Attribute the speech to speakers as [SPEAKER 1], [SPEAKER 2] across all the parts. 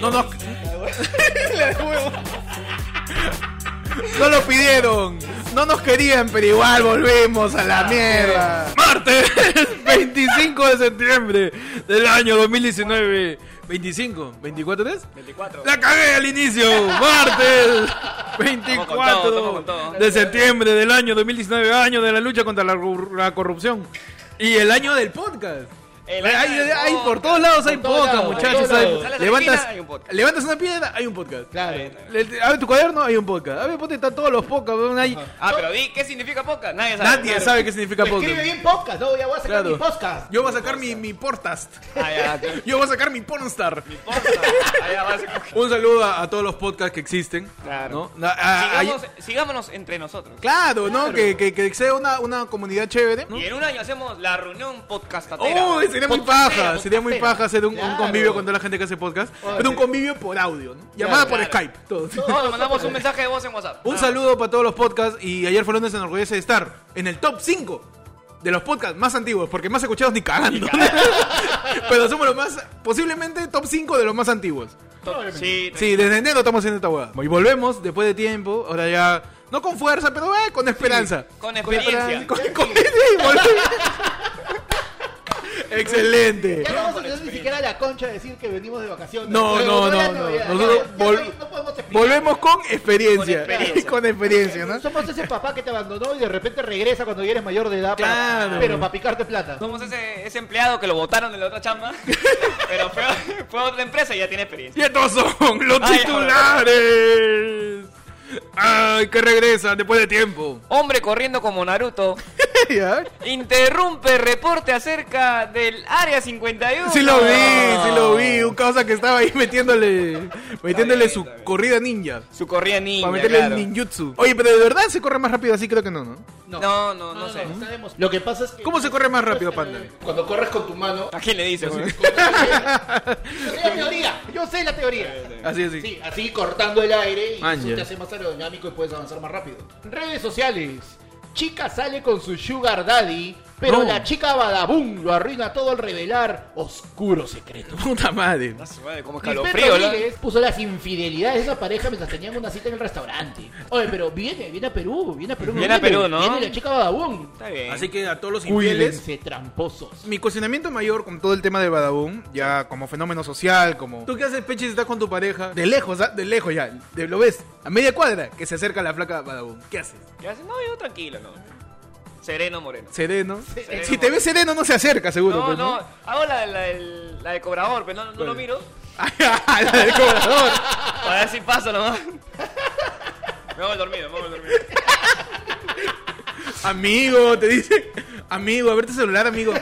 [SPEAKER 1] no nos. No lo pidieron. No nos querían, pero igual volvimos a la mierda. Martes 25 de septiembre del año 2019. 25, 24 ¿es?
[SPEAKER 2] 24.
[SPEAKER 1] La cagué al inicio. Martes
[SPEAKER 2] Estamos
[SPEAKER 1] 24
[SPEAKER 2] con todo,
[SPEAKER 1] de septiembre del año 2019, año de la lucha contra la, ru- la corrupción y el año del podcast.
[SPEAKER 2] El
[SPEAKER 1] hay,
[SPEAKER 2] año
[SPEAKER 1] hay-
[SPEAKER 2] del
[SPEAKER 1] hay por
[SPEAKER 2] podcast.
[SPEAKER 1] todos lados hay
[SPEAKER 2] todos
[SPEAKER 1] podcast,
[SPEAKER 2] lados, por
[SPEAKER 1] muchachos.
[SPEAKER 2] todos
[SPEAKER 1] hay-
[SPEAKER 2] lados. Sale la
[SPEAKER 1] levantas,
[SPEAKER 2] esquina, hay un podcast.
[SPEAKER 1] levantas una piedra, hay un podcast.
[SPEAKER 2] Claro.
[SPEAKER 1] Le- A ver tu cuaderno, hay un podcast. A ver, ponte, están todos los podcasts. weón, hay-
[SPEAKER 2] Ah, pero di, ¿qué significa poca? Nadie sabe.
[SPEAKER 1] Nadie sabe qué significa
[SPEAKER 3] Escribe
[SPEAKER 1] podcast.
[SPEAKER 3] bien podcast, no, ya voy a sacar
[SPEAKER 1] Claro.
[SPEAKER 3] mi podcast.
[SPEAKER 1] Yo voy a sacar mi, mi podcast.
[SPEAKER 2] Ah, ya, qué
[SPEAKER 1] Yo voy a sacar mi pornstar.
[SPEAKER 2] poca. Ah, ya, va a ser como que-
[SPEAKER 1] Un saludo a, a todos los podcasts que existen.
[SPEAKER 3] Claro.
[SPEAKER 1] ¿no? A- a- a-
[SPEAKER 2] Sigamos- Sigámonos entre nosotros.
[SPEAKER 1] Claro, ¿no? Que, que, que sea una, una comunidad chévere. ¿no?
[SPEAKER 2] Y en un año hacemos la reunión podcastatera.
[SPEAKER 1] Oh, sería muy
[SPEAKER 2] Podcastera,
[SPEAKER 1] paja, sería muy
[SPEAKER 2] podcastera.
[SPEAKER 1] paja hacer un, un
[SPEAKER 3] Claro.
[SPEAKER 1] convivio con toda la gente que hace podcast, pero un convivio por audio, ¿no? Llamada por
[SPEAKER 2] claro.
[SPEAKER 1] Skype, todos.
[SPEAKER 2] Todos nos mandamos un mensaje de voz en WhatsApp. Ah,
[SPEAKER 1] Un saludo para todos los podcasts y ayer fue lunes se enorgullece de estar en el top 5 de los podcasts más antiguos, porque más escuchados ni cagando. pero somos los más, posiblemente top 5 de los más antiguos.
[SPEAKER 2] To- Sí,
[SPEAKER 1] Sí, desde enero estamos haciendo esta hueá. Y volvemos después de tiempo, ahora ya, no con fuerza, pero eh, con esperanza.
[SPEAKER 2] con experiencia.
[SPEAKER 1] Con, con- y volvemos. Excelente.
[SPEAKER 3] Ya no vamos a tener ni siquiera la concha de decir que venimos de vacaciones.
[SPEAKER 1] No,
[SPEAKER 3] Pero
[SPEAKER 1] no,
[SPEAKER 3] ya
[SPEAKER 1] no, no.
[SPEAKER 3] ya, ya,
[SPEAKER 1] Nosotros
[SPEAKER 3] ya, ya
[SPEAKER 1] vol-
[SPEAKER 3] no- no podemos explicar.
[SPEAKER 1] Volvemos ¿eh? con experiencia.
[SPEAKER 2] Con experiencia.
[SPEAKER 1] Con experiencia, ¿no?
[SPEAKER 3] Somos ese papá que te abandonó y de repente regresa cuando ya eres mayor de edad. para-
[SPEAKER 1] Claro.
[SPEAKER 3] pero para picarte plata.
[SPEAKER 2] Somos ese, ese empleado que lo votaron de la otra chamba, pero fue, a- fue a otra empresa y ya tiene experiencia.
[SPEAKER 1] Y estos son los
[SPEAKER 2] Ay,
[SPEAKER 1] titulares. Ay, que regresan después de tiempo.
[SPEAKER 2] Hombre corriendo como Naruto
[SPEAKER 1] Ya.
[SPEAKER 2] interrumpe reporte acerca del área 51.
[SPEAKER 1] Sí lo vi, sí lo vi. Un causa que estaba ahí metiéndole metiéndole su corrida ninja.
[SPEAKER 2] Su corrida ninja.
[SPEAKER 1] Para meterle
[SPEAKER 2] claro.
[SPEAKER 1] el ninjutsu. Oye, pero de verdad se corre más rápido así, creo que no, ¿no?
[SPEAKER 2] No, no, no sé.
[SPEAKER 3] está demostrado. Lo que pasa es que.
[SPEAKER 1] ¿Cómo se corre más rápido, Panda?
[SPEAKER 3] Cuando corres con tu mano.
[SPEAKER 2] ¿A quién le dices?
[SPEAKER 3] Yo sé la teoría. Yo sé la teoría.
[SPEAKER 1] Así, así.
[SPEAKER 3] Sí, así cortando el aire y
[SPEAKER 1] Manja.
[SPEAKER 3] eso te hace más aerodinámico y puedes avanzar más rápido. Redes sociales. Chica sale con su sugar daddy, pero
[SPEAKER 1] No.
[SPEAKER 3] la chica badabum lo arruina todo al revelar oscuro secreto.
[SPEAKER 1] Puta madre.
[SPEAKER 2] Como
[SPEAKER 3] Lisbeth
[SPEAKER 2] escalofrío, ¿no?
[SPEAKER 3] Rodríguez puso las infidelidades de esa pareja mientras tenían una cita en el restaurante. Oye, pero viene, viene a Perú, viene a Perú.
[SPEAKER 2] Viene a Perú, ¿no?
[SPEAKER 3] Viene la chica badabum.
[SPEAKER 2] Está bien.
[SPEAKER 1] Así que a todos los infieles.
[SPEAKER 3] Cuídense, tramposos.
[SPEAKER 1] Mi cuestionamiento mayor con todo el tema del Badaboom, ya como fenómeno social, como... ¿Tú qué haces, Peche, si estás con tu pareja? De lejos, ¿ah? de lejos ya. De- lo ves a media cuadra que se acerca la flaca Badaboom. ¿Qué haces?
[SPEAKER 2] Ya sé, no, yo tranquilo, no. Sereno Moreno.
[SPEAKER 1] Sereno.
[SPEAKER 2] Sereno.
[SPEAKER 1] Si te ves sereno, no se acerca, seguro.
[SPEAKER 2] No,
[SPEAKER 1] pues,
[SPEAKER 2] no, hago la, la, del- la de cobrador, pero no, no lo miro.
[SPEAKER 1] la del cobrador.
[SPEAKER 2] Para ver si paso nomás. Me voy dormido, me voy dormido.
[SPEAKER 1] Amigo, te dice... Amigo, a ver tu celular, amigo.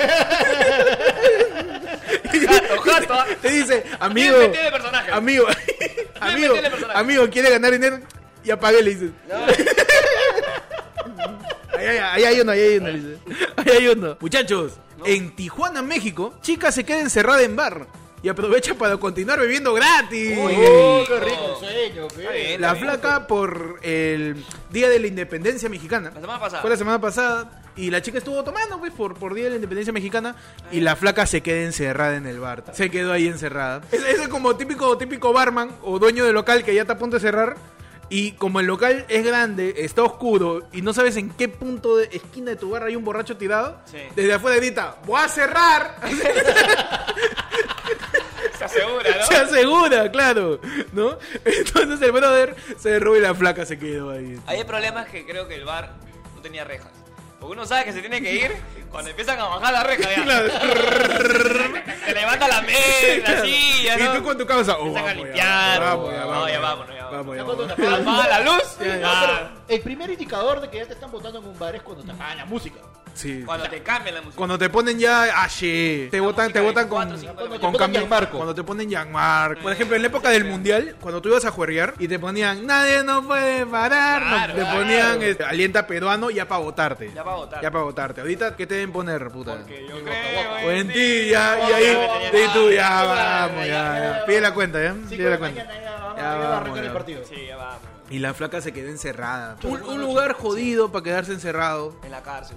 [SPEAKER 2] Jato, jato. ah.
[SPEAKER 1] Te dice, amigo...
[SPEAKER 2] Bien metido el personaje.
[SPEAKER 1] Amigo, amigo,
[SPEAKER 2] metido el personaje.
[SPEAKER 1] amigo, quiere ganar dinero y apague, le dices. Ahí hay, ahí hay uno, ahí hay uno, dice. Ahí hay uno. Muchachos, en Tijuana, México, chica se queda encerrada en bar y aprovecha para continuar bebiendo gratis.
[SPEAKER 2] Uy,
[SPEAKER 3] Oh,
[SPEAKER 2] rico.
[SPEAKER 3] qué rico el sueño,
[SPEAKER 2] Está
[SPEAKER 3] qué.
[SPEAKER 2] bien,
[SPEAKER 1] La
[SPEAKER 2] está bien.
[SPEAKER 1] flaca por el Día de la Independencia Mexicana.
[SPEAKER 2] La semana pasada.
[SPEAKER 1] Fue la semana pasada. Y la chica estuvo tomando, pues, por, por Día de la Independencia Mexicana. Y la flaca se queda encerrada en el bar. Se quedó ahí encerrada. Ese es como típico, típico barman o dueño de local que ya está a punto de cerrar. Y como el local es grande, está oscuro y no sabes en qué punto de esquina de tu bar hay un borracho tirado,
[SPEAKER 2] Sí.
[SPEAKER 1] desde afuera grita, ¡voy a cerrar!
[SPEAKER 2] Se asegura, ¿no?
[SPEAKER 1] Se asegura, claro, ¿no? Entonces el brother se derrubó y la flaca se quedó ahí.
[SPEAKER 2] Ahí el problema es que creo que el bar no tenía rejas. Porque uno sabe que se tiene que ir cuando empiezan a bajar la reja. Ya.
[SPEAKER 1] Claro.
[SPEAKER 2] Se levanta la mesa, la silla, ¿no?
[SPEAKER 1] Y tú con tu cabeza. Oh,
[SPEAKER 2] Empiezan a
[SPEAKER 1] vamos ya,
[SPEAKER 2] limpiar.
[SPEAKER 1] Vamos, ya,
[SPEAKER 2] No,
[SPEAKER 1] vamos.
[SPEAKER 2] ya vámonos, ya
[SPEAKER 1] Vamos, ya,
[SPEAKER 3] Cuando
[SPEAKER 1] vamos.
[SPEAKER 3] te apagan la
[SPEAKER 2] Apaga la luz.
[SPEAKER 1] Ya, ya.
[SPEAKER 2] Ah,
[SPEAKER 3] El primer indicador de que ya te están botando en un bar es cuando te apagan la música.
[SPEAKER 1] Sí.
[SPEAKER 2] Cuando te cambian la música.
[SPEAKER 1] Cuando te ponen ya. Ah, sí. Te botan, te
[SPEAKER 2] música de
[SPEAKER 1] botan con.
[SPEAKER 2] cuatro, cinco,
[SPEAKER 1] Con
[SPEAKER 3] cuando te ponen
[SPEAKER 1] cambio-
[SPEAKER 3] Gianmarco.
[SPEAKER 1] Cuando te ponen
[SPEAKER 2] Eh.
[SPEAKER 1] Gianmarco. Por ejemplo, en la época del mundial, cuando tú ibas a juerrear y te ponían nadie no puede parar. no",
[SPEAKER 2] Claro,
[SPEAKER 1] te
[SPEAKER 2] claro.
[SPEAKER 1] ponían este, alienta peruano ya para votarte.
[SPEAKER 2] Ya pa' votar.
[SPEAKER 1] Ya para votarte. Ahorita, ¿qué te deben poner, puta?
[SPEAKER 2] Que yo creo
[SPEAKER 1] O en ti, ya, y ahí, y tú, ya, vamos, ya, ya. Pide la cuenta, ya, pide la cuenta.
[SPEAKER 3] mañana ya vamos,
[SPEAKER 1] Ya
[SPEAKER 3] ya va a
[SPEAKER 1] vamos,
[SPEAKER 3] arrancar
[SPEAKER 1] ya.
[SPEAKER 3] el partido.
[SPEAKER 2] Sí, ya vamos.
[SPEAKER 1] Y la flaca se quedó encerrada. Un, un lugar jodido para quedarse encerrado.
[SPEAKER 2] En la cárcel.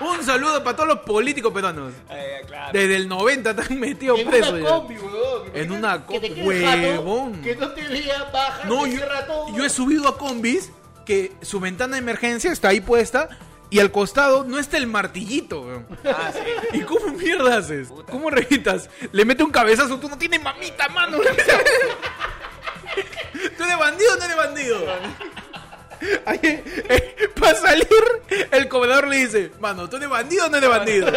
[SPEAKER 1] Un saludo para todos los políticos peruanos.
[SPEAKER 2] Eh, claro.
[SPEAKER 1] Desde el 90 están metidos
[SPEAKER 3] En
[SPEAKER 1] presos.
[SPEAKER 3] una
[SPEAKER 1] ya.
[SPEAKER 3] combi, weón. huevón.
[SPEAKER 1] En una
[SPEAKER 3] Que te
[SPEAKER 1] co-
[SPEAKER 3] quede jato,
[SPEAKER 1] huevón.
[SPEAKER 3] Que no te vea, baja,
[SPEAKER 1] No,
[SPEAKER 3] te
[SPEAKER 1] yo,
[SPEAKER 3] cierra todo.
[SPEAKER 1] yo he subido a combis que su ventana de emergencia está ahí puesta y al costado no está el martillito, weón.
[SPEAKER 2] Ah, sí.
[SPEAKER 1] ¿Y cómo mierda haces?
[SPEAKER 2] Puta.
[SPEAKER 1] ¿Cómo revitas? Le mete un cabezazo, tú no tienes mamita, mano. ¿Tú eres bandido o no eres bandido? Ay, eh, eh, para salir, el cobrador le dice, mano, ¿tú eres bandido o no eres bandido?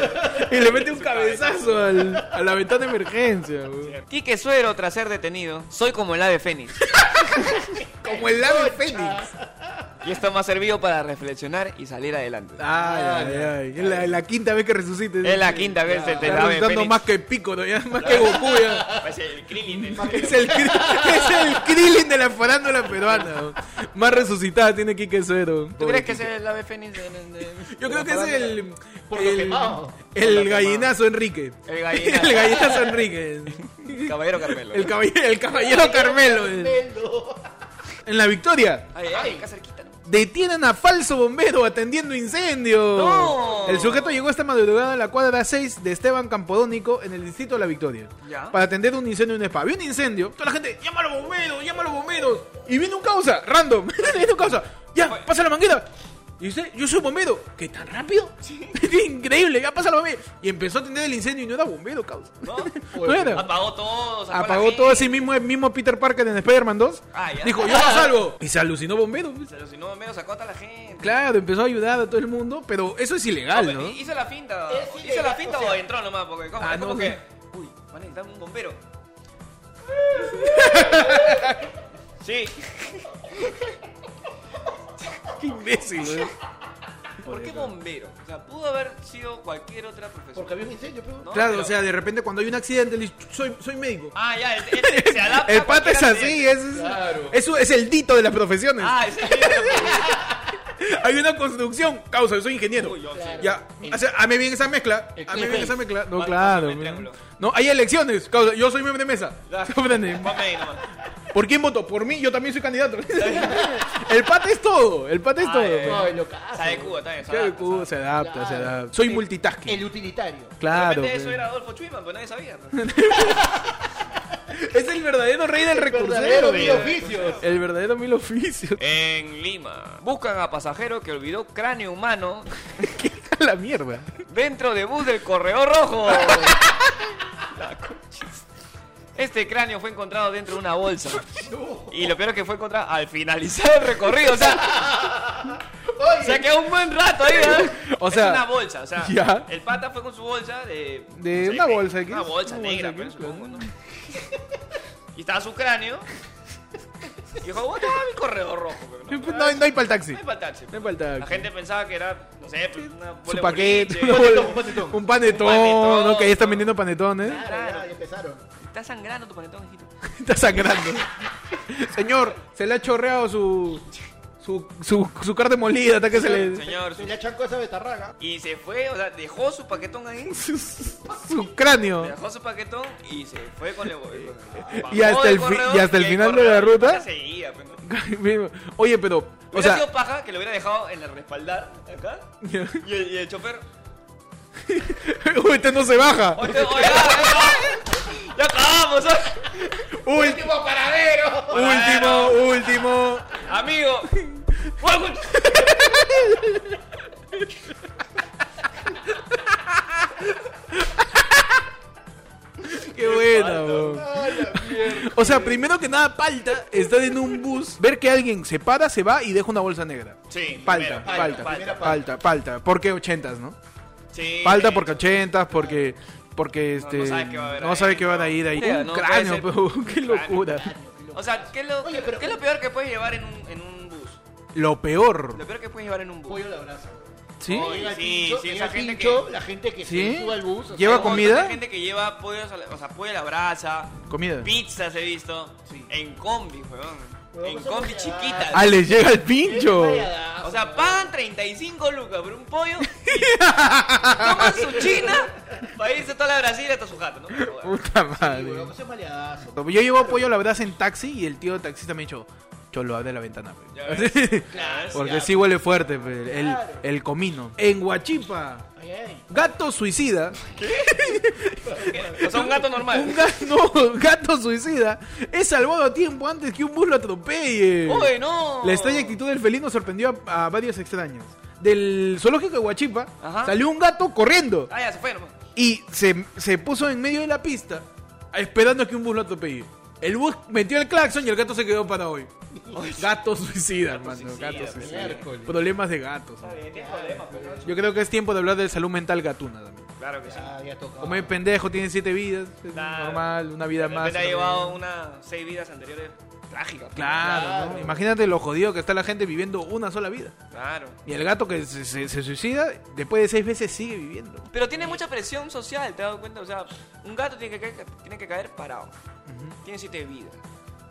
[SPEAKER 1] Y le mete un cabezazo al- a la ventana de emergencia, weón.
[SPEAKER 2] Quique Suero, tras ser detenido, soy como el ave fénix.
[SPEAKER 1] Como el ave fénix.
[SPEAKER 2] Y esto me ha servido para reflexionar y salir adelante.
[SPEAKER 1] Ay, ay, ay. Es la, la quinta vez que resucites.
[SPEAKER 2] Es la quinta vez del del
[SPEAKER 1] Está
[SPEAKER 2] ave
[SPEAKER 1] resultando
[SPEAKER 2] fénix. Pues
[SPEAKER 1] más que Pico, ¿no? Ya, más que Goku, ya.
[SPEAKER 2] Parece el Krillin del-
[SPEAKER 1] Es el, Kri- es el Krillin de la farándula peruana. ¿no? Más resucitada tiene Quique Suero.
[SPEAKER 2] ¿Tú crees que es
[SPEAKER 1] Pobre
[SPEAKER 2] el ave fénix? de- de-
[SPEAKER 1] Quique.
[SPEAKER 2] de-
[SPEAKER 1] Yo creo que es el...
[SPEAKER 3] Por lo
[SPEAKER 1] el,
[SPEAKER 3] quemado.
[SPEAKER 1] el gallinazo Enrique.
[SPEAKER 2] El gallinazo.
[SPEAKER 1] El gallinazo Enrique.
[SPEAKER 2] Caballero Carmelo.
[SPEAKER 1] El caballero, el caballero Carmelo. En
[SPEAKER 3] Carmelo.
[SPEAKER 1] la victoria.
[SPEAKER 2] Ay, ay, acá cerquita. ¿no?
[SPEAKER 1] Detienen a falso bombero atendiendo incendio.
[SPEAKER 2] No.
[SPEAKER 1] El sujeto llegó esta madrugada a la cuadra 6 de Esteban Campodónico en el distrito de La Victoria.
[SPEAKER 2] Ya.
[SPEAKER 1] Para atender un incendio en un spa. Había un incendio. Toda la gente, llama a los bomberos, llama a los bomberos. Y viene un causa, random. viene un causa. Ya, pasa la manguera. Y usted, yo soy bombero. ¿Qué tan rápido? Increíble, ya pasa la bombera. Y empezó a atender el incendio y no era bombero, causa.
[SPEAKER 2] ¿No?
[SPEAKER 1] No era.
[SPEAKER 2] Apagó todo. sacó a la
[SPEAKER 1] Apagó
[SPEAKER 2] gente.
[SPEAKER 1] todo así mismo, el mismo Peter Parker en Spider-Man 2.
[SPEAKER 2] Ah, ya.
[SPEAKER 1] Dijo, yo no salgo. Y se alucinó bombero.
[SPEAKER 2] Se alucinó, medio sacó a toda la gente.
[SPEAKER 1] Claro, empezó a ayudar a todo el mundo, pero eso es ilegal, ¿no?
[SPEAKER 2] Hizo la finta.
[SPEAKER 3] Es
[SPEAKER 2] hizo la
[SPEAKER 3] ilegal,
[SPEAKER 2] finta
[SPEAKER 3] o
[SPEAKER 2] eh, o,
[SPEAKER 3] sea-
[SPEAKER 2] entró nomás. Porque, ¿cómo?
[SPEAKER 1] Ah,
[SPEAKER 2] es como
[SPEAKER 1] no,
[SPEAKER 2] que.
[SPEAKER 1] sí.
[SPEAKER 2] Uy, van a necesitar un bombero. sí.
[SPEAKER 1] Qué imbécil, ¿no?
[SPEAKER 2] ¿Por qué bombero? O sea, pudo haber sido cualquier otra profesión.
[SPEAKER 3] Porque había un incendio, pero.
[SPEAKER 2] No,
[SPEAKER 1] Claro,
[SPEAKER 2] pero-
[SPEAKER 1] o sea, de repente cuando hay un accidente, le dice, soy, soy médico.
[SPEAKER 2] Ah, ya, el, el- se adapta.
[SPEAKER 1] El
[SPEAKER 2] a
[SPEAKER 1] pata
[SPEAKER 2] cualquier
[SPEAKER 1] es así,
[SPEAKER 2] accidente.
[SPEAKER 1] eh. es, es,
[SPEAKER 3] Claro.
[SPEAKER 1] es, es el dito de las profesiones.
[SPEAKER 2] Ah, ese es
[SPEAKER 1] Hay una construcción, causa, yo soy ingeniero.
[SPEAKER 2] Uy, yo sí.
[SPEAKER 1] Ya, o sea, hame bien esa mezcla.
[SPEAKER 3] El
[SPEAKER 1] Hame bien
[SPEAKER 3] clickbait.
[SPEAKER 1] esa mezcla. No,
[SPEAKER 2] Vale,
[SPEAKER 1] claro.
[SPEAKER 2] pásame el triángulo.
[SPEAKER 1] No, hay elecciones. Causa, yo soy miembro de mesa. Sorprende.
[SPEAKER 2] Ponme ahí nomás.
[SPEAKER 1] ¿Por quién voto? Por mí, yo también soy candidato. el pata es todo. El pata es
[SPEAKER 2] Ah,
[SPEAKER 1] todo.
[SPEAKER 2] ya, ya.
[SPEAKER 1] man.
[SPEAKER 3] No, lo caso.
[SPEAKER 2] Sabe Cuba también. se
[SPEAKER 1] Claro,
[SPEAKER 2] adapta, se
[SPEAKER 1] Cuba, se adapta, se
[SPEAKER 3] Claro.
[SPEAKER 1] adapta. Soy
[SPEAKER 3] El-
[SPEAKER 1] multitasking.
[SPEAKER 3] El utilitario.
[SPEAKER 2] adapta.
[SPEAKER 1] Claro. pues.
[SPEAKER 2] De repente eso
[SPEAKER 1] pe.
[SPEAKER 2] era Adolfo Chuyman, pero nadie sabía.
[SPEAKER 1] Es el verdadero rey del recursero.
[SPEAKER 3] Verdadero mil
[SPEAKER 1] pe.
[SPEAKER 3] oficios.
[SPEAKER 1] El verdadero mil oficios.
[SPEAKER 2] En Lima. Buscan a pasajero que olvidó cráneo humano
[SPEAKER 1] ¿Qué a la mierda?
[SPEAKER 2] dentro de bus del Correo Rojo. La conchis. Este cráneo fue encontrado dentro de una bolsa. Y lo peor es que fue encontrado al finalizar el recorrido. O sea,
[SPEAKER 3] Oye,
[SPEAKER 2] se quedó un buen rato ahí, ¿verdad?
[SPEAKER 1] O
[SPEAKER 2] Es
[SPEAKER 1] sea,
[SPEAKER 2] una bolsa. O sea,
[SPEAKER 1] ya.
[SPEAKER 2] el pata fue con su bolsa de. no
[SPEAKER 1] De
[SPEAKER 2] sé,
[SPEAKER 1] una bolsa, ¿qué
[SPEAKER 2] Una
[SPEAKER 1] es?
[SPEAKER 2] bolsa
[SPEAKER 1] Una
[SPEAKER 2] negra,
[SPEAKER 1] bolsa,
[SPEAKER 2] pues,
[SPEAKER 1] ¿qué es?
[SPEAKER 2] supongo, ¿no? Y estaba su cráneo. Y dijo, ¿dónde está mi corredor rojo? pero
[SPEAKER 1] No,
[SPEAKER 2] No,
[SPEAKER 1] no hay para el taxi.
[SPEAKER 2] No hay faltarse.
[SPEAKER 1] No hay para el taxi.
[SPEAKER 2] La gente pensaba que era, no sé, pues, una bola
[SPEAKER 1] Su
[SPEAKER 2] de
[SPEAKER 1] paquete,
[SPEAKER 2] boliche.
[SPEAKER 1] un Un
[SPEAKER 3] un panetón.
[SPEAKER 1] panetón,
[SPEAKER 2] Un panetón,
[SPEAKER 1] ¿no? que ahí están
[SPEAKER 2] ¿no?
[SPEAKER 1] vendiendo panetones.
[SPEAKER 3] Claro,
[SPEAKER 2] Claro.
[SPEAKER 3] ya, ya empezaron.
[SPEAKER 2] Está sangrando tu panetón, hijito.
[SPEAKER 1] Está sangrando. Señor, se le ha chorreado su su, su, su carne molida hasta que se le
[SPEAKER 2] Señor,
[SPEAKER 3] Se
[SPEAKER 2] su-
[SPEAKER 3] le echan cosas de tarraga.
[SPEAKER 2] y se fue, o sea, dejó su paquetón ahí.
[SPEAKER 1] su, su cráneo.
[SPEAKER 2] Dejó su paquetón y se fue con el. con-
[SPEAKER 1] Y hasta
[SPEAKER 2] bajó
[SPEAKER 1] el
[SPEAKER 2] del
[SPEAKER 1] fi-
[SPEAKER 2] corredor
[SPEAKER 1] y hasta el final de la
[SPEAKER 2] corredor
[SPEAKER 1] ruta.
[SPEAKER 2] ya seguía, pues, ¿no?
[SPEAKER 1] Oye, pero o
[SPEAKER 2] Hubiera
[SPEAKER 1] sea,
[SPEAKER 2] sido paja que lo hubiera dejado en el respaldar, acá. Y el, y el chofer.
[SPEAKER 1] Uy, este no se baja.
[SPEAKER 2] ¡Oye, oye, ya, ya, ya acabamos! ¿eh?
[SPEAKER 1] Ul-
[SPEAKER 3] ¡Último paradero!
[SPEAKER 1] último,
[SPEAKER 2] Bueno,
[SPEAKER 1] último.
[SPEAKER 2] amigo. Bueno,
[SPEAKER 1] Qué buena, bro.
[SPEAKER 2] Ah,
[SPEAKER 3] Ay, la mierda.
[SPEAKER 1] O sea, primero que nada, palta estar en un bus, ver que alguien se para, se va y deja una bolsa negra.
[SPEAKER 2] Sí,
[SPEAKER 1] Palta,
[SPEAKER 2] primero,
[SPEAKER 1] palta,
[SPEAKER 3] palta.
[SPEAKER 1] palta, palta, palta. Porque ochentas, ¿no?
[SPEAKER 2] Sí.
[SPEAKER 1] Palta porque ochentas, porque. Porque
[SPEAKER 2] No,
[SPEAKER 1] este.
[SPEAKER 2] no sabe qué va a haber
[SPEAKER 1] no
[SPEAKER 2] ahí,
[SPEAKER 1] sabe qué
[SPEAKER 2] no.
[SPEAKER 1] van a ir ahí.
[SPEAKER 2] Sí,
[SPEAKER 1] Un
[SPEAKER 2] no,
[SPEAKER 1] cráneo,
[SPEAKER 2] puede ser.
[SPEAKER 1] pero, qué locura.
[SPEAKER 2] O sea, ¿qué es lo,
[SPEAKER 3] Oye, pero-
[SPEAKER 2] ¿qué es lo peor que puedes llevar en un, en un bus?
[SPEAKER 1] Lo peor.
[SPEAKER 2] Lo peor que puedes llevar en un bus.
[SPEAKER 3] Pollo a la brasa.
[SPEAKER 1] ¿Sí?
[SPEAKER 2] Oye,
[SPEAKER 3] Llega el
[SPEAKER 2] sí,
[SPEAKER 3] pincho,
[SPEAKER 2] sí, esa
[SPEAKER 3] llega el
[SPEAKER 2] gente
[SPEAKER 3] pincho, la gente que
[SPEAKER 1] ¿Sí?
[SPEAKER 3] se sube al bus. o sea,
[SPEAKER 1] Lleva
[SPEAKER 2] Hay un montón
[SPEAKER 1] comida?
[SPEAKER 2] de gente que lleva pollos, a la- o sea, pollo a la brasa,
[SPEAKER 1] Comida.
[SPEAKER 2] pizzas he visto, en combi, weón.
[SPEAKER 3] Weón,
[SPEAKER 2] En
[SPEAKER 3] pues
[SPEAKER 2] combi
[SPEAKER 3] somos
[SPEAKER 2] chiquitas.
[SPEAKER 1] Ah, les llega el
[SPEAKER 3] es
[SPEAKER 1] pincho.
[SPEAKER 3] variadazo.
[SPEAKER 2] O sea, pagan 35 lucas por un pollo y toman su china para irse toda la Brasil hasta su jato, ¿no? Joder.
[SPEAKER 1] Puta
[SPEAKER 3] Sí,
[SPEAKER 1] madre.
[SPEAKER 3] weón, pues es maleadazo.
[SPEAKER 1] Yo llevo pollo a la brasa en taxi y el tío taxista me ha dicho, cholo, abre la ventana. pe.
[SPEAKER 2] Ya ves. Claro,
[SPEAKER 1] Porque
[SPEAKER 2] ya.
[SPEAKER 1] sí huele fuerte, pe, el,
[SPEAKER 3] Claro.
[SPEAKER 1] el comino. En Huachipa,
[SPEAKER 3] Ay, ay.
[SPEAKER 1] gato suicida.
[SPEAKER 2] O sea, un gato normal.
[SPEAKER 1] Un gato, no, gato suicida es salvado a tiempo antes que un bus lo atropelle.
[SPEAKER 2] Uy, no.
[SPEAKER 1] La extraña actitud del felino sorprendió a, a varios extraños. Del zoológico de Huachipa
[SPEAKER 2] Ajá.
[SPEAKER 1] salió un gato corriendo
[SPEAKER 2] Ah, ya se fue, nomás.
[SPEAKER 1] y se, se puso en medio de la pista esperando a que un bus lo atropelle. El bus metió el claxon y el gato se quedó para hoy. Gato suicida, hermano.
[SPEAKER 2] suicida,
[SPEAKER 1] Gato suicida.
[SPEAKER 3] miércoles.
[SPEAKER 1] Problemas de gatos.
[SPEAKER 2] Claro
[SPEAKER 1] Yo creo que es tiempo de hablar de salud mental gatuna también.
[SPEAKER 2] que sí.
[SPEAKER 3] Ah, ya toca.
[SPEAKER 1] Como es pendejo, tiene siete vidas. Es
[SPEAKER 2] Claro.
[SPEAKER 1] normal, una vida
[SPEAKER 2] De
[SPEAKER 1] más.
[SPEAKER 2] repente ha
[SPEAKER 1] una vida
[SPEAKER 2] llevado
[SPEAKER 1] menos.
[SPEAKER 2] unas seis vidas anteriores trágicas.
[SPEAKER 1] Claro, ¿no?
[SPEAKER 3] Claro.
[SPEAKER 1] imagínate lo jodido que está la gente viviendo una sola vida.
[SPEAKER 2] Claro.
[SPEAKER 1] Y el gato que se, se- se suicida, después de seis veces sigue viviendo.
[SPEAKER 2] Pero tiene mucha presión social, ¿te has dado cuenta? O sea, un gato tiene que caer, tiene que caer parado. Tiene siete vidas.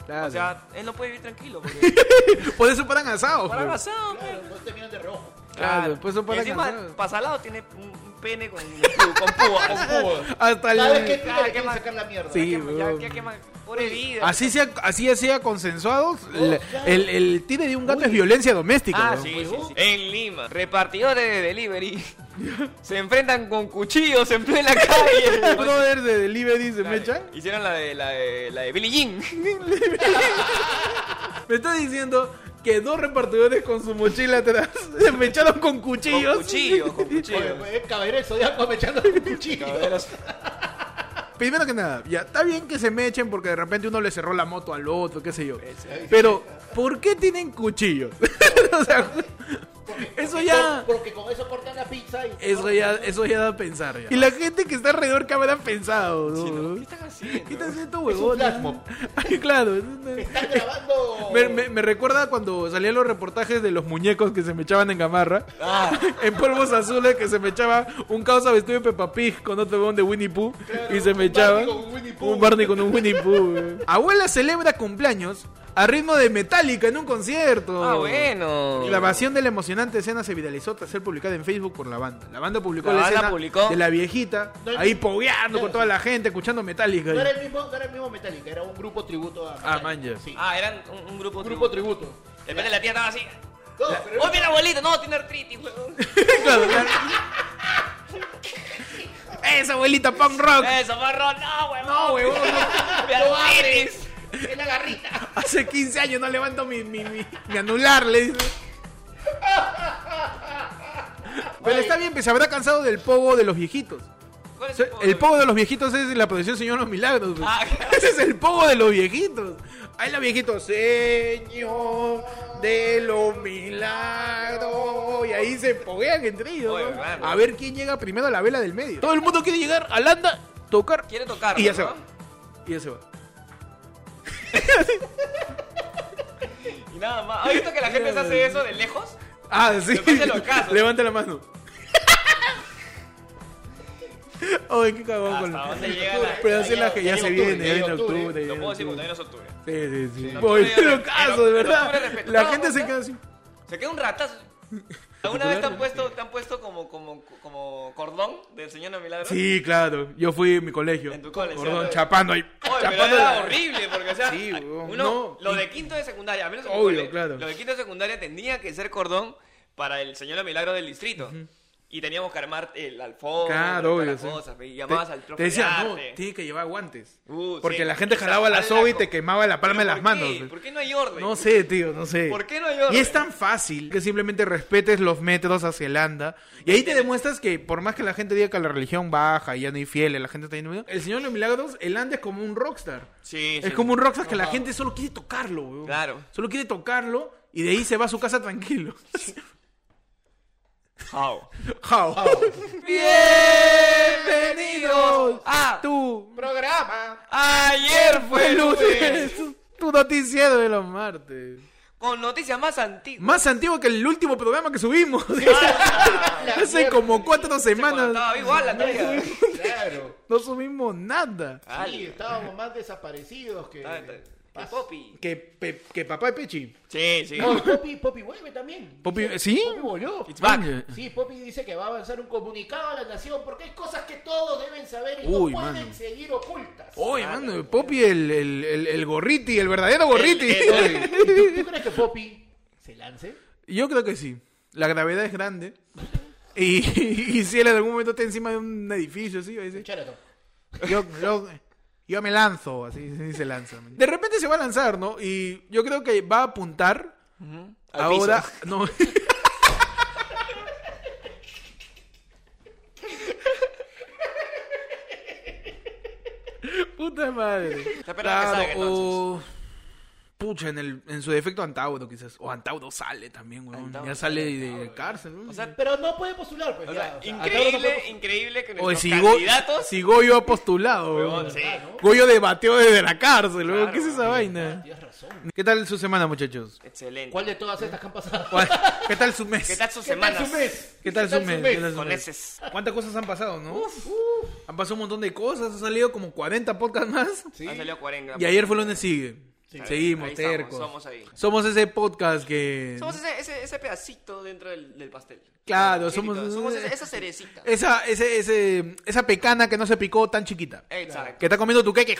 [SPEAKER 1] Claro.
[SPEAKER 2] O sea, él no puede vivir tranquilo porque
[SPEAKER 1] por eso paran asados.
[SPEAKER 2] para
[SPEAKER 1] pues.
[SPEAKER 2] razón,
[SPEAKER 3] Claro, no terminan de rojo.
[SPEAKER 1] Claro, pues, por
[SPEAKER 2] para
[SPEAKER 1] eso paran
[SPEAKER 2] Encima,
[SPEAKER 1] asados.
[SPEAKER 2] pasalado tiene un un pene con, con, con púas.
[SPEAKER 1] Hasta el-
[SPEAKER 3] Cada vez que pica
[SPEAKER 2] Claro,
[SPEAKER 3] le
[SPEAKER 2] qué
[SPEAKER 3] quieren
[SPEAKER 2] mal.
[SPEAKER 3] sacar la mierda.
[SPEAKER 1] Ah, Sí.
[SPEAKER 2] Ya quema-
[SPEAKER 1] weón. Ah,
[SPEAKER 2] ya- ya quema- pobre vida. Oh,
[SPEAKER 1] Así sea, así sea consensuado, el,
[SPEAKER 3] claro.
[SPEAKER 1] el, el tire de un gato
[SPEAKER 3] Uy.
[SPEAKER 1] es violencia doméstica.
[SPEAKER 2] Ah,
[SPEAKER 1] weón.
[SPEAKER 2] sí, sí, sí. En Lima, repartidores de delivery se enfrentan con cuchillos en plena calle.
[SPEAKER 1] Brother de delivery se me echan.
[SPEAKER 2] Hicieron la de, la de, la de Billie Jean.
[SPEAKER 1] Me está diciendo que dos repartidores con su mochila atrás se me echaron con cuchillos.
[SPEAKER 2] Con cuchillos, con
[SPEAKER 3] Oye,
[SPEAKER 2] cuchillos.
[SPEAKER 3] pues, es caballero del zodiaco me echando un cuchillo.
[SPEAKER 1] Primero que nada, ya está bien que se me echen porque de repente uno le cerró la moto al otro, qué sé yo.
[SPEAKER 2] Ese.
[SPEAKER 1] Pero, ¿por qué tienen cuchillos? o sea, eso ya.
[SPEAKER 3] Por- Porque con eso cortan la pizza y.
[SPEAKER 1] Eso ya, eso ya da a pensar. ya. Y la gente que está alrededor, ¿qué habrá pensado?
[SPEAKER 2] Sí,
[SPEAKER 1] no?
[SPEAKER 2] ¿no? ¿Qué están haciendo?
[SPEAKER 1] ¿Qué están haciendo,
[SPEAKER 3] Es un
[SPEAKER 1] huevón?
[SPEAKER 3] flash mob.
[SPEAKER 1] Ay, claro. es una-
[SPEAKER 3] Están grabando.
[SPEAKER 1] Me, me- me recuerda cuando salían los reportajes de los muñecos que se me echaban en gamarra.
[SPEAKER 2] Ah,
[SPEAKER 1] En polvos azules que se me echaba un causa vestido de Peppa Pig con otro weón de Winnie Pooh
[SPEAKER 3] Claro,
[SPEAKER 1] y se
[SPEAKER 3] un
[SPEAKER 1] me echaba
[SPEAKER 3] Barney con un Winnie Pooh.
[SPEAKER 1] un Barney con un Winnie Pooh. eh. weón. Abuela celebra cumpleaños a ritmo de Metallica en un concierto.
[SPEAKER 2] ah, bueno.
[SPEAKER 1] La grabación de la emocionante escena se viralizó tras ser publicada en Facebook por la banda. La banda publicó
[SPEAKER 2] La
[SPEAKER 1] la,
[SPEAKER 2] banda
[SPEAKER 1] escena
[SPEAKER 2] publicó.
[SPEAKER 1] de la viejita
[SPEAKER 3] No hay-
[SPEAKER 1] ahí pogueando con toda la gente escuchando Metallica.
[SPEAKER 3] No era el mismo, no era el mismo Metallica, era un grupo tributo a.
[SPEAKER 1] Ah, man, ya.
[SPEAKER 3] Sí.
[SPEAKER 2] Ah, eran un, un grupo.
[SPEAKER 3] Un
[SPEAKER 2] tributo.
[SPEAKER 3] grupo tributo.
[SPEAKER 2] De repente la tía estaba así.
[SPEAKER 3] No, pero
[SPEAKER 2] ¡Oh, mira, abuelito! No, tiene artritis, weón.
[SPEAKER 1] Claro, claro. Esa abuelita punk rock
[SPEAKER 2] Eso, marrón. No, weón. No, weón.
[SPEAKER 3] No
[SPEAKER 2] artritis.
[SPEAKER 3] es la garrita.
[SPEAKER 1] hace 15 años no levanto mi, mi, mi- mi anular, le dice. Pero está bien, pues se habrá cansado del pogo de los viejitos.
[SPEAKER 2] ¿Cuál
[SPEAKER 1] O
[SPEAKER 2] es
[SPEAKER 1] sea,
[SPEAKER 2] pogo?
[SPEAKER 1] El pogo de los viejitos es la producción Señor de los Milagros. pues.
[SPEAKER 2] Ah, claro.
[SPEAKER 1] Ese es el pogo de los viejitos. Ahí los viejitos, Señor de los Milagros. Y ahí se poguean entre ellos.
[SPEAKER 2] Oye,
[SPEAKER 1] ¿no?
[SPEAKER 2] claro.
[SPEAKER 1] A ver quién llega primero a la vela del medio. Todo el mundo quiere llegar al anda, tocar.
[SPEAKER 2] Quiere tocar.
[SPEAKER 1] Y ya
[SPEAKER 2] ¿no?
[SPEAKER 1] se va. Y ya se va.
[SPEAKER 2] Y nada más. ¿Has visto que la gente se hace eso de lejos?
[SPEAKER 1] Ah, sí.
[SPEAKER 2] Después se lo caso.
[SPEAKER 1] Levanta la mano. Ay, qué cagón
[SPEAKER 2] ¿Hasta
[SPEAKER 1] con la-
[SPEAKER 2] dónde llega la-
[SPEAKER 1] Pero así es la que ya
[SPEAKER 3] Ya
[SPEAKER 1] se
[SPEAKER 3] en octubre,
[SPEAKER 1] viene, ya
[SPEAKER 3] ya
[SPEAKER 1] en
[SPEAKER 3] en octubre.
[SPEAKER 1] octubre.
[SPEAKER 2] Lo
[SPEAKER 1] ya
[SPEAKER 2] puedo
[SPEAKER 1] en
[SPEAKER 2] decir porque
[SPEAKER 1] octubre.
[SPEAKER 2] también es octubre.
[SPEAKER 1] Sí, sí, sí.
[SPEAKER 2] En
[SPEAKER 1] Oye,
[SPEAKER 2] octubre
[SPEAKER 1] te lo
[SPEAKER 2] ya-
[SPEAKER 1] caso,
[SPEAKER 2] en
[SPEAKER 1] de
[SPEAKER 2] octubre
[SPEAKER 1] verdad.
[SPEAKER 2] respetamos,
[SPEAKER 1] La gente
[SPEAKER 2] ¿no?
[SPEAKER 1] se queda así.
[SPEAKER 2] Se queda un ratazo. ¿Alguna vez te han puesto, te han puesto como, como, como cordón del señor de milagros?
[SPEAKER 1] Sí, claro. Yo fui en mi colegio.
[SPEAKER 2] En tu cole,
[SPEAKER 1] Cordón,
[SPEAKER 2] sí.
[SPEAKER 1] chapando ahí.
[SPEAKER 2] Oye, pero
[SPEAKER 1] chapando
[SPEAKER 2] era
[SPEAKER 1] la-
[SPEAKER 2] horrible, porque, o sea,
[SPEAKER 1] Sí, weón,
[SPEAKER 2] uno,
[SPEAKER 1] no.
[SPEAKER 2] lo de quinto de secundaria, al menos en mi
[SPEAKER 1] Obvio,
[SPEAKER 2] cole,
[SPEAKER 1] claro.
[SPEAKER 2] lo de quinto de secundaria tenía que ser cordón para el señor de milagros del distrito. Y teníamos que armar el alfombra,
[SPEAKER 1] Claro,
[SPEAKER 2] todas
[SPEAKER 1] obvio.
[SPEAKER 2] las
[SPEAKER 1] sí.
[SPEAKER 2] cosas, y pues, llamabas
[SPEAKER 1] Te-
[SPEAKER 2] al
[SPEAKER 1] Te
[SPEAKER 2] profe de
[SPEAKER 1] decían, no,
[SPEAKER 2] arte.
[SPEAKER 1] tienes que llevar guantes.
[SPEAKER 2] Uh,
[SPEAKER 1] Porque
[SPEAKER 2] sí.
[SPEAKER 1] la gente jalaba la
[SPEAKER 2] Ala,
[SPEAKER 1] soga y
[SPEAKER 2] co-
[SPEAKER 1] te quemaba la palma de
[SPEAKER 2] ¿Pero por
[SPEAKER 1] las manos.
[SPEAKER 2] qué? ¿Por qué no hay orden?
[SPEAKER 1] No sé, tío, no sé.
[SPEAKER 2] ¿Por qué no hay orden?
[SPEAKER 1] Y es tan fácil que simplemente respetes los metros hacia el anda. Y ahí te demuestras que por más que la gente diga que la religión baja y ya no hay fieles, la gente está yendo... El Señor de los Milagros, el anda es como un rockstar.
[SPEAKER 2] Sí,
[SPEAKER 1] es
[SPEAKER 2] sí.
[SPEAKER 1] como un rockstar que la gente solo quiere tocarlo, weón.
[SPEAKER 2] Claro.
[SPEAKER 1] Solo quiere tocarlo y de ahí se va a su casa tranquilo.
[SPEAKER 2] How.
[SPEAKER 1] How.
[SPEAKER 2] Bienvenidos a
[SPEAKER 1] Tú.
[SPEAKER 3] Programa.
[SPEAKER 2] Ayer fue lunes.
[SPEAKER 1] lunes. Tu noticiero de los martes.
[SPEAKER 2] Con noticias más antiguas.
[SPEAKER 1] Más antiguo que el último programa que subimos. Ah, Hace como cuatro
[SPEAKER 2] Cuando
[SPEAKER 1] semanas
[SPEAKER 2] Estaba igual la tarea.
[SPEAKER 3] Claro.
[SPEAKER 1] no subimos nada.
[SPEAKER 2] Dale.
[SPEAKER 3] Sí, estábamos más desaparecidos que.
[SPEAKER 2] Está- está- Que Poppy.
[SPEAKER 1] Que, pe- que papá de Pechi.
[SPEAKER 2] Sí, sí.
[SPEAKER 3] No, y Poppy, Poppy vuelve también.
[SPEAKER 1] Poppy- ¿sí?
[SPEAKER 3] Poppy volvió.
[SPEAKER 2] It's back.
[SPEAKER 3] Sí, Poppy dice que va a avanzar un comunicado a la nación porque hay cosas que todos deben saber y
[SPEAKER 1] Uy,
[SPEAKER 3] no pueden
[SPEAKER 1] mano.
[SPEAKER 3] seguir ocultas. Ah.
[SPEAKER 1] Uy, mano, Poppy, el, el, el, el gorriti, el verdadero gorriti.
[SPEAKER 3] Oye, ¿y ¿tú, tú crees que Poppy se lance?
[SPEAKER 1] Yo creo que sí. La gravedad es grande. Y, y si él en algún momento está encima de un edificio, así, va a decir,
[SPEAKER 3] Charato.
[SPEAKER 1] yo, yo, yo me lanzo, así, así se lanza. man. De repente se va a lanzar, ¿no? Y yo creo que va a apuntar
[SPEAKER 2] Al piso.
[SPEAKER 1] ahora. No. Puta madre.
[SPEAKER 2] Está esperando que salga, entonces.
[SPEAKER 1] o- Pucha, en, el, en su defecto Antauro, quizás. O Antauro sale también, weón.
[SPEAKER 2] Antauro
[SPEAKER 1] ya sale de, cárcel, weón.
[SPEAKER 2] O sea,
[SPEAKER 3] Pero no puede postular, pues.
[SPEAKER 2] O
[SPEAKER 3] ya,
[SPEAKER 2] sea,
[SPEAKER 3] o sea, hasta ahora no puede
[SPEAKER 2] increíble,
[SPEAKER 3] postular.
[SPEAKER 2] increíble que
[SPEAKER 1] O
[SPEAKER 2] nuestros
[SPEAKER 1] si, Go-
[SPEAKER 2] candidatos.
[SPEAKER 1] si Goyo ha postulado,
[SPEAKER 2] Huevón,
[SPEAKER 1] weón.
[SPEAKER 2] sí.
[SPEAKER 3] Ah, ¿no?
[SPEAKER 1] Goyo debateó desde la cárcel, weón. ¿Qué es esa
[SPEAKER 2] Claro,
[SPEAKER 1] vaina?
[SPEAKER 3] Tienes razón.
[SPEAKER 1] ¿Qué tal su semana, muchachos?
[SPEAKER 2] Excelente.
[SPEAKER 3] ¿Cuál de todas estas que han pasado?
[SPEAKER 1] ¿Cuál- ¿Qué tal su mes?
[SPEAKER 2] ¿Qué tal sus
[SPEAKER 3] ¿Qué tal
[SPEAKER 2] semanas?
[SPEAKER 3] su mes?
[SPEAKER 1] ¿Qué tal su mes? ¿Qué tal su
[SPEAKER 2] Con
[SPEAKER 1] mes?
[SPEAKER 2] ese.
[SPEAKER 1] ¿Cuántas cosas han pasado, no? Han pasado un montón de cosas, han salido como 40 podcasts más.
[SPEAKER 3] Sí.
[SPEAKER 2] Han salido 40.
[SPEAKER 1] Y ayer fue el lunes sigue.
[SPEAKER 2] Ahí-
[SPEAKER 1] Seguimos,
[SPEAKER 2] ahí estamos,
[SPEAKER 1] tercos.
[SPEAKER 2] Somos ahí.
[SPEAKER 1] Somos ese podcast que.
[SPEAKER 2] Somos ese, ese, ese pedacito dentro del, del pastel.
[SPEAKER 1] Claro,
[SPEAKER 2] Sí,
[SPEAKER 1] somos-
[SPEAKER 2] Víctor, Somos ese- esa cerecita.
[SPEAKER 1] Esa, ese, ese, esa pecana que no se picó tan chiquita.
[SPEAKER 2] Exacto.
[SPEAKER 1] Que está comiendo tu queque.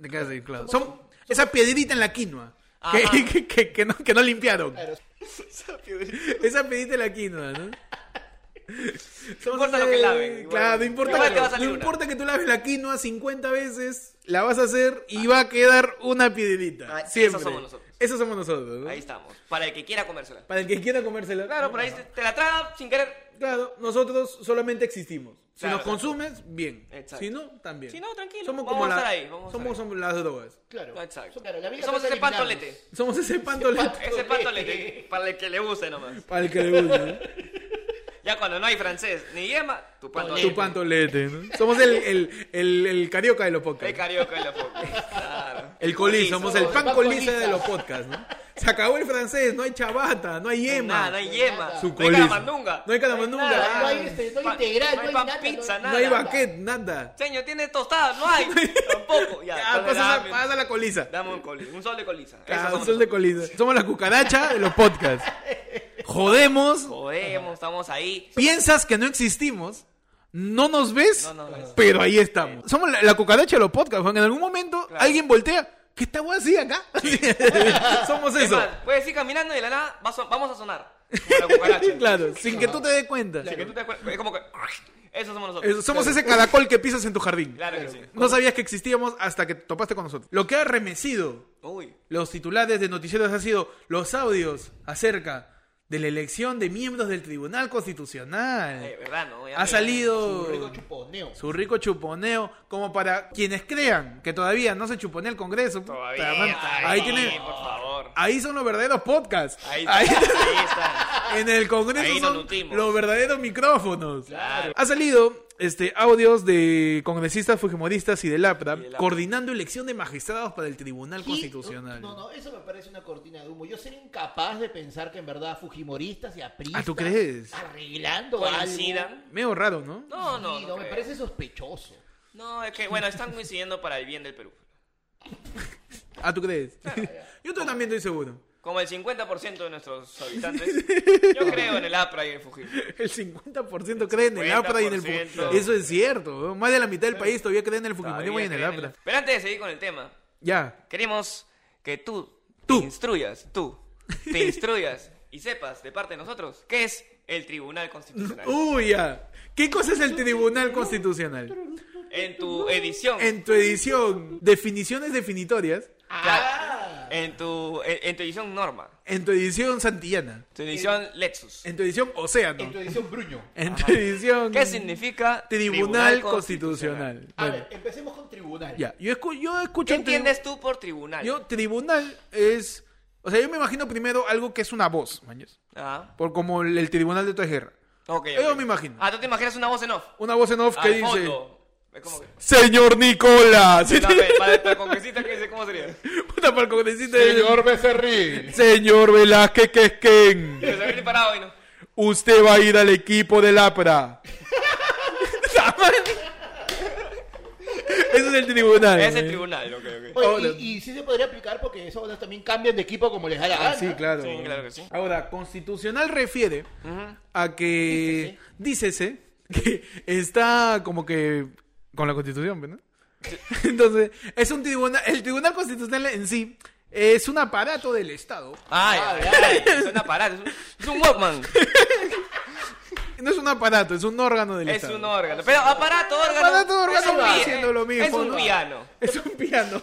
[SPEAKER 1] Te quedas ahí, claro. Som- esa piedrita en la quinoa.
[SPEAKER 2] Ajá.
[SPEAKER 1] Que, que, que- que no, que no limpiaron.
[SPEAKER 3] Claro.
[SPEAKER 2] Esa piedrita.
[SPEAKER 1] Esa piedrita en la quinoa, ¿no? Somos
[SPEAKER 2] importa lo que laven, igual.
[SPEAKER 1] Claro, no importa,
[SPEAKER 2] Igual
[SPEAKER 1] que,
[SPEAKER 2] te va a salir
[SPEAKER 1] no
[SPEAKER 2] una.
[SPEAKER 1] importa que tú laves la quinoa 50 veces, la vas a hacer y va a quedar una piedrita.
[SPEAKER 2] Ah, esos
[SPEAKER 1] siempre.
[SPEAKER 2] somos nosotros.
[SPEAKER 1] Eso somos nosotros. ¿no?
[SPEAKER 2] Ahí estamos. Para el que quiera comérsela.
[SPEAKER 1] Para el que quiera comérsela.
[SPEAKER 2] Claro, por ahí te, te la traga sin querer.
[SPEAKER 1] Claro, nosotros solamente existimos. Si
[SPEAKER 2] Claro,
[SPEAKER 1] nos
[SPEAKER 2] claro.
[SPEAKER 1] consumes, bien.
[SPEAKER 2] Exacto.
[SPEAKER 1] Si no, también.
[SPEAKER 2] Si no, tranquilo.
[SPEAKER 1] Somos
[SPEAKER 2] Vamos
[SPEAKER 1] como
[SPEAKER 2] a
[SPEAKER 1] la-
[SPEAKER 2] estar ahí, vamos a
[SPEAKER 1] somos,
[SPEAKER 2] estar
[SPEAKER 1] somos las drogas.
[SPEAKER 3] Claro.
[SPEAKER 2] Exacto.
[SPEAKER 3] Claro, la vida
[SPEAKER 2] Somos
[SPEAKER 3] trata
[SPEAKER 2] ese
[SPEAKER 3] de
[SPEAKER 2] pantolete.
[SPEAKER 3] eliminarnos.
[SPEAKER 1] Somos ese pantolete
[SPEAKER 2] Ese pantolete. Para el que le guste nomás.
[SPEAKER 1] para el que le guste.
[SPEAKER 2] Ya cuando no hay francés ni yema, tu pantolete.
[SPEAKER 1] Tu pantolete. ¿no? Somos el, el, el, el carioca de los
[SPEAKER 2] El
[SPEAKER 1] podcasts.
[SPEAKER 2] carioca y la foca. Claro.
[SPEAKER 1] El colí, somos el pan
[SPEAKER 3] pan
[SPEAKER 1] colisa
[SPEAKER 3] colisa.
[SPEAKER 1] de los podcasts. ¿no? Se acabó el francés, no hay chabata, no hay yema.
[SPEAKER 2] Nada, no hay yema.
[SPEAKER 1] Su
[SPEAKER 2] no hay
[SPEAKER 1] colisa.
[SPEAKER 2] calamandunga.
[SPEAKER 1] No hay calamandunga.
[SPEAKER 2] nada,
[SPEAKER 1] Ah,
[SPEAKER 3] No hay, este, no hay
[SPEAKER 2] pan-
[SPEAKER 3] integral,
[SPEAKER 2] no
[SPEAKER 3] no
[SPEAKER 2] hay
[SPEAKER 3] hay
[SPEAKER 2] pan
[SPEAKER 3] nada,
[SPEAKER 2] pizza,
[SPEAKER 1] no hay
[SPEAKER 2] nada.
[SPEAKER 1] baquet, nada.
[SPEAKER 2] Señor, tiene tostadas, no hay. Tampoco. Ya,
[SPEAKER 1] Ya,
[SPEAKER 2] entonces
[SPEAKER 1] pasa,
[SPEAKER 2] dame-
[SPEAKER 1] pasa la coliza.
[SPEAKER 2] Dame un coli, un sol de coliza. Esos
[SPEAKER 1] Ah,
[SPEAKER 2] somos
[SPEAKER 1] un sol de coliza. Somos la cucaracha de los podcasts. Jodemos,
[SPEAKER 2] nosotros. Jodemos, estamos ahí.
[SPEAKER 1] piensas que no existimos, no nos ves,
[SPEAKER 2] No nos ves.
[SPEAKER 1] pero ahí estamos. Somos la, la cucaracha de los podcasts, Juan. En algún momento
[SPEAKER 2] Claro.
[SPEAKER 1] alguien voltea. ¿Qué está guay así acá? Somos
[SPEAKER 2] Es
[SPEAKER 1] eso.
[SPEAKER 2] más, puedes ir caminando y de la nada va a son- vamos a sonar. Como la cucaracha.
[SPEAKER 1] Claro, sin que tú te des cuenta.
[SPEAKER 2] Así que tú te acuerdas. Es como que. Eso somos nosotros.
[SPEAKER 1] Eh, Somos ese caracol que pisas en tu jardín.
[SPEAKER 2] Claro que sí.
[SPEAKER 1] No sabías que existíamos hasta que te topaste con nosotros. Lo que ha remecido
[SPEAKER 2] Uy.
[SPEAKER 1] los titulares de noticieros ha sido los audios acerca de la elección de miembros del Tribunal
[SPEAKER 2] eh,
[SPEAKER 1] Constitucional.
[SPEAKER 2] ¿Verdad? No, Ya
[SPEAKER 1] Ha
[SPEAKER 2] me-
[SPEAKER 1] salido...
[SPEAKER 3] Su rico chuponeo.
[SPEAKER 1] Su rico chuponeo, como para quienes crean que todavía no se chuponea el Congreso. puta
[SPEAKER 2] Todavía.
[SPEAKER 1] madre. ahí,
[SPEAKER 2] Ahí
[SPEAKER 1] tienen-
[SPEAKER 2] Por favor.
[SPEAKER 1] ahí son los verdaderos podcasts.
[SPEAKER 2] Ahí está.
[SPEAKER 1] Ahí-
[SPEAKER 2] Ahí está.
[SPEAKER 1] en el Congreso
[SPEAKER 2] Ahí nos
[SPEAKER 1] son
[SPEAKER 2] nutrimos.
[SPEAKER 1] los verdaderos micrófonos.
[SPEAKER 2] Claro.
[SPEAKER 1] Ha salido este audios de congresistas fujimoristas y del APRA
[SPEAKER 2] Y del APRA.
[SPEAKER 1] coordinando elección de magistrados para el Tribunal
[SPEAKER 3] Sí,
[SPEAKER 1] Constitucional.
[SPEAKER 3] No, no, eso me parece una cortina de humo. Yo sería incapaz de pensar que en verdad fujimoristas y apristas
[SPEAKER 1] Ah, ¿tú crees?
[SPEAKER 3] arreglando algo.
[SPEAKER 2] ¿Coincidan?
[SPEAKER 1] Medio raro, ¿no?
[SPEAKER 2] No, no.
[SPEAKER 3] Sí, no, me
[SPEAKER 2] creo.
[SPEAKER 3] parece sospechoso.
[SPEAKER 2] No, es que, bueno, están coincidiendo para el bien del Perú.
[SPEAKER 1] Ah, ¿tú crees? Yo también estoy seguro.
[SPEAKER 2] Como el 50% de nuestros habitantes, yo creo en el APRA y en Fujimori.
[SPEAKER 1] El 50% cree en el APRA y en el
[SPEAKER 2] 50%.
[SPEAKER 1] Fujimorismo. Eso es cierto. weón. Más de la mitad del país todavía cree en el Fujimorismo y en el
[SPEAKER 2] Todavía creen
[SPEAKER 1] APRA.
[SPEAKER 2] Pero antes de seguir con el tema,
[SPEAKER 1] Ya.
[SPEAKER 2] queremos que tú,
[SPEAKER 1] Tú.
[SPEAKER 2] te instruyas, tú, te instruyas y sepas de parte de nosotros qué es el Tribunal Constitucional.
[SPEAKER 1] Uy, ya. ¿Qué cosa es el Tribunal Constitucional?
[SPEAKER 2] En tu edición,
[SPEAKER 1] En tu edición, definiciones definitorias.
[SPEAKER 3] Ah.
[SPEAKER 2] claro, en, tu, en, en tu edición Norma,
[SPEAKER 1] En tu edición Santillana.
[SPEAKER 2] tu edición Lexus.
[SPEAKER 1] En tu edición
[SPEAKER 3] En
[SPEAKER 1] Océano.
[SPEAKER 3] tu Ah, edición Bruño.
[SPEAKER 1] En tu edición.
[SPEAKER 2] ¿Qué significa
[SPEAKER 1] Tribunal Constitucional.
[SPEAKER 3] A
[SPEAKER 1] Bueno,
[SPEAKER 3] ver, empecemos con tribunal.
[SPEAKER 1] ya. Yo, escu- yo escucho.
[SPEAKER 2] ¿Qué
[SPEAKER 1] un tri-
[SPEAKER 2] entiendes tú por tribunal?
[SPEAKER 1] Yo, tribunal es. O sea, yo me imagino primero algo que es una voz, maños.
[SPEAKER 2] Ah,
[SPEAKER 1] Por como el, el tribunal de tu guerra.
[SPEAKER 2] ok,
[SPEAKER 1] Yo
[SPEAKER 2] ok.
[SPEAKER 1] me imagino.
[SPEAKER 2] Ah, tú te imaginas una voz en off.
[SPEAKER 1] Una voz en off que
[SPEAKER 2] Al
[SPEAKER 1] dice.
[SPEAKER 2] fondo. Es como que...
[SPEAKER 1] Señor Nicolás.
[SPEAKER 2] No, ve, para, para el congresista que dice, ¿cómo sería?
[SPEAKER 1] Puta, para el congresista del-
[SPEAKER 3] Señor Becerril.
[SPEAKER 1] Señor Velázquez Quesquén.
[SPEAKER 2] Que se viene parado y no.
[SPEAKER 1] Usted va a ir al equipo del APRA. Ese es el tribunal.
[SPEAKER 2] Es el
[SPEAKER 1] eh.
[SPEAKER 2] tribunal, ok, ok.
[SPEAKER 3] Oye,
[SPEAKER 1] Ahora-
[SPEAKER 3] y, y sí se podría aplicar porque esos bonos también cambian de equipo como les da la
[SPEAKER 1] Ah,
[SPEAKER 3] gana.
[SPEAKER 1] sí, claro.
[SPEAKER 2] Sí, claro que sí.
[SPEAKER 1] Ahora, constitucional refiere a que dícese que está como que con la constitución, ¿no? Entonces, es un tribunal, el tribunal constitucional en sí es un aparato del Estado.
[SPEAKER 2] Ay, ay, ay, es un aparato, es un, es un Walkman,
[SPEAKER 1] No es un aparato, es un órgano del
[SPEAKER 2] es
[SPEAKER 1] Estado.
[SPEAKER 2] un órgano. Pero aparato, órgano,
[SPEAKER 1] Aparato, órgano,
[SPEAKER 2] es un
[SPEAKER 1] va
[SPEAKER 2] pi-
[SPEAKER 1] haciendo lo mismo,
[SPEAKER 2] Es un
[SPEAKER 1] ¿no?
[SPEAKER 2] piano.
[SPEAKER 1] Es un piano.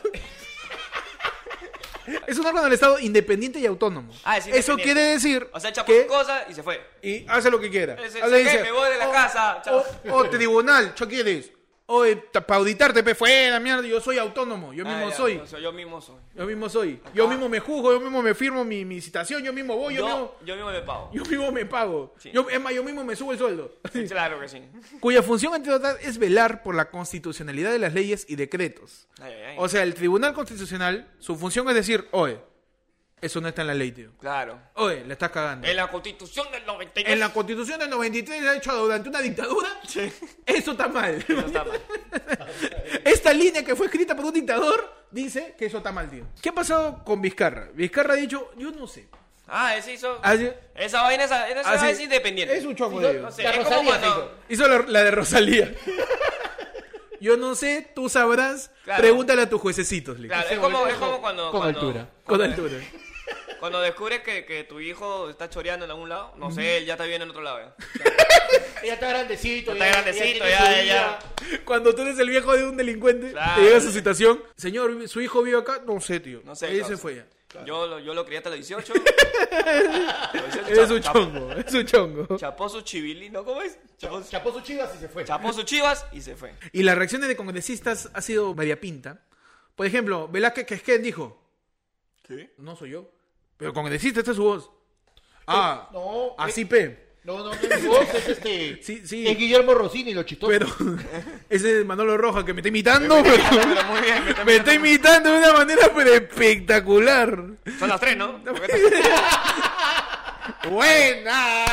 [SPEAKER 1] es un órgano del Estado independiente y autónomo.
[SPEAKER 2] Ah, es
[SPEAKER 1] Eso
[SPEAKER 2] independiente.
[SPEAKER 1] quiere decir
[SPEAKER 2] O sea, chapó
[SPEAKER 1] que
[SPEAKER 2] su cosa y se fue.
[SPEAKER 1] y hace lo que quiera.
[SPEAKER 2] Ese-
[SPEAKER 1] Ahora
[SPEAKER 2] ¿sabes qué? Me voy de
[SPEAKER 1] "Oh,
[SPEAKER 2] la casa, chao.
[SPEAKER 1] O, o tribunal, yo quieres. O para auditarte, pe, fuera, mierda, yo soy autónomo, yo mismo
[SPEAKER 2] Ah, ya,
[SPEAKER 1] soy.
[SPEAKER 2] no, Yo mismo soy.
[SPEAKER 1] Yo mismo soy. Yo mismo me juzgo, yo mismo me firmo mi, mi citación, yo mismo voy, yo, mismo,
[SPEAKER 2] Yo, yo mismo me pago.
[SPEAKER 1] yo mismo me pago.
[SPEAKER 2] Sí.
[SPEAKER 1] Yo, es más, yo mismo me subo el sueldo.
[SPEAKER 2] Claro que sí.
[SPEAKER 1] Cuya función, entre otras, es velar por la constitucionalidad de las leyes y decretos.
[SPEAKER 2] Ay, ay, ay.
[SPEAKER 1] O sea, el Tribunal Constitucional, su función es decir, oye, eso no está en la ley, tío.
[SPEAKER 2] Claro.
[SPEAKER 1] Oye, la estás cagando.
[SPEAKER 2] En la constitución del 92.
[SPEAKER 1] En la constitución del 93 se ha hecho durante una dictadura. Eso está mal.
[SPEAKER 2] No está mal.
[SPEAKER 1] Esta línea que fue escrita por un dictador dice que eso está mal, tío. ¿Qué ha pasado con Vizcarra? Vizcarra ha dicho, yo no sé.
[SPEAKER 2] Ah, ese hizo.
[SPEAKER 1] Ha dicho-
[SPEAKER 2] Esa vaina, esa, esa
[SPEAKER 1] ha
[SPEAKER 2] vaina
[SPEAKER 1] sido-
[SPEAKER 2] es independiente.
[SPEAKER 1] ah, Es un chongo
[SPEAKER 3] Sí,
[SPEAKER 1] de ellos.
[SPEAKER 2] No sé,
[SPEAKER 3] La
[SPEAKER 2] es como
[SPEAKER 3] Rosalía
[SPEAKER 2] cuando-
[SPEAKER 3] se hizo.
[SPEAKER 1] Hizo la, la de Rosalía. yo no sé, tú sabrás.
[SPEAKER 2] Claro.
[SPEAKER 1] Pregúntale a tus juececitos, le
[SPEAKER 2] Claro,
[SPEAKER 3] Se
[SPEAKER 2] es como,
[SPEAKER 3] volvió
[SPEAKER 2] es como cuando.
[SPEAKER 3] con
[SPEAKER 2] cuando-
[SPEAKER 3] altura.
[SPEAKER 1] Con altura.
[SPEAKER 2] Cuando descubres que, que tu hijo está choreando en algún lado, no sé, él ya está viendo en otro lado. ¿eh?
[SPEAKER 3] Ya está grandecito.
[SPEAKER 2] Ya está grandecito,
[SPEAKER 3] tiene
[SPEAKER 2] ya,
[SPEAKER 3] su vida.
[SPEAKER 2] ya.
[SPEAKER 1] Cuando tú eres el viejo de un delincuente,
[SPEAKER 2] Claro.
[SPEAKER 1] te llega su situación. Señor, su hijo vive acá. No sé, tío.
[SPEAKER 2] No sé,
[SPEAKER 1] Ahí se
[SPEAKER 2] causa.
[SPEAKER 1] fue ya.
[SPEAKER 2] Yo, lo, yo lo crié hasta los 18.
[SPEAKER 1] Es un
[SPEAKER 2] chapó,
[SPEAKER 1] chongo, es un chongo.
[SPEAKER 2] chapó su chivilino, ¿cómo es? Chapó, su-
[SPEAKER 3] Chapó sus chivas y se fue.
[SPEAKER 2] chapó su chivas y se fue.
[SPEAKER 1] Y las reacciones de congresistas ha sido variapinta. Por ejemplo, Velázquez Quesquén dijo,
[SPEAKER 2] ¿Qué?
[SPEAKER 1] no soy yo, pero congresista, esta es su voz. Ah,
[SPEAKER 3] No, eh,
[SPEAKER 1] así pe.
[SPEAKER 3] No, no, no es mi voz, es este.
[SPEAKER 1] Sí, sí.
[SPEAKER 3] Es Guillermo Rosini, lo chistoso.
[SPEAKER 1] Pero ese es Manolo Roja que me está imitando, pero
[SPEAKER 2] Pero muy bien, me está
[SPEAKER 1] me está
[SPEAKER 2] mirando.
[SPEAKER 1] imitando de una manera pero espectacular.
[SPEAKER 2] Son las tres, ¿no? Porque está-
[SPEAKER 1] Buena.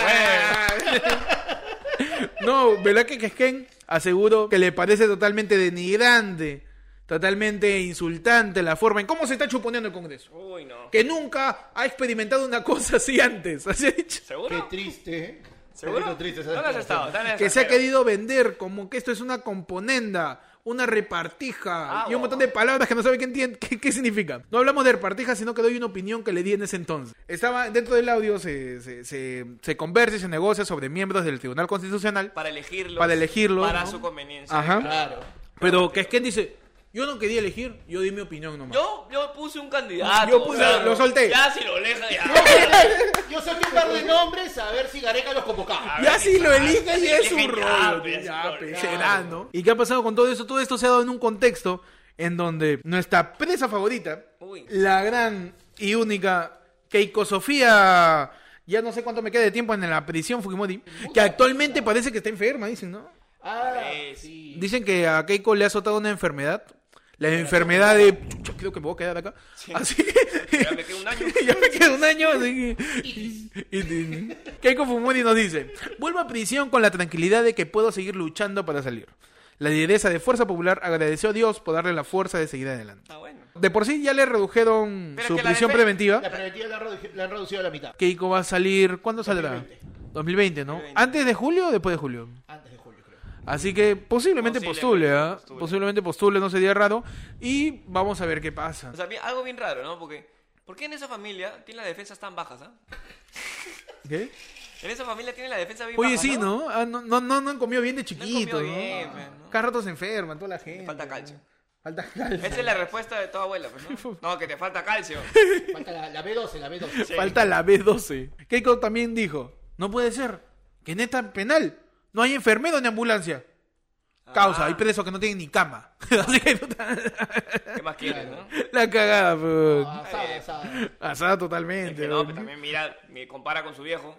[SPEAKER 1] No, Velázquez Quesquén aseguró que le parece totalmente denigrante, totalmente insultante la forma en cómo se está chuponeando el Congreso.
[SPEAKER 2] Uy, no.
[SPEAKER 1] que nunca ha experimentado una cosa así antes. Así ha dicho.
[SPEAKER 3] Qué
[SPEAKER 2] ¿Seguro?
[SPEAKER 3] triste, ¿eh?
[SPEAKER 2] ¿Seguro?
[SPEAKER 3] Qué triste, esa
[SPEAKER 2] ¿Dónde has estado?
[SPEAKER 3] declaración.
[SPEAKER 2] Está en el
[SPEAKER 1] Que se ha
[SPEAKER 2] extranjero.
[SPEAKER 1] querido vender como que esto es una componenda, una repartija
[SPEAKER 2] Ah,
[SPEAKER 1] y un montón de palabras que no sabe qué, entien- qué, qué significa. No hablamos de repartija, sino que doy una opinión que le di en ese entonces. Estaba dentro del audio, se, se, se, se conversa y se negocia sobre miembros del Tribunal Constitucional
[SPEAKER 2] Para elegirlos.
[SPEAKER 1] para elegirlo.
[SPEAKER 2] Para
[SPEAKER 1] ¿no?
[SPEAKER 2] su conveniencia.
[SPEAKER 1] Ajá.
[SPEAKER 3] Claro.
[SPEAKER 1] Pero que es que dice, yo no quería elegir, yo di mi opinión nomás.
[SPEAKER 2] Yo, yo puse un candidato.
[SPEAKER 1] Yo puse- lo solté.
[SPEAKER 2] Ya si lo aleja, ya.
[SPEAKER 3] Yo saqué un par de nombres a ver si Gareca los convocaba.
[SPEAKER 1] Ya si lo elige y
[SPEAKER 2] sí,
[SPEAKER 1] es un
[SPEAKER 2] eligen ya,
[SPEAKER 1] rollo.
[SPEAKER 2] pues,
[SPEAKER 1] Ya,
[SPEAKER 2] claro.
[SPEAKER 1] pues, será, ¿no? ¿Y qué ha pasado con todo eso? Todo esto se ha dado en un contexto en donde nuestra presa favorita,
[SPEAKER 2] Uy.
[SPEAKER 1] la gran y única Keiko Sofía, ya no sé cuánto me queda de tiempo en la prisión Fujimori, que actualmente parece que está enferma, dicen, ¿no?
[SPEAKER 3] Ah,
[SPEAKER 2] Eh,
[SPEAKER 3] sí.
[SPEAKER 1] Dicen que a Keiko le ha azotado una enfermedad. La enfermedad de... Chucha, creo que me voy a quedar acá. Así que...
[SPEAKER 2] Ya me quedé un año.
[SPEAKER 1] ya me quedé un año. así que- Itis. Keiko Fumori nos dice: Vuelvo a prisión con la tranquilidad de que puedo seguir luchando para salir. La lideresa de Fuerza Popular agradeció a Dios por darle la fuerza de seguir adelante.
[SPEAKER 2] Está Ah, bueno.
[SPEAKER 1] De por sí ya le redujeron
[SPEAKER 2] Pero
[SPEAKER 1] su
[SPEAKER 2] que la
[SPEAKER 1] prisión
[SPEAKER 2] defen-
[SPEAKER 1] preventiva.
[SPEAKER 3] La preventiva la han, redu- la han reducido a la mitad.
[SPEAKER 1] Keiko va a salir. ¿Cuándo saldrá?
[SPEAKER 3] 2020.
[SPEAKER 1] 2020, ¿no?
[SPEAKER 2] 2020.
[SPEAKER 1] ¿Antes de julio o después de julio?
[SPEAKER 3] Antes de julio, creo.
[SPEAKER 1] Así que posiblemente
[SPEAKER 2] Posiblemente
[SPEAKER 1] postule, ¿ah?
[SPEAKER 2] postule.
[SPEAKER 1] Posiblemente postule, no sería raro. Y vamos a ver qué pasa.
[SPEAKER 2] O sea, bien- algo bien raro, ¿no? Porque, ¿por qué en esa familia tienen las defensas tan bajas, ah?
[SPEAKER 1] ¿Qué?
[SPEAKER 2] En esa familia tienen la defensa bien
[SPEAKER 1] Oye,
[SPEAKER 2] baja,
[SPEAKER 1] sí, ¿no? Ah, no, no, no, no han comido bien de chiquito, ¿no? Ah,
[SPEAKER 2] bien, pues, ¿no?
[SPEAKER 1] Cada rato se enferman, toda la gente.
[SPEAKER 2] Falta calcio.
[SPEAKER 1] Falta calcio.
[SPEAKER 2] Esa es la respuesta de tu abuela, pues, ¿no? No, que te falta calcio.
[SPEAKER 3] Falta la, la B12, la B12.
[SPEAKER 2] Sí.
[SPEAKER 1] Falta la B12. Keiko también dijo, no puede ser que en esta penal no hay enfermero ni ambulancia. Causa,
[SPEAKER 2] Ah.
[SPEAKER 1] hay presos que no tienen ni cama. Así que puta,
[SPEAKER 2] ¿Qué más quieres, no?
[SPEAKER 1] la cagada, pues.
[SPEAKER 2] Eh.
[SPEAKER 3] Asada, asada.
[SPEAKER 1] Asada
[SPEAKER 2] Ah. Es
[SPEAKER 1] totalmente.
[SPEAKER 2] que no,
[SPEAKER 1] pues.
[SPEAKER 2] pero también mira, me compara con su viejo.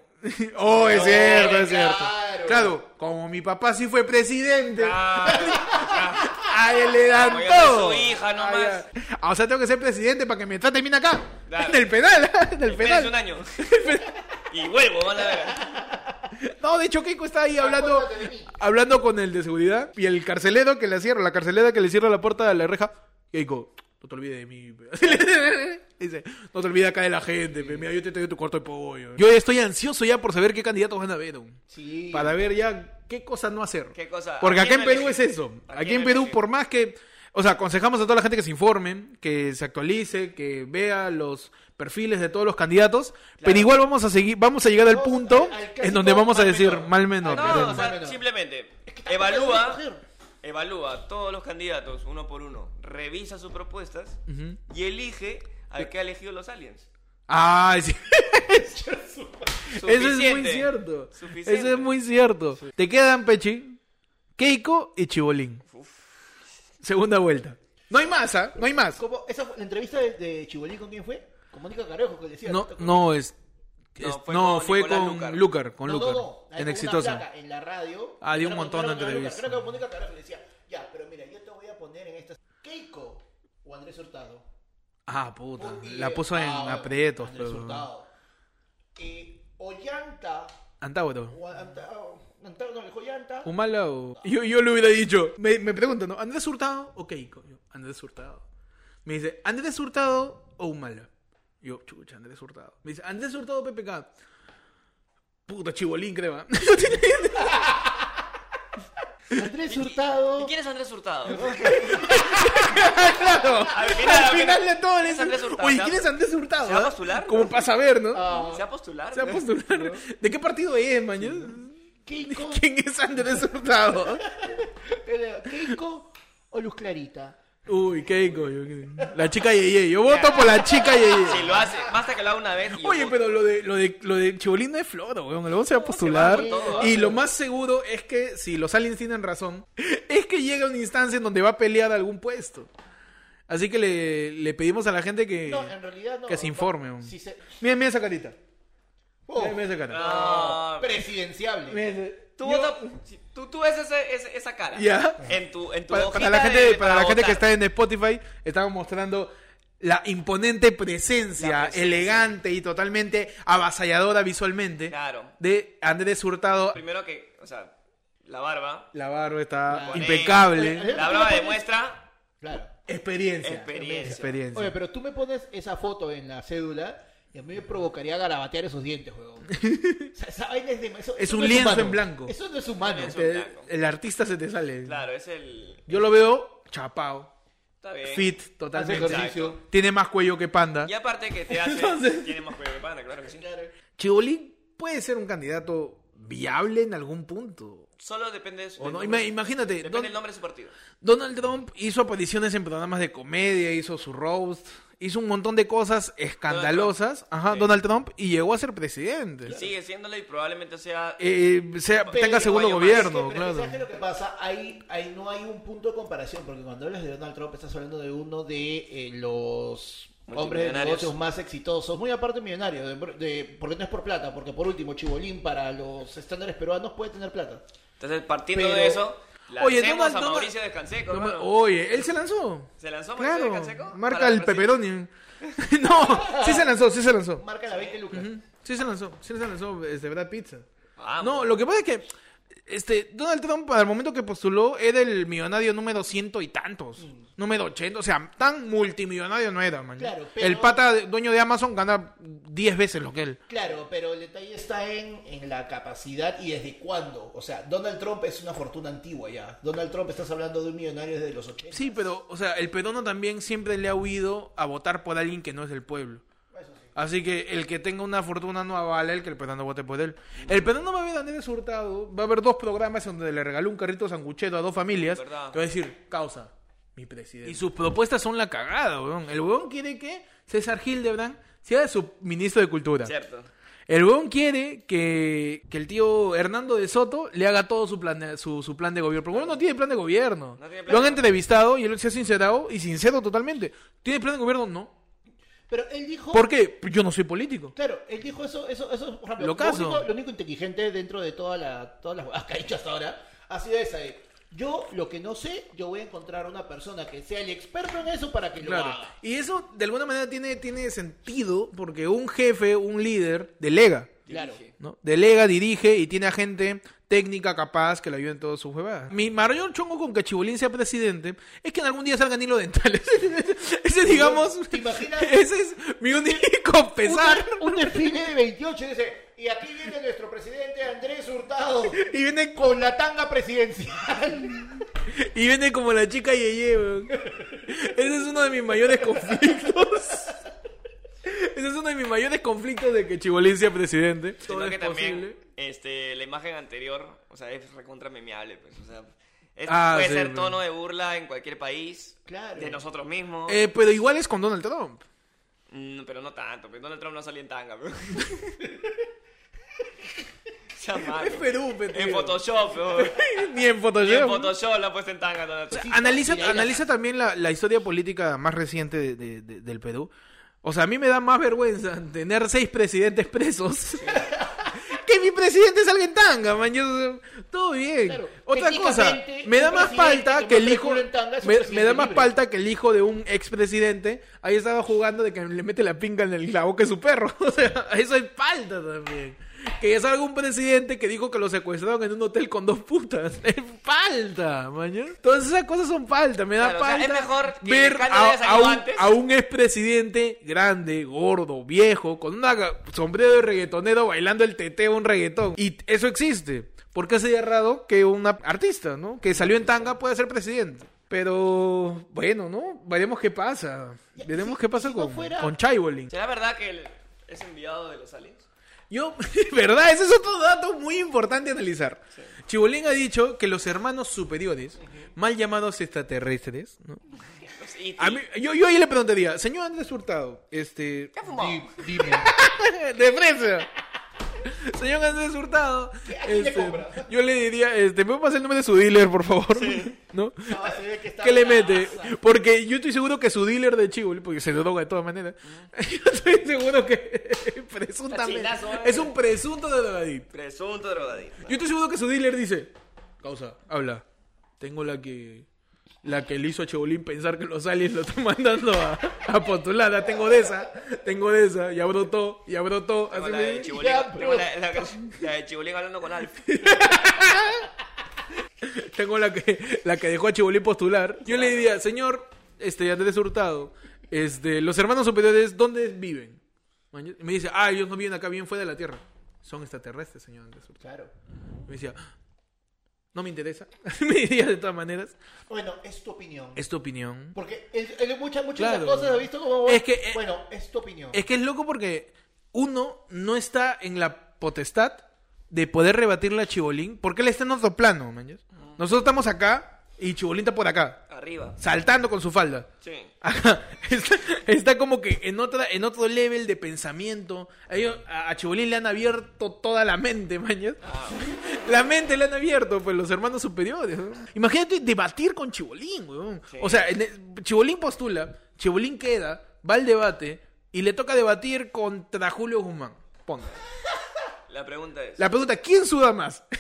[SPEAKER 1] Oh, es
[SPEAKER 3] No,
[SPEAKER 1] cierto, es
[SPEAKER 3] claro.
[SPEAKER 1] cierto. Claro, como mi papá sí fue presidente,
[SPEAKER 2] Ah,
[SPEAKER 1] a él le dan
[SPEAKER 2] Como yo soy
[SPEAKER 1] todo.
[SPEAKER 2] su hija nomás.
[SPEAKER 1] Ah, ya. Ah, o sea, tengo que ser presidente para que me traten bien acá.
[SPEAKER 2] Claro.
[SPEAKER 1] En el penal, en el
[SPEAKER 2] espérense un
[SPEAKER 1] penal.
[SPEAKER 2] año. Y vuelvo, van a ver.
[SPEAKER 1] No, No, de hecho Keiko está ahí hablando,
[SPEAKER 3] Ah, Acuérdate de mí.
[SPEAKER 1] hablando con el de seguridad y el carcelero que le cierra, la carcelera que le cierra la puerta de la reja. Keiko, no te olvides de mí. pe. Dice, no te olvides acá de la gente, pe. mira, yo te doy tu cuarto de pollo. Yo ya estoy ansioso ya por saber qué candidatos van a ver. aún.
[SPEAKER 3] Sí.
[SPEAKER 1] Para ver ya qué cosa no hacer.
[SPEAKER 2] ¿Qué cosa? ¿A
[SPEAKER 1] Porque acá
[SPEAKER 2] quién
[SPEAKER 1] en Perú es
[SPEAKER 2] elegir?
[SPEAKER 1] eso.
[SPEAKER 2] ¿A
[SPEAKER 1] Aquí
[SPEAKER 2] quién
[SPEAKER 1] en Perú,
[SPEAKER 2] elegir?
[SPEAKER 1] por más que. O sea, aconsejamos a toda la gente que se informe, que se actualice, que vea los perfiles de todos los candidatos, pero igual vamos a seguir, vamos a llegar al
[SPEAKER 3] Vamos
[SPEAKER 1] punto
[SPEAKER 3] al- al casi
[SPEAKER 1] en donde
[SPEAKER 3] todo
[SPEAKER 1] vamos a
[SPEAKER 3] mal
[SPEAKER 1] decir
[SPEAKER 3] menor.
[SPEAKER 1] mal menor.
[SPEAKER 2] Ah, No,
[SPEAKER 1] pero-
[SPEAKER 2] o sea, simplemente evalúa, evalúa todos los candidatos uno por uno, revisa sus propuestas
[SPEAKER 1] Ujú.
[SPEAKER 2] y elige al que ha elegido los aliens.
[SPEAKER 1] Ay, sí. Eso es muy
[SPEAKER 2] Suficiente.
[SPEAKER 1] cierto.
[SPEAKER 2] Suficiente.
[SPEAKER 1] Eso es muy cierto. Te quedan, Pechi, Keiko y Chibolín. Segunda vuelta. No hay más, ¿ah? No hay más.
[SPEAKER 3] ¿Cómo? ¿Esa fue- la entrevista de, de Chibolí con quién fue? Con Mónica Carejo, que decía.
[SPEAKER 1] No,
[SPEAKER 3] ¿te acuerdas?
[SPEAKER 1] no, es.
[SPEAKER 2] No,
[SPEAKER 1] es-
[SPEAKER 2] fue
[SPEAKER 1] no,
[SPEAKER 2] con
[SPEAKER 1] fue
[SPEAKER 2] Nicolás
[SPEAKER 1] con
[SPEAKER 2] Lucar.
[SPEAKER 1] Lucar, con
[SPEAKER 3] No, no,
[SPEAKER 1] Lucar.
[SPEAKER 3] no. Ahí
[SPEAKER 1] En
[SPEAKER 3] con una
[SPEAKER 1] Exitosa.
[SPEAKER 3] placa En la radio.
[SPEAKER 1] Ah, dio un
[SPEAKER 3] Era-
[SPEAKER 1] montón
[SPEAKER 3] era
[SPEAKER 1] de
[SPEAKER 3] Mónica Carejo,
[SPEAKER 1] entrevistas.
[SPEAKER 3] Creo que Mónica Carejo le decía, ya, pero mira, yo te voy a poner en esta. Keiko o Andrés Hurtado.
[SPEAKER 1] Ah, puta.
[SPEAKER 3] Y,
[SPEAKER 1] La
[SPEAKER 3] eh,
[SPEAKER 1] puso en
[SPEAKER 3] ah,
[SPEAKER 1] aprietos,
[SPEAKER 3] Andrés
[SPEAKER 1] pero.
[SPEAKER 3] Hurtado. Eh, Ollanta.
[SPEAKER 1] Antágono.
[SPEAKER 3] O Anta- Antaro no, dijo Ollanta.
[SPEAKER 1] Humala o. Yo, yo le hubiera dicho. Me, me preguntan, ¿no? ¿Andrés Hurtado o Keiko? Yo, Andrés Hurtado. Me dice, ¿Andrés Hurtado o Humala? Yo, chucha, Andrés Hurtado. Me dice, ¿Andrés Hurtado o PPK? Puta, chibolín, creo. ¿ah?
[SPEAKER 3] Andrés Hurtado.
[SPEAKER 2] ¿Y quién es Andrés Hurtado?
[SPEAKER 1] claro.
[SPEAKER 2] Al final,
[SPEAKER 1] Al final de todo, le
[SPEAKER 2] es Andrés
[SPEAKER 1] dicen,
[SPEAKER 2] Hurtado.
[SPEAKER 1] Oye, ¿quién es Andrés Hurtado?
[SPEAKER 2] ¿Se va a
[SPEAKER 1] ah?
[SPEAKER 2] postular?
[SPEAKER 1] Como para saber, ¿no?
[SPEAKER 3] Ah,
[SPEAKER 2] ¿Se va a postular?
[SPEAKER 1] Se va a postular. ¿De qué partido es, mañana?
[SPEAKER 3] Keiko.
[SPEAKER 1] ¿Quién es Andrés Hurtado?
[SPEAKER 3] era Keiko o Luz Clarita.
[SPEAKER 1] Uy, Keiko. yo qué sé. La chica Yeye. Yo voto por la chica
[SPEAKER 2] Si
[SPEAKER 1] Yeye.
[SPEAKER 2] lo hace, basta que lo haga una vez. y yo
[SPEAKER 1] Oye,
[SPEAKER 2] voto.
[SPEAKER 1] pero lo de, lo de, lo de Chibolín no es floro, weón. Lo vamos a postular.
[SPEAKER 2] se va por todo,
[SPEAKER 1] Y lo más seguro es que, si los aliens tienen razón, es que llega una instancia en donde va a pelear algún puesto. Así que le, le pedimos a la gente que,
[SPEAKER 3] No, en realidad no.
[SPEAKER 1] Eh, que se informe. weón.
[SPEAKER 3] Si se-
[SPEAKER 1] Mira, mira esa carita.
[SPEAKER 3] Oh,
[SPEAKER 1] Mira, mira esa cara.
[SPEAKER 2] No.
[SPEAKER 3] presidenciable.
[SPEAKER 1] Mira ese-
[SPEAKER 2] Ah. Tú,
[SPEAKER 1] yo-
[SPEAKER 2] vota- si- tú, tú ves ese- ese- esa cara.
[SPEAKER 1] Ya.
[SPEAKER 2] En tu, en tu
[SPEAKER 1] para, para
[SPEAKER 2] hojita
[SPEAKER 1] la gente,
[SPEAKER 2] de-
[SPEAKER 1] para la gente que
[SPEAKER 2] votar.
[SPEAKER 1] está en Spotify, estamos mostrando la imponente presencia,
[SPEAKER 2] La presencia.
[SPEAKER 1] elegante y totalmente avasalladora visualmente
[SPEAKER 2] Claro.
[SPEAKER 1] de Andrés Hurtado.
[SPEAKER 2] Primero que, o sea, la barba.
[SPEAKER 1] La barba está
[SPEAKER 2] Bonito.
[SPEAKER 1] impecable.
[SPEAKER 3] Oye,
[SPEAKER 2] La barba demuestra
[SPEAKER 3] Claro.
[SPEAKER 1] Experiencia.
[SPEAKER 2] Experiencia.
[SPEAKER 1] Experiencia.
[SPEAKER 3] Oye, pero tú me pones esa foto en la cédula y a mí me provocaría garabatear esos dientes, weón. O sea, esa vaina es de- eso-
[SPEAKER 1] Es
[SPEAKER 3] eso
[SPEAKER 1] un
[SPEAKER 3] no
[SPEAKER 1] lienzo
[SPEAKER 3] humano.
[SPEAKER 1] en blanco.
[SPEAKER 3] Eso no es humano.
[SPEAKER 2] Eso-
[SPEAKER 1] Te-
[SPEAKER 2] blanco.
[SPEAKER 1] el artista se te sale.
[SPEAKER 2] Claro, es el.
[SPEAKER 1] Yo lo veo chapao,
[SPEAKER 2] Está bien.
[SPEAKER 1] fit
[SPEAKER 3] Hace
[SPEAKER 1] totalmente.
[SPEAKER 3] ejercicio.
[SPEAKER 1] Tiene más cuello que panda.
[SPEAKER 2] Y aparte que te hace.
[SPEAKER 1] Entonces-
[SPEAKER 2] Tiene más cuello que pana, claro que sí.
[SPEAKER 1] Chibolín puede ser un candidato viable en algún punto.
[SPEAKER 2] Solo depende de su.
[SPEAKER 1] O no,
[SPEAKER 2] del
[SPEAKER 1] ima-
[SPEAKER 2] nombre.
[SPEAKER 1] imagínate,
[SPEAKER 2] Depende
[SPEAKER 1] Don-
[SPEAKER 2] del nombre de su partido.
[SPEAKER 1] Donald Trump hizo apariciones en programas de comedia, hizo su roast, hizo un montón de cosas escandalosas, ajá,
[SPEAKER 2] Sí.
[SPEAKER 1] Donald Trump, y llegó a ser presidente.
[SPEAKER 2] Y sigue siéndolo y probablemente sea.
[SPEAKER 1] Eh, sea-
[SPEAKER 2] Pero
[SPEAKER 1] tenga segundo
[SPEAKER 2] igual,
[SPEAKER 1] gobierno,
[SPEAKER 3] Pero
[SPEAKER 1] claro.
[SPEAKER 3] ¿sabes qué es lo que pasa? Ahí, ahí no hay un punto de comparación, porque cuando hablas de Donald Trump estás hablando de uno de eh, los hombres de
[SPEAKER 2] Multimillonarios.
[SPEAKER 3] negocios más exitosos, muy aparte millonario, de, de- porque no es por plata, porque por último, Chibolín para los estándares peruanos puede tener plata.
[SPEAKER 2] Entonces, partiendo
[SPEAKER 3] Pero-
[SPEAKER 2] de eso, la
[SPEAKER 1] Oye,
[SPEAKER 2] hacemos
[SPEAKER 1] Donald-
[SPEAKER 2] a
[SPEAKER 1] Donald-
[SPEAKER 2] Mauricio Descanseco.
[SPEAKER 1] No me-
[SPEAKER 2] hermano.
[SPEAKER 1] Oye, él se lanzó.
[SPEAKER 2] ¿Se lanzó Mauricio
[SPEAKER 1] Claro,
[SPEAKER 2] Descanseco?
[SPEAKER 1] marca
[SPEAKER 2] Para
[SPEAKER 1] el
[SPEAKER 2] presidente.
[SPEAKER 1] pepperoni. no, sí se lanzó, sí se lanzó.
[SPEAKER 3] Marca la 20 lucas.
[SPEAKER 1] Ujú, Sí se lanzó, sí se lanzó, este, Brad Pizza.
[SPEAKER 2] Vamos.
[SPEAKER 1] No, lo que pasa es que este, Donald Trump, al momento que postuló, era el millonario número ciento y tantos. Número 80, o sea, tan multimillonario no era, man.
[SPEAKER 3] Claro, pero-
[SPEAKER 1] El pata de- dueño de Amazon gana 10 veces lo que él.
[SPEAKER 3] Claro, pero el detalle está en, en la capacidad y desde cuándo. O sea, Donald Trump es una fortuna antigua ya. Donald Trump estás hablando de un millonario desde los 80.
[SPEAKER 1] Sí, pero, o sea, el peruano también siempre le ha huido a votar por alguien que no es del pueblo.
[SPEAKER 3] Eso sí.
[SPEAKER 1] Así que el que tenga una fortuna no avala el que el peruano vote por él. El peruano va a ver a Andrés Hurtado, va a haber dos programas donde le regaló un carrito sanguchero a dos familias.
[SPEAKER 2] Verdad.
[SPEAKER 1] Te va a decir, causa, mi presidente. Y sus propuestas son la cagada, weón. El weón quiere que César Hildebrand sea su ministro de Cultura.
[SPEAKER 2] Cierto.
[SPEAKER 1] El weón quiere que, que el tío Hernando de Soto le haga todo su plan de, su, su plan de gobierno. Porque el weón no tiene plan de gobierno.
[SPEAKER 2] No tiene plan
[SPEAKER 1] Lo han
[SPEAKER 2] de-
[SPEAKER 1] entrevistado y él se ha sincerado y sincero totalmente. ¿Tiene plan de gobierno? No.
[SPEAKER 3] Pero él dijo.
[SPEAKER 1] ¿Por qué? Yo no soy político.
[SPEAKER 3] Claro, él dijo eso, eso, eso por ejemplo,
[SPEAKER 1] Lo caso.
[SPEAKER 3] único, lo único inteligente dentro de toda la, todas las huevadas que ha dicho hasta ahora ha sido esa de, yo lo que no sé, yo voy a encontrar a una persona que sea el experto en eso para que lo
[SPEAKER 1] Claro.
[SPEAKER 3] haga.
[SPEAKER 1] Y eso de alguna manera tiene, tiene sentido porque un jefe, un líder, delega.
[SPEAKER 3] Claro.
[SPEAKER 1] ¿no? Delega, dirige y tiene a gente técnica capaz que le ayude en todas sus huevadas. Mi mayor chongo con que Chibolín sea presidente es que en algún día salgan hilo dentales. ese, digamos,
[SPEAKER 3] ¿Te imaginas?
[SPEAKER 1] ese es mi único pesar.
[SPEAKER 3] Un, un delfín de 28 dice, y aquí viene nuestro presidente Andrés Hurtado
[SPEAKER 1] Y viene, co-
[SPEAKER 3] con la tanga presidencial.
[SPEAKER 1] y viene como la chica Yeye, weón. Ese es uno de mis mayores conflictos. Ese es uno de mis mayores conflictos de que Chibolín sea presidente.
[SPEAKER 2] Sino
[SPEAKER 1] Todo
[SPEAKER 2] que
[SPEAKER 1] es posible.
[SPEAKER 2] también este, la imagen anterior, o sea, es recontra memeable, pues, o sea, es-
[SPEAKER 1] Ah,
[SPEAKER 2] puede
[SPEAKER 1] sí,
[SPEAKER 2] ser
[SPEAKER 1] pues.
[SPEAKER 2] tono de burla en cualquier país,
[SPEAKER 3] Claro.
[SPEAKER 2] de nosotros mismos,
[SPEAKER 1] Eh, pero igual es con Donald Trump.
[SPEAKER 2] Mm, pero no tanto, porque Donald Trump no salía en tanga, bro. Sea malo.
[SPEAKER 1] Es Perú, pe,
[SPEAKER 2] Ah, En
[SPEAKER 1] tío.
[SPEAKER 2] Photoshop, bro.
[SPEAKER 1] Ni en Photoshop.
[SPEAKER 2] Ni en Photoshop la ha puesto en tanga Donald Trump.
[SPEAKER 1] Analiza,
[SPEAKER 3] mira, ahí la-
[SPEAKER 1] analiza también la, la historia política más reciente de- de- de- del Perú. O sea, a mí me da más vergüenza tener seis presidentes presos que mi presidente salga en tanga, man. Yo- todo bien.
[SPEAKER 3] Claro,
[SPEAKER 1] Otra cosa,
[SPEAKER 3] técnicamente,
[SPEAKER 1] me da
[SPEAKER 3] un
[SPEAKER 1] más
[SPEAKER 3] presidente
[SPEAKER 1] falta
[SPEAKER 3] que
[SPEAKER 1] que el
[SPEAKER 3] muestra
[SPEAKER 1] hijo.
[SPEAKER 3] culo en tanga es un
[SPEAKER 1] Me, me
[SPEAKER 3] presidente
[SPEAKER 1] da más
[SPEAKER 3] libre.
[SPEAKER 1] falta que el hijo de un expresidente ahí estaba jugando de que le mete la pinga en el- la boca de su perro. O sea, eso es falta también. Que es algún presidente que dijo que lo secuestraron en un hotel con dos putas. Es falta, mañana. Todas esas cosas son falta. Me da
[SPEAKER 2] Claro, o sea,
[SPEAKER 1] falta
[SPEAKER 2] es mejor que
[SPEAKER 1] ver
[SPEAKER 2] Alcalde
[SPEAKER 1] a,
[SPEAKER 2] haya salido
[SPEAKER 1] a un,
[SPEAKER 2] antes.
[SPEAKER 1] a un expresidente grande, gordo, viejo, con una ga- sombrero de reggaetonero bailando el teteo un reggaetón. Y eso existe. Porque sería raro que un artista, ¿no? Que salió en tanga pueda ser presidente. Pero bueno, ¿no? Veremos qué pasa.
[SPEAKER 3] Ya,
[SPEAKER 1] Veremos
[SPEAKER 3] si-
[SPEAKER 1] qué pasa
[SPEAKER 3] si no
[SPEAKER 1] con,
[SPEAKER 3] fuera-
[SPEAKER 1] con Chaibolin.
[SPEAKER 2] ¿Será verdad que él es enviado de los aliens?
[SPEAKER 1] Yo, verdad, ese es otro dato muy importante a analizar. Chibolín ha dicho que los hermanos superiores, mal llamados extraterrestres, ¿no?
[SPEAKER 2] Los ET.
[SPEAKER 1] A mí, yo, yo ahí le preguntaría, señor Andrés Hurtado, este,
[SPEAKER 2] ¿Qué ha fumado?
[SPEAKER 3] Dime.
[SPEAKER 1] de fresa. Señor Andrés Hurtado,
[SPEAKER 3] ¿A quién le
[SPEAKER 1] este,
[SPEAKER 3] compra?
[SPEAKER 1] yo le diría, este, ¿me pasa el nombre de su dealer, por favor? ¿No?
[SPEAKER 3] No, se ve que está
[SPEAKER 1] ¿Qué le
[SPEAKER 3] bravaza.
[SPEAKER 1] mete? Porque yo estoy seguro que su dealer de Chibolín, porque se droga de todas maneras, yo estoy seguro que presuntamente
[SPEAKER 2] Cachilazo, eh.
[SPEAKER 1] es un presunto de drogadicto.
[SPEAKER 2] Presunto drogadicto.
[SPEAKER 1] Yo estoy seguro que su dealer dice, causa, habla, tengo la que la que le hizo a Chebolín pensar que los aliens lo están mandando a, a postulada, tengo de esa, tengo de esa, ya brotó, ya brotó,
[SPEAKER 2] Tengo
[SPEAKER 1] así
[SPEAKER 2] la
[SPEAKER 1] me-
[SPEAKER 2] de Chibolín,
[SPEAKER 3] Ya,
[SPEAKER 2] tengo la, la- la de Chibolín hablando con Alf.
[SPEAKER 1] tengo la que la que dejó a Chebolín postular. Yo le diría, señor, este Andrés Hurtado, este, los hermanos superiores, ¿dónde viven? Y me dice, ah, ellos no viven acá, viven fuera de la Tierra. Son extraterrestres, señor Andrés Hurtado.
[SPEAKER 3] Claro.
[SPEAKER 1] Me decía, no me interesa. me diría de todas maneras,
[SPEAKER 3] Bueno, es tu opinión.
[SPEAKER 1] es tu opinión.
[SPEAKER 3] Porque él, él muchas, muchas de
[SPEAKER 1] Claro.
[SPEAKER 3] esas cosas ha visto como...
[SPEAKER 1] Es que, eh,
[SPEAKER 3] bueno, es tu opinión.
[SPEAKER 1] Es que es loco porque uno no está en la potestad de poder rebatirle a Chibolín porque él está en otro plano, man. Nosotros estamos acá y Chibolín está por acá,
[SPEAKER 2] Arriba.
[SPEAKER 1] saltando con su falda.
[SPEAKER 2] Sí.
[SPEAKER 1] Ajá, está, está como que en otra en otro level de pensamiento. A, ellos- a- a Chibolín le han abierto toda la mente, mañas. La mente le han abierto, pues, los hermanos superiores. ¿no? Imagínate debatir con Chibolín, weón. O sea, en el- Chibolín postula, Chibolín queda, va al debate y le toca debatir contra Julio Guzmán. Ponga.
[SPEAKER 2] La pregunta es.
[SPEAKER 1] La pregunta, ¿quién suda más?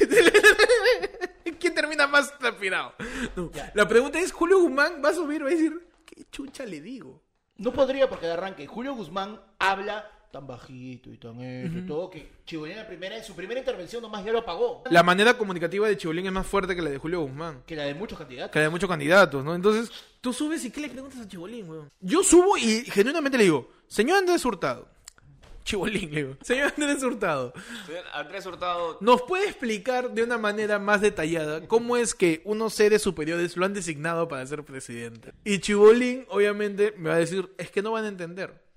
[SPEAKER 1] ¿Quién termina más transpirado? No, La pregunta es, Julio Guzmán va a subir, va a decir, ¿qué chucha le digo?
[SPEAKER 3] No podría porque de arranque Julio Guzmán habla tan bajito y tan esto y todo que Chibolín en, la primera, en su primera intervención nomás ya lo apagó.
[SPEAKER 1] La manera comunicativa de Chibolín es más fuerte que la de Julio Guzmán.
[SPEAKER 3] Que la de muchos candidatos.
[SPEAKER 1] Que la de muchos candidatos, ¿no? Entonces, tú subes y ¿qué le preguntas a Chibolín, weón? Yo subo y genuinamente le digo, señor Andrés Hurtado. Chibolín, le digo. Señor Andrés Hurtado,
[SPEAKER 2] Señor Andrés Hurtado.
[SPEAKER 1] ¿nos puede explicar de una manera más detallada cómo es que unos seres superiores lo han designado para ser presidente? Y Chibolín, obviamente, me va a decir, es que no van a entender.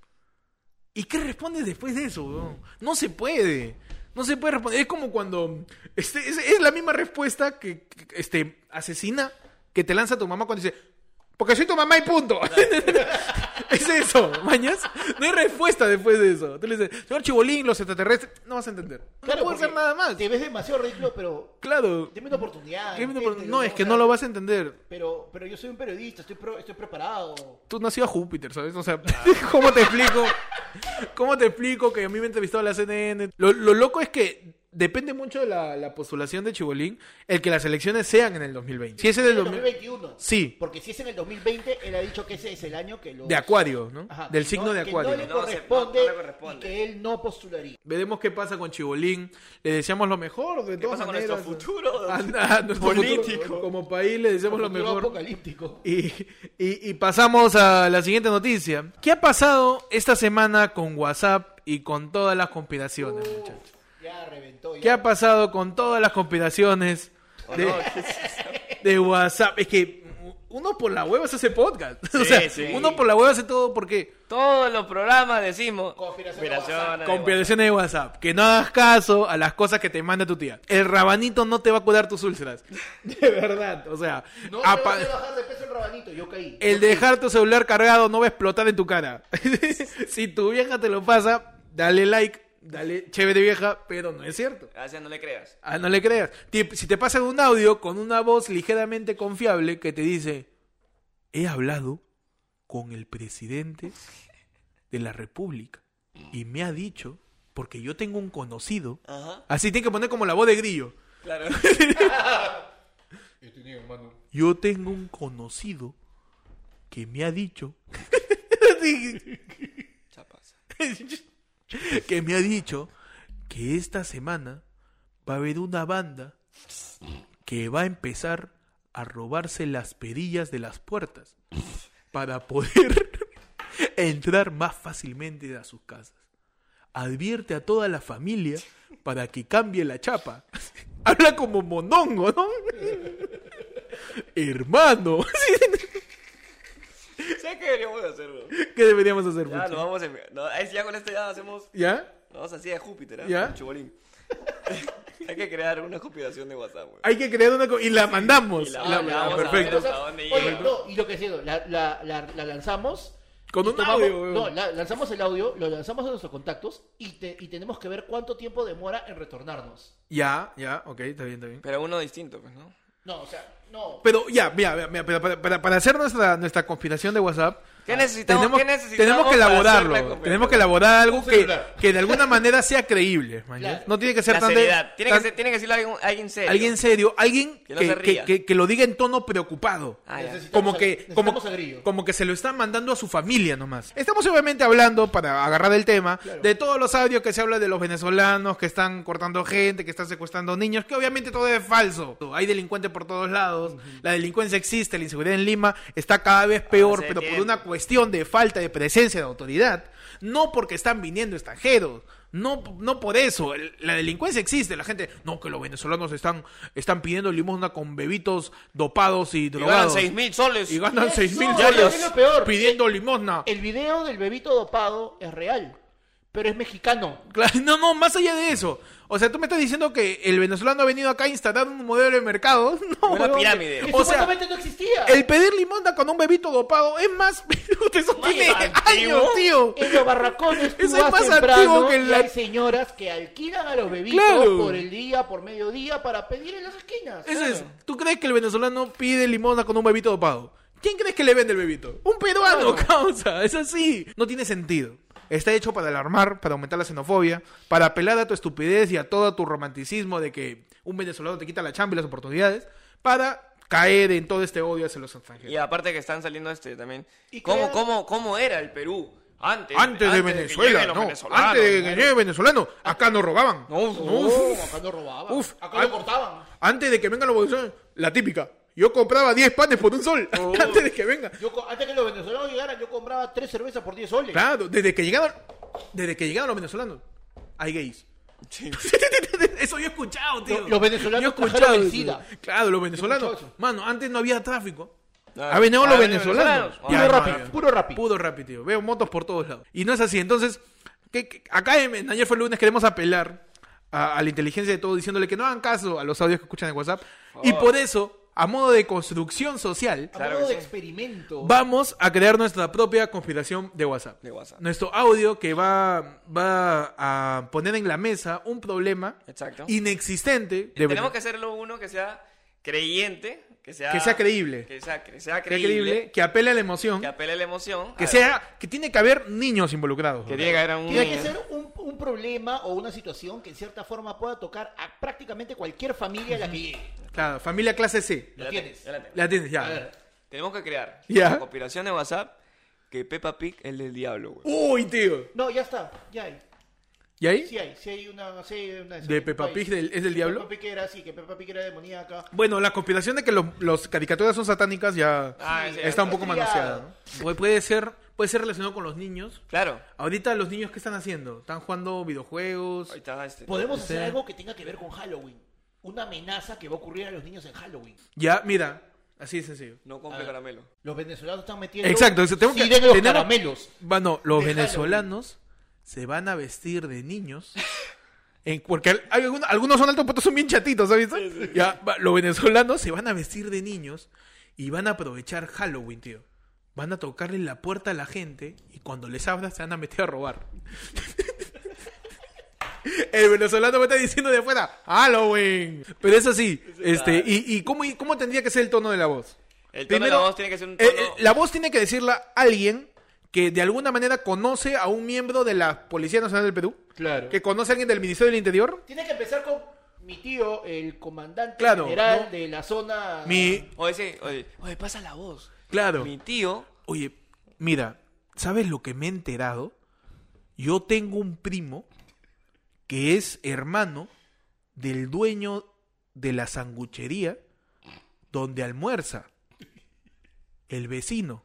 [SPEAKER 1] ¿Y qué respondes después de eso, weón? No se puede. No se puede responder. Es como cuando. este, es, es la misma respuesta que, que- este, asesina que te lanza tu mamá cuando dice. Porque soy tu mamá y punto. es eso, mañas. No hay respuesta después de eso. Tú le dices, señor Chibolín, los extraterrestres. No vas a entender. No puedo
[SPEAKER 3] porque
[SPEAKER 1] hacer nada más.
[SPEAKER 3] Te ves demasiado ridículo, pero
[SPEAKER 1] Claro.
[SPEAKER 3] dime una oportunidad.
[SPEAKER 1] Dime una
[SPEAKER 3] inténtelo,
[SPEAKER 1] oportunidad. No, es
[SPEAKER 3] O
[SPEAKER 1] que
[SPEAKER 3] sea,
[SPEAKER 1] no lo vas a entender.
[SPEAKER 3] Pero, pero yo soy un periodista, estoy, pro- estoy preparado.
[SPEAKER 1] tú no has ido a Júpiter, ¿sabes? O sea, ¿cómo te explico? ¿Cómo te explico que a mí me entrevistó la CNN? Lo, lo loco es que depende mucho de la, la postulación de Chibolín el que las elecciones sean en el 2020. Si es en
[SPEAKER 3] en
[SPEAKER 1] el
[SPEAKER 3] el
[SPEAKER 1] 2020.
[SPEAKER 3] 2021.
[SPEAKER 1] Sí.
[SPEAKER 3] Porque si es en el 2020, él ha dicho que ese es el año que los...
[SPEAKER 1] De Acuario, ¿no?
[SPEAKER 3] Ajá,
[SPEAKER 1] Del
[SPEAKER 3] que
[SPEAKER 1] signo
[SPEAKER 3] no-
[SPEAKER 1] de
[SPEAKER 3] que
[SPEAKER 1] Acuario.
[SPEAKER 3] no le
[SPEAKER 2] No, se-
[SPEAKER 3] corresponde,
[SPEAKER 2] no- no le corresponde.
[SPEAKER 3] y que él no postularía.
[SPEAKER 1] Veremos qué pasa con Chibolín. Le deseamos lo mejor de
[SPEAKER 2] ¿Qué
[SPEAKER 1] todas
[SPEAKER 2] pasa con
[SPEAKER 1] maneras.
[SPEAKER 2] nuestro futuro?
[SPEAKER 1] A- a nuestro
[SPEAKER 2] Político.
[SPEAKER 1] futuro como país le deseamos lo
[SPEAKER 3] Futuro
[SPEAKER 1] mejor.
[SPEAKER 3] apocalíptico.
[SPEAKER 1] Y, y- y pasamos a la siguiente noticia. ¿Qué ha pasado esta semana con WhatsApp y con todas las conspiraciones, muchachos?
[SPEAKER 3] Ya reventó. Ya.
[SPEAKER 1] ¿Qué ha pasado con todas las conspiraciones
[SPEAKER 2] Oh,
[SPEAKER 1] de, de WhatsApp? Es que uno por la hueva se hace podcast. o
[SPEAKER 2] Sí,
[SPEAKER 1] sea,
[SPEAKER 2] sí.
[SPEAKER 1] uno por la hueva hace todo porque
[SPEAKER 2] Todos los programas decimos.
[SPEAKER 3] Conspiraciones
[SPEAKER 2] Conspiraciones.
[SPEAKER 1] conspiraciones de WhatsApp. Que no hagas caso a las cosas que te manda tu tía. El rabanito no te va a curar tus úlceras. De verdad. O sea,
[SPEAKER 3] No
[SPEAKER 1] apa-
[SPEAKER 3] me vas a bajar de peso el rabanito, yo caí.
[SPEAKER 1] el dejar tu celular cargado no va a explotar en tu cara. si tu vieja te lo pasa, dale like, dale chévere vieja, pero no es cierto.
[SPEAKER 2] Gracias, no le creas.
[SPEAKER 1] Ah, no le creas. Ti- Si te pasan un audio con una voz ligeramente confiable que te dice, he hablado con el presidente de la República y me ha dicho, porque yo tengo un conocido,
[SPEAKER 2] Ajá.
[SPEAKER 1] así tiene que poner como la voz de grillo,
[SPEAKER 2] Claro.
[SPEAKER 3] Yo tenía, hermano.
[SPEAKER 1] yo tengo un conocido que me ha dicho, Sí.
[SPEAKER 2] Ya pasa.
[SPEAKER 1] que me ha dicho que esta semana va a haber una banda que va a empezar a robarse las perillas de las puertas para poder entrar más fácilmente a sus casas. Advierte a toda la familia para que cambie la chapa. Habla como monongo, ¿no? Hermano,
[SPEAKER 2] ¿Sabes qué deberíamos de hacer, bro?
[SPEAKER 1] ¿qué deberíamos hacer?
[SPEAKER 2] Ya,
[SPEAKER 1] Pucho?
[SPEAKER 2] nos vamos en... no, es- ya con esto ya hacemos...
[SPEAKER 1] ¿Ya?
[SPEAKER 2] Nos vamos así de Júpiter, ¿eh?
[SPEAKER 1] ¿Ya?
[SPEAKER 2] Con Chubolín. Hay que crear una conspiración de WhatsApp, güey.
[SPEAKER 1] Hay que crear una... co- Y la mandamos.
[SPEAKER 2] Y la-
[SPEAKER 1] La-
[SPEAKER 2] la-
[SPEAKER 1] la-
[SPEAKER 2] Ah, vamos a
[SPEAKER 1] perfecto.
[SPEAKER 2] ver. ¿Hasta dónde
[SPEAKER 3] Oye,
[SPEAKER 2] llega?
[SPEAKER 3] no, y lo que siento, la, la, la, la lanzamos.
[SPEAKER 1] Con
[SPEAKER 3] y
[SPEAKER 1] un
[SPEAKER 3] tomamos-
[SPEAKER 1] audio, weón.
[SPEAKER 3] No, la- lanzamos el audio, lo lanzamos a nuestros contactos y, te- y tenemos que ver cuánto tiempo demora en retornarnos.
[SPEAKER 1] Ya, ya, ok, está bien, está bien.
[SPEAKER 2] Pero uno distinto, pues, ¿no?
[SPEAKER 3] No, o sea, no.
[SPEAKER 1] Pero ya, mira, mira, mira, para, para- para- para hacer nuestra, nuestra conspiración de WhatsApp,
[SPEAKER 2] ¿Qué necesitamos?
[SPEAKER 1] Ah, tenemos,
[SPEAKER 2] ¿Qué necesitamos
[SPEAKER 1] tenemos que
[SPEAKER 2] para hacer la
[SPEAKER 1] elaborarlo.
[SPEAKER 2] conspiración?
[SPEAKER 1] Tenemos que elaborar algo
[SPEAKER 3] Un
[SPEAKER 1] que,
[SPEAKER 3] celular.
[SPEAKER 1] que de alguna manera sea creíble. man, ¿ya?
[SPEAKER 3] Claro.
[SPEAKER 1] No tiene que ser
[SPEAKER 2] La
[SPEAKER 1] tan de-
[SPEAKER 2] seriedad. Tiene que,
[SPEAKER 1] tan-
[SPEAKER 2] ser, tiene que decirlo a alguien, a alguien serio.
[SPEAKER 1] alguien serio, alguien
[SPEAKER 2] Que
[SPEAKER 1] que,
[SPEAKER 2] no se
[SPEAKER 1] que-
[SPEAKER 2] ría.
[SPEAKER 1] que- que lo diga en tono preocupado.
[SPEAKER 2] Ah, ya.
[SPEAKER 3] Necesitamos
[SPEAKER 1] Como
[SPEAKER 3] a-
[SPEAKER 1] que, como,
[SPEAKER 3] necesitamos a Grillo.
[SPEAKER 1] como que se lo están mandando a su familia nomás. Estamos obviamente hablando, para agarrar el tema, de todos los audios que se habla de los venezolanos que están cortando gente, que están secuestrando niños, que obviamente todo es falso. Hay delincuentes por todos lados, la delincuencia existe, la inseguridad en Lima está cada vez peor,
[SPEAKER 2] Hace
[SPEAKER 1] pero por
[SPEAKER 2] tiempo.
[SPEAKER 1] una cuestión de falta de presencia de autoridad, no porque están viniendo extranjeros. No, no por eso, el- la delincuencia existe, la gente, no, que los venezolanos están, están pidiendo limosna con bebitos dopados y
[SPEAKER 2] Y ganan
[SPEAKER 1] drogados.
[SPEAKER 2] 6 mil soles.
[SPEAKER 1] Y ganan
[SPEAKER 3] Eso,
[SPEAKER 1] 6 mil
[SPEAKER 3] eso
[SPEAKER 1] soles
[SPEAKER 3] es lo peor.
[SPEAKER 1] pidiendo limosna.
[SPEAKER 3] El video del bebito dopado es real, pero es mexicano.
[SPEAKER 1] Claro, No, no, más allá de eso. O sea, tú me estás diciendo que el venezolano ha venido acá a instalar un modelo de mercado. No,
[SPEAKER 2] Una
[SPEAKER 1] huevón.
[SPEAKER 2] pirámide.
[SPEAKER 3] Que
[SPEAKER 1] O sea,
[SPEAKER 3] supuestamente no existía.
[SPEAKER 1] el pedir limosna con un bebito dopado es más. Eso
[SPEAKER 2] Más
[SPEAKER 1] tiene
[SPEAKER 2] antiguo.
[SPEAKER 1] años, tío.
[SPEAKER 3] En los barracones tú
[SPEAKER 1] Eso es
[SPEAKER 3] vas
[SPEAKER 1] más antiguo
[SPEAKER 3] temprano
[SPEAKER 1] que
[SPEAKER 3] y
[SPEAKER 1] la-
[SPEAKER 3] hay señoras que alquilan a los bebitos
[SPEAKER 1] Claro.
[SPEAKER 3] por el día, por mediodía, para pedir en las esquinas.
[SPEAKER 1] Eso es.
[SPEAKER 3] Claro.
[SPEAKER 1] ¿Tú crees que el venezolano pide limosna con un bebito dopado? ¿Quién crees que le vende el bebito? Un peruano, causa. Es así. No tiene sentido. Está hecho para alarmar, para aumentar la xenofobia, para apelar a tu estupidez y a todo tu romanticismo de que un venezolano te quita la chamba y las oportunidades, para caer en todo este odio hacia los
[SPEAKER 2] Y
[SPEAKER 1] extranjeros.
[SPEAKER 2] aparte que están saliendo este también.
[SPEAKER 3] Y
[SPEAKER 2] ¿Cómo,
[SPEAKER 3] crear-
[SPEAKER 2] cómo, ¿Cómo era el Perú? eh, Antes,
[SPEAKER 1] Antes de
[SPEAKER 2] que
[SPEAKER 1] Venezuela,
[SPEAKER 2] lleguen los
[SPEAKER 1] no.
[SPEAKER 2] venezolanos,
[SPEAKER 1] Antes de que
[SPEAKER 2] claro.
[SPEAKER 1] llegue venezolano, acá nos robaban.
[SPEAKER 2] No,
[SPEAKER 1] Uf.
[SPEAKER 3] No, Oh, acá no robaban.
[SPEAKER 1] Uf.
[SPEAKER 3] acá
[SPEAKER 1] Ah.
[SPEAKER 3] no cortaban.
[SPEAKER 1] Antes de que vengan los venezolanos, la típica. Yo compraba 10 panes por un sol. Antes de que vengan.
[SPEAKER 3] Yo co- antes que los venezolanos llegaran, yo compraba tres cervezas por 10 soles.
[SPEAKER 1] Claro, desde que llegaron, desde que llegaron los venezolanos, hay gays.
[SPEAKER 2] Sí.
[SPEAKER 1] Eso yo he escuchado, tío.
[SPEAKER 3] Lo- los venezolanos
[SPEAKER 1] Yo he escuchado
[SPEAKER 3] trajeron el
[SPEAKER 1] eso.
[SPEAKER 3] SIDA.
[SPEAKER 1] Claro, los venezolanos.
[SPEAKER 3] escuchado eso.
[SPEAKER 1] Mano, antes no había tráfico.
[SPEAKER 2] Ah,
[SPEAKER 1] Ha venido
[SPEAKER 2] ah,
[SPEAKER 1] los
[SPEAKER 2] ¿ven
[SPEAKER 1] venezolanos.
[SPEAKER 2] venezolanos?
[SPEAKER 1] Ya,
[SPEAKER 3] Puro
[SPEAKER 1] no,
[SPEAKER 3] Rappi,
[SPEAKER 1] ya.
[SPEAKER 3] puro Rappi.
[SPEAKER 1] Puro Rappi, tío. Veo motos por todos lados. Y no es así. Entonces, ¿qué- qué- acá en, en Ayer fue el lunes queremos apelar a, a la inteligencia de todos diciéndole que no hagan caso a los audios que escuchan en WhatsApp. Y por eso, a modo de construcción social,
[SPEAKER 3] A
[SPEAKER 2] Claro
[SPEAKER 3] modo
[SPEAKER 2] que
[SPEAKER 3] de
[SPEAKER 2] sí.
[SPEAKER 3] experimento.
[SPEAKER 1] Vamos a crear nuestra propia conspiración de WhatsApp.
[SPEAKER 2] De WhatsApp.
[SPEAKER 1] Nuestro audio que va, va a poner en la mesa un problema
[SPEAKER 2] Exacto.
[SPEAKER 1] inexistente. de
[SPEAKER 2] Tenemos
[SPEAKER 1] verdad.
[SPEAKER 2] que hacerlo uno que sea creyente, que sea,
[SPEAKER 1] Que sea creíble.
[SPEAKER 2] Que sea, que sea
[SPEAKER 1] Que sea creíble,
[SPEAKER 2] creíble,
[SPEAKER 1] que apele a la emoción,
[SPEAKER 2] que apele a la emoción.
[SPEAKER 1] que
[SPEAKER 2] a-
[SPEAKER 1] sea, que tiene que haber niños involucrados.
[SPEAKER 2] Que tiene que haber a un
[SPEAKER 3] Tiene que
[SPEAKER 2] niño.
[SPEAKER 3] ser un, un un problema o una situación que en cierta forma pueda tocar a prácticamente cualquier familia a la que llegue.
[SPEAKER 1] Claro, familia clase C.
[SPEAKER 2] Ya
[SPEAKER 3] Lo
[SPEAKER 2] la
[SPEAKER 3] tienes.
[SPEAKER 2] tengo, ya la tengo.
[SPEAKER 1] La tienes,
[SPEAKER 3] A
[SPEAKER 1] ya.
[SPEAKER 3] ver,
[SPEAKER 2] Tenemos que crear
[SPEAKER 1] Ya.
[SPEAKER 2] una compilación de WhatsApp que Peppa Pig es el del diablo, güey.
[SPEAKER 1] Uy, tío.
[SPEAKER 3] No, ya está, ya hay.
[SPEAKER 1] ¿Y ahí?
[SPEAKER 3] Sí hay, sí hay una... Sí hay una
[SPEAKER 1] ¿De Peppa Pig del- es del diablo?
[SPEAKER 3] Peppa Pig era así, que Peppa Pig era demoníaca.
[SPEAKER 1] Bueno, la conspiración de que los, los caricaturas son satánicas ya
[SPEAKER 2] Ah, sí,
[SPEAKER 1] está un poco
[SPEAKER 3] está
[SPEAKER 1] manoseada. ¿no? Pu- Puede ser, puede ser relacionado con los niños.
[SPEAKER 2] Claro.
[SPEAKER 1] Ahorita los niños qué están haciendo? Están jugando videojuegos.
[SPEAKER 2] Ahí está este.
[SPEAKER 3] Podemos
[SPEAKER 1] Sí.
[SPEAKER 3] hacer algo que tenga que ver con Halloween. Una amenaza que va a ocurrir a los niños en Halloween.
[SPEAKER 1] Ya, mira, así de sencillo.
[SPEAKER 2] No compre
[SPEAKER 3] A ver.
[SPEAKER 2] caramelo.
[SPEAKER 3] Los venezolanos están metiendo.
[SPEAKER 1] Exacto, eso tengo que
[SPEAKER 3] Sí, den los
[SPEAKER 1] tenemos-
[SPEAKER 3] caramelos.
[SPEAKER 1] Bueno, los
[SPEAKER 3] De Halloween.
[SPEAKER 1] venezolanos se van a vestir de niños. En, porque hay algunos, algunos son altos, pero otros son bien chatitos, ¿sabes? Ya, va- los venezolanos se van a vestir de niños y van a aprovechar Halloween, tío. Van a tocarle la puerta a la gente y cuando les abras se van a meter a robar. El venezolano me está diciendo de afuera, Halloween. Pero eso sí, este, y, y cómo, y cómo tendría que ser el tono de la voz.
[SPEAKER 2] El tono de la voz tiene que ser un
[SPEAKER 1] Eh,
[SPEAKER 2] tono.
[SPEAKER 1] eh, la voz tiene que decirla a alguien que de alguna manera conoce a un miembro de la Policía Nacional del Perú,
[SPEAKER 3] Claro.
[SPEAKER 1] que conoce a alguien del Ministerio del Interior.
[SPEAKER 3] Tiene que empezar con mi tío, el comandante
[SPEAKER 1] Claro,
[SPEAKER 3] general
[SPEAKER 1] ¿no?
[SPEAKER 3] de la zona.
[SPEAKER 1] Mi,
[SPEAKER 2] Oye, sí, oye. Oye, pasa la voz.
[SPEAKER 1] claro.
[SPEAKER 2] Mi tío.
[SPEAKER 1] Oye, mira, ¿sabes lo que me he enterado? Yo tengo un primo que es hermano del dueño de la sanguchería donde almuerza el vecino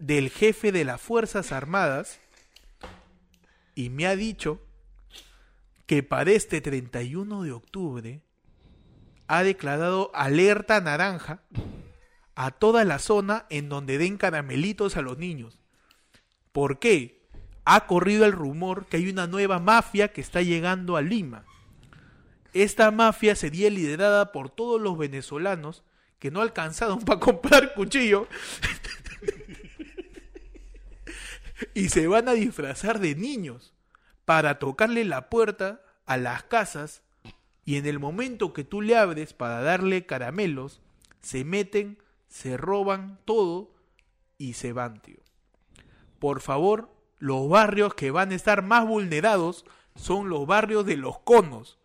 [SPEAKER 1] del jefe de las Fuerzas Armadas y me ha dicho que para este 31 de octubre ha declarado alerta naranja a toda la zona en donde den caramelitos a los niños. ¿Por qué? Ha corrido el rumor que hay una nueva mafia que está llegando a Lima. Esta mafia sería liderada por todos los venezolanos que no alcanzaron para comprar cuchillo y se van a disfrazar de niños para tocarle la puerta a las casas y en el momento que tú le abres para darle caramelos, se meten, se roban todo y se van, tío. Por favor, los barrios que van a estar más vulnerados son los barrios de los conos.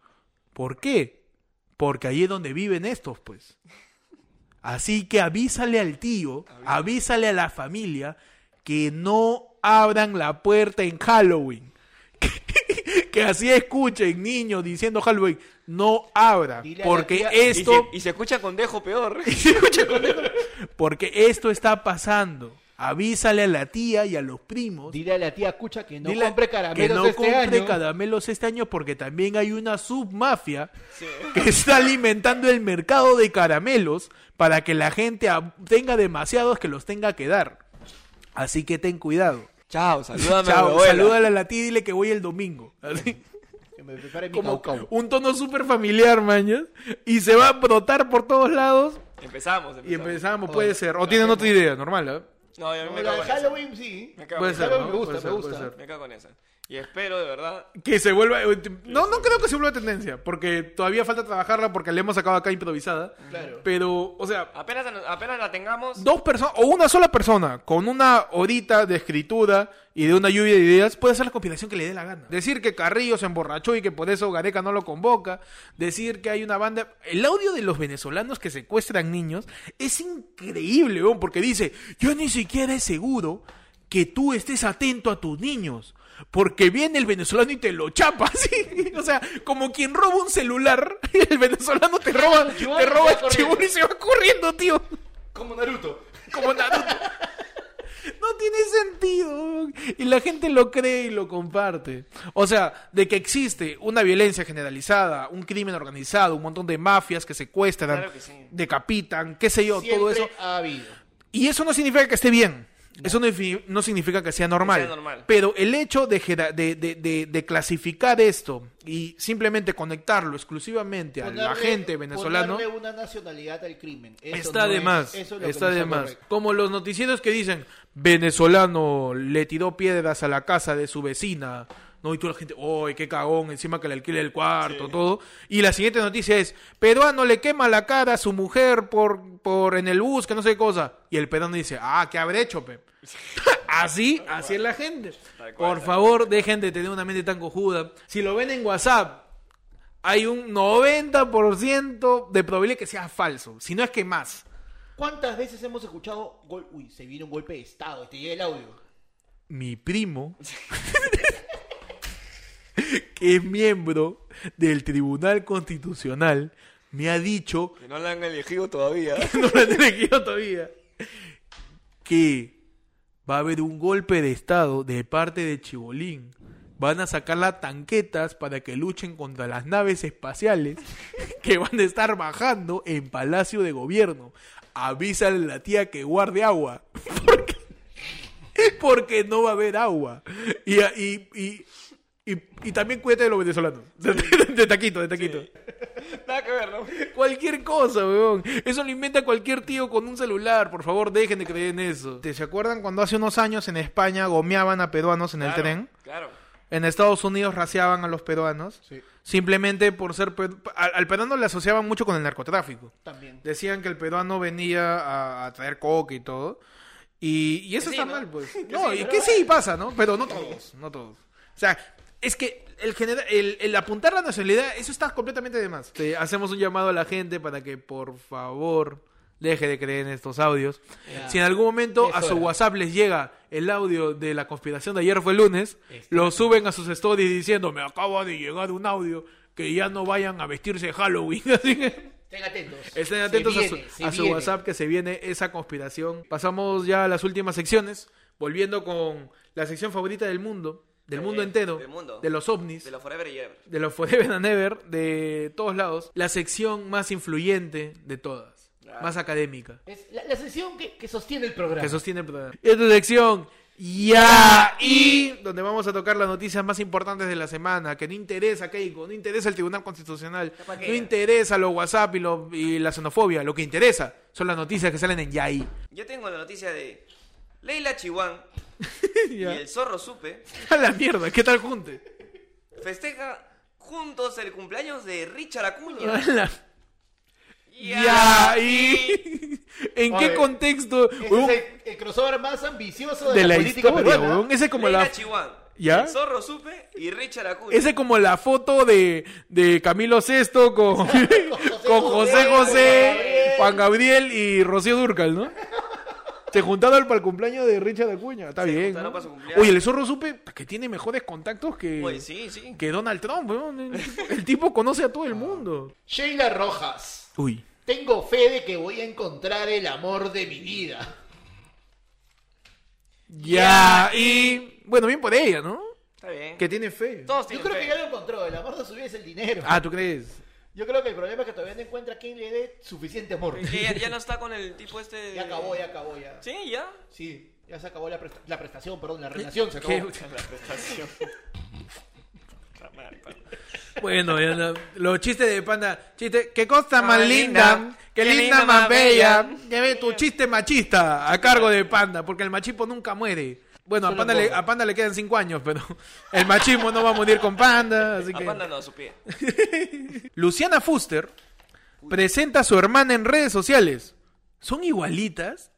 [SPEAKER 1] ¿Por qué? Porque ahí es donde viven estos, pues. Así que avísale al tío, avísale a la familia que no abran la puerta en Halloween. Que, que así escuchen niños diciendo Halloween, no abran,
[SPEAKER 3] Dile a la
[SPEAKER 1] porque
[SPEAKER 3] tía-
[SPEAKER 2] Y
[SPEAKER 1] esto
[SPEAKER 2] se, y se escucha con dejo peor.
[SPEAKER 1] porque esto está pasando. Avísale a la tía y a los primos.
[SPEAKER 3] Dile a la tía Cucha que no
[SPEAKER 1] Dile
[SPEAKER 3] compre
[SPEAKER 1] que
[SPEAKER 3] caramelos
[SPEAKER 1] no
[SPEAKER 3] este
[SPEAKER 1] compre
[SPEAKER 3] año.
[SPEAKER 1] caramelos este año porque también hay una submafia que está alimentando el mercado de caramelos para que la gente ab- tenga demasiados que los tenga que dar. Así que ten cuidado.
[SPEAKER 2] Chao, salúdame. a mi
[SPEAKER 1] Chao,
[SPEAKER 2] abuela.
[SPEAKER 1] salúdale a la tía y dile que voy el domingo. Así.
[SPEAKER 3] Que me prepare mi
[SPEAKER 1] Como
[SPEAKER 3] caucao.
[SPEAKER 1] un tono súper familiar, mañas. Y se va a brotar por todos lados.
[SPEAKER 2] Empezamos, empezamos.
[SPEAKER 1] Y empezamos,
[SPEAKER 3] Oye,
[SPEAKER 1] puede ser. O tienen otra idea, normal, ¿eh?
[SPEAKER 2] No, y a mí
[SPEAKER 3] Como
[SPEAKER 2] me
[SPEAKER 3] la
[SPEAKER 2] cago
[SPEAKER 3] de
[SPEAKER 2] en esa.
[SPEAKER 3] Halloween, sí.
[SPEAKER 2] Me cago
[SPEAKER 1] Puede
[SPEAKER 2] en
[SPEAKER 1] ser,
[SPEAKER 2] esa.
[SPEAKER 1] ¿no?
[SPEAKER 3] Me gusta,
[SPEAKER 1] Puede
[SPEAKER 3] me
[SPEAKER 1] ser, puede
[SPEAKER 3] gusta.
[SPEAKER 1] ser.
[SPEAKER 2] Me cago en esa. Y espero, de verdad,
[SPEAKER 1] Que se vuelva. eh, No, no creo que se vuelva tendencia, porque todavía falta trabajarla porque la hemos sacado acá improvisada.
[SPEAKER 3] Claro.
[SPEAKER 1] Pero, o sea,
[SPEAKER 2] Apenas, apenas la tengamos.
[SPEAKER 1] dos personas o una sola persona con una horita de escritura y de una lluvia de ideas puede hacer la compilación que le dé la gana. Decir que Carrillo se emborrachó y que por eso Gareca no lo convoca. Decir que hay una banda. El audio de los venezolanos que secuestran niños es increíble, weón, porque dice: Yo ni siquiera es seguro que tú estés atento a tus niños. Porque viene el venezolano y te lo chapa, así. O sea, como quien roba un celular, el venezolano te roba,
[SPEAKER 3] Chibolo
[SPEAKER 1] te roba
[SPEAKER 3] se va
[SPEAKER 1] el chibolo y se va corriendo, tío
[SPEAKER 3] Como Naruto.
[SPEAKER 1] como Naruto. No tiene sentido. Y la gente lo cree y lo comparte. O sea, de que existe una violencia generalizada, un crimen organizado, un montón de mafias que secuestran,
[SPEAKER 2] Claro que sí.
[SPEAKER 1] decapitan, qué sé yo,
[SPEAKER 3] Siempre
[SPEAKER 1] todo eso.
[SPEAKER 3] ha habido.
[SPEAKER 1] Y eso no significa que esté bien. Eso no, fi- no significa que sea normal.
[SPEAKER 2] sea normal.
[SPEAKER 1] Pero el hecho de, jera- de, de- de- de clasificar esto y simplemente conectarlo exclusivamente a la
[SPEAKER 3] Ponerle-
[SPEAKER 1] gente venezolana.
[SPEAKER 3] Ponerle una nacionalidad al crimen. Eso
[SPEAKER 1] Está
[SPEAKER 3] no
[SPEAKER 1] de
[SPEAKER 3] es-
[SPEAKER 1] más.
[SPEAKER 3] eso es lo que
[SPEAKER 1] está
[SPEAKER 3] no
[SPEAKER 1] de
[SPEAKER 3] está
[SPEAKER 1] más.
[SPEAKER 3] correcto.
[SPEAKER 1] Como los noticieros que dicen, venezolano le tiró piedras a la casa de su vecina No, y toda la gente, ¡oy, qué cagón! Encima que le alquile el cuarto, todo. Y la siguiente noticia es: Peruano le quema la cara a su mujer por, por en el bus, que no sé qué cosa. Y el peruano dice: ¡Ah, qué habré hecho, pe! Así, así es la gente.
[SPEAKER 2] Tal cual,
[SPEAKER 1] Por
[SPEAKER 2] tal
[SPEAKER 1] favor, dejen de tener una mente tan cojuda. Si lo ven en WhatsApp, hay un 90% de probabilidad que sea falso. Si no es que más.
[SPEAKER 3] ¿Cuántas veces hemos escuchado gol... Uy, se viene un golpe de estado, este llega el audio.
[SPEAKER 1] mi primo, que es miembro del Tribunal Constitucional, me ha dicho,
[SPEAKER 2] Que no la han elegido todavía.
[SPEAKER 1] no lo han elegido todavía, que va a haber un golpe de Estado de parte de Chibolín. Van a sacar las tanquetas para que luchen contra las naves espaciales que van a estar bajando en Palacio de Gobierno. Avísale a la tía que guarde agua. Porque no va a haber agua. Y, y, y, y, y también cuídate de los venezolanos. De, de- de taquito, de taquito.
[SPEAKER 2] Nada que ver, ¿no?
[SPEAKER 1] Cualquier cosa, weón. Eso lo inventa cualquier tío con un celular. Por favor, dejen de creer en eso. ¿Se acuerdan cuando hace unos años en España gomeaban a peruanos en el
[SPEAKER 2] Claro,
[SPEAKER 1] tren?
[SPEAKER 2] Claro.
[SPEAKER 1] En Estados Unidos raciaban a los peruanos. Simplemente por ser... peru- Al, al peruano le asociaban mucho con el narcotráfico.
[SPEAKER 3] También.
[SPEAKER 1] Decían que el peruano venía a, a traer coca y todo. Y, y eso
[SPEAKER 2] Que sí,
[SPEAKER 1] está
[SPEAKER 2] ¿no?
[SPEAKER 1] mal, pues.
[SPEAKER 2] Que
[SPEAKER 1] no,
[SPEAKER 2] sí,
[SPEAKER 1] y
[SPEAKER 2] pero
[SPEAKER 1] que
[SPEAKER 2] bueno.
[SPEAKER 1] sí pasa, ¿no? Pero no todos, no todos. O sea, es que el, genera- el, el apuntar la nacionalidad, eso está completamente de más. Te hacemos un llamado a la gente para que, por favor, deje de creer en estos audios.
[SPEAKER 3] Ya.
[SPEAKER 1] Si en algún momento
[SPEAKER 3] Es
[SPEAKER 1] a su
[SPEAKER 3] hora.
[SPEAKER 1] WhatsApp les llega el audio de la conspiración de ayer fue el lunes,
[SPEAKER 2] Este.
[SPEAKER 1] lo suben a sus stories diciendo, me acaba de llegar un audio, que ya no vayan a vestirse de Halloween. Así que...
[SPEAKER 3] Estén atentos.
[SPEAKER 1] Estén
[SPEAKER 3] Se
[SPEAKER 1] atentos
[SPEAKER 3] viene,
[SPEAKER 1] a su,
[SPEAKER 3] se
[SPEAKER 1] a su
[SPEAKER 3] viene.
[SPEAKER 1] WhatsApp que se viene esa conspiración. Pasamos ya a las últimas secciones, volviendo con la sección favorita del mundo, del
[SPEAKER 2] Eh,
[SPEAKER 1] mundo entero,
[SPEAKER 2] del mundo.
[SPEAKER 1] de los ovnis,
[SPEAKER 2] De los Forever y Ever.
[SPEAKER 1] de los Forever and Ever, de todos lados. La sección más influyente de todas,
[SPEAKER 2] Claro.
[SPEAKER 1] más académica,
[SPEAKER 3] Es la, la sesión que, que sostiene el programa.
[SPEAKER 1] que sostiene el programa. Esta sección, ya y donde vamos a tocar las noticias más importantes de la semana, que no interesa Keiko, no interesa el Tribunal Constitucional,
[SPEAKER 2] ¿Para qué?
[SPEAKER 1] no interesa los WhatsApp y, lo- y la xenofobia, lo que interesa son las noticias que salen en Yaí.
[SPEAKER 2] Yo tengo la noticia de Leila Chihuán y
[SPEAKER 1] Ya.
[SPEAKER 2] el zorro supe
[SPEAKER 1] A la mierda, ¿qué tal junte?
[SPEAKER 2] festeja juntos el cumpleaños de Richard
[SPEAKER 1] A
[SPEAKER 2] Acuña.
[SPEAKER 1] la-
[SPEAKER 2] Y
[SPEAKER 1] Ya,
[SPEAKER 2] ahí-
[SPEAKER 1] y... ¿En
[SPEAKER 3] Oye,
[SPEAKER 1] qué contexto?
[SPEAKER 3] Ese
[SPEAKER 1] huevón,
[SPEAKER 3] es el, el crossover más ambicioso de,
[SPEAKER 1] de
[SPEAKER 3] la,
[SPEAKER 1] la
[SPEAKER 3] política
[SPEAKER 1] historia,
[SPEAKER 3] peruana.
[SPEAKER 1] huevón. Ese es como
[SPEAKER 2] Leila
[SPEAKER 1] la...
[SPEAKER 2] Chihuán,
[SPEAKER 1] ¿Ya?
[SPEAKER 2] el zorro supe y Richard Acuña.
[SPEAKER 1] Esa es como la foto de, de Camilo Sesto con, con José
[SPEAKER 2] José,
[SPEAKER 1] José, Juan Gabriel y Rocío Durcal, ¿no? Se juntaron para el cumpleaños de Richard Acuña. Está
[SPEAKER 2] Se
[SPEAKER 1] bien.
[SPEAKER 2] juntaron
[SPEAKER 1] ¿no?
[SPEAKER 2] para su cumpleaños.
[SPEAKER 1] Oye, el zorro supe que tiene mejores contactos que,
[SPEAKER 2] Oye, Pues, sí, sí.
[SPEAKER 1] que Donald Trump, weón. El tipo- el tipo conoce a todo el mundo.
[SPEAKER 3] Ah. Sheila Rojas.
[SPEAKER 1] Uy.
[SPEAKER 3] Tengo fe de que voy a encontrar el amor de mi vida.
[SPEAKER 1] Ya, y. Bueno, bien por ella, ¿no?
[SPEAKER 2] Está bien.
[SPEAKER 1] Que tiene fe.
[SPEAKER 2] Todos
[SPEAKER 3] Yo
[SPEAKER 2] tienen
[SPEAKER 3] creo
[SPEAKER 2] fe.
[SPEAKER 3] que ya lo encontró. El amor de su vida es el dinero.
[SPEAKER 1] Ah, ¿tú crees?
[SPEAKER 3] Yo creo que el problema es que todavía no encuentra quien le dé suficiente amor.
[SPEAKER 2] Que ya, ya no está con el tipo este. de-
[SPEAKER 1] Eh,
[SPEAKER 3] Ya acabó, ya acabó, ya. Sí,
[SPEAKER 2] Sí, ya.
[SPEAKER 3] ya se acabó la, presta- la prestación, perdón, la relación se
[SPEAKER 1] ¿Qué?
[SPEAKER 3] acabó.
[SPEAKER 2] La prestación.
[SPEAKER 1] Bueno, ya no. los chistes de panda. Chiste, qué cosa más
[SPEAKER 2] Ah,
[SPEAKER 1] linda,
[SPEAKER 2] linda.
[SPEAKER 1] qué,
[SPEAKER 2] Qué
[SPEAKER 1] linda
[SPEAKER 2] linda
[SPEAKER 1] más
[SPEAKER 2] más
[SPEAKER 1] bella.
[SPEAKER 2] bella.
[SPEAKER 1] Ya ve tu chiste machista a cargo de panda, porque el machismo nunca muere. Bueno, a
[SPEAKER 3] Solo
[SPEAKER 1] panda, le,
[SPEAKER 3] gordo.
[SPEAKER 1] a Panda le quedan cinco años, pero el machismo no va a morir con panda. Así
[SPEAKER 2] A
[SPEAKER 1] que...
[SPEAKER 2] Panda no, su pie.
[SPEAKER 1] Luciana Fuster presenta a su hermana en redes sociales. ¿Son igualitas?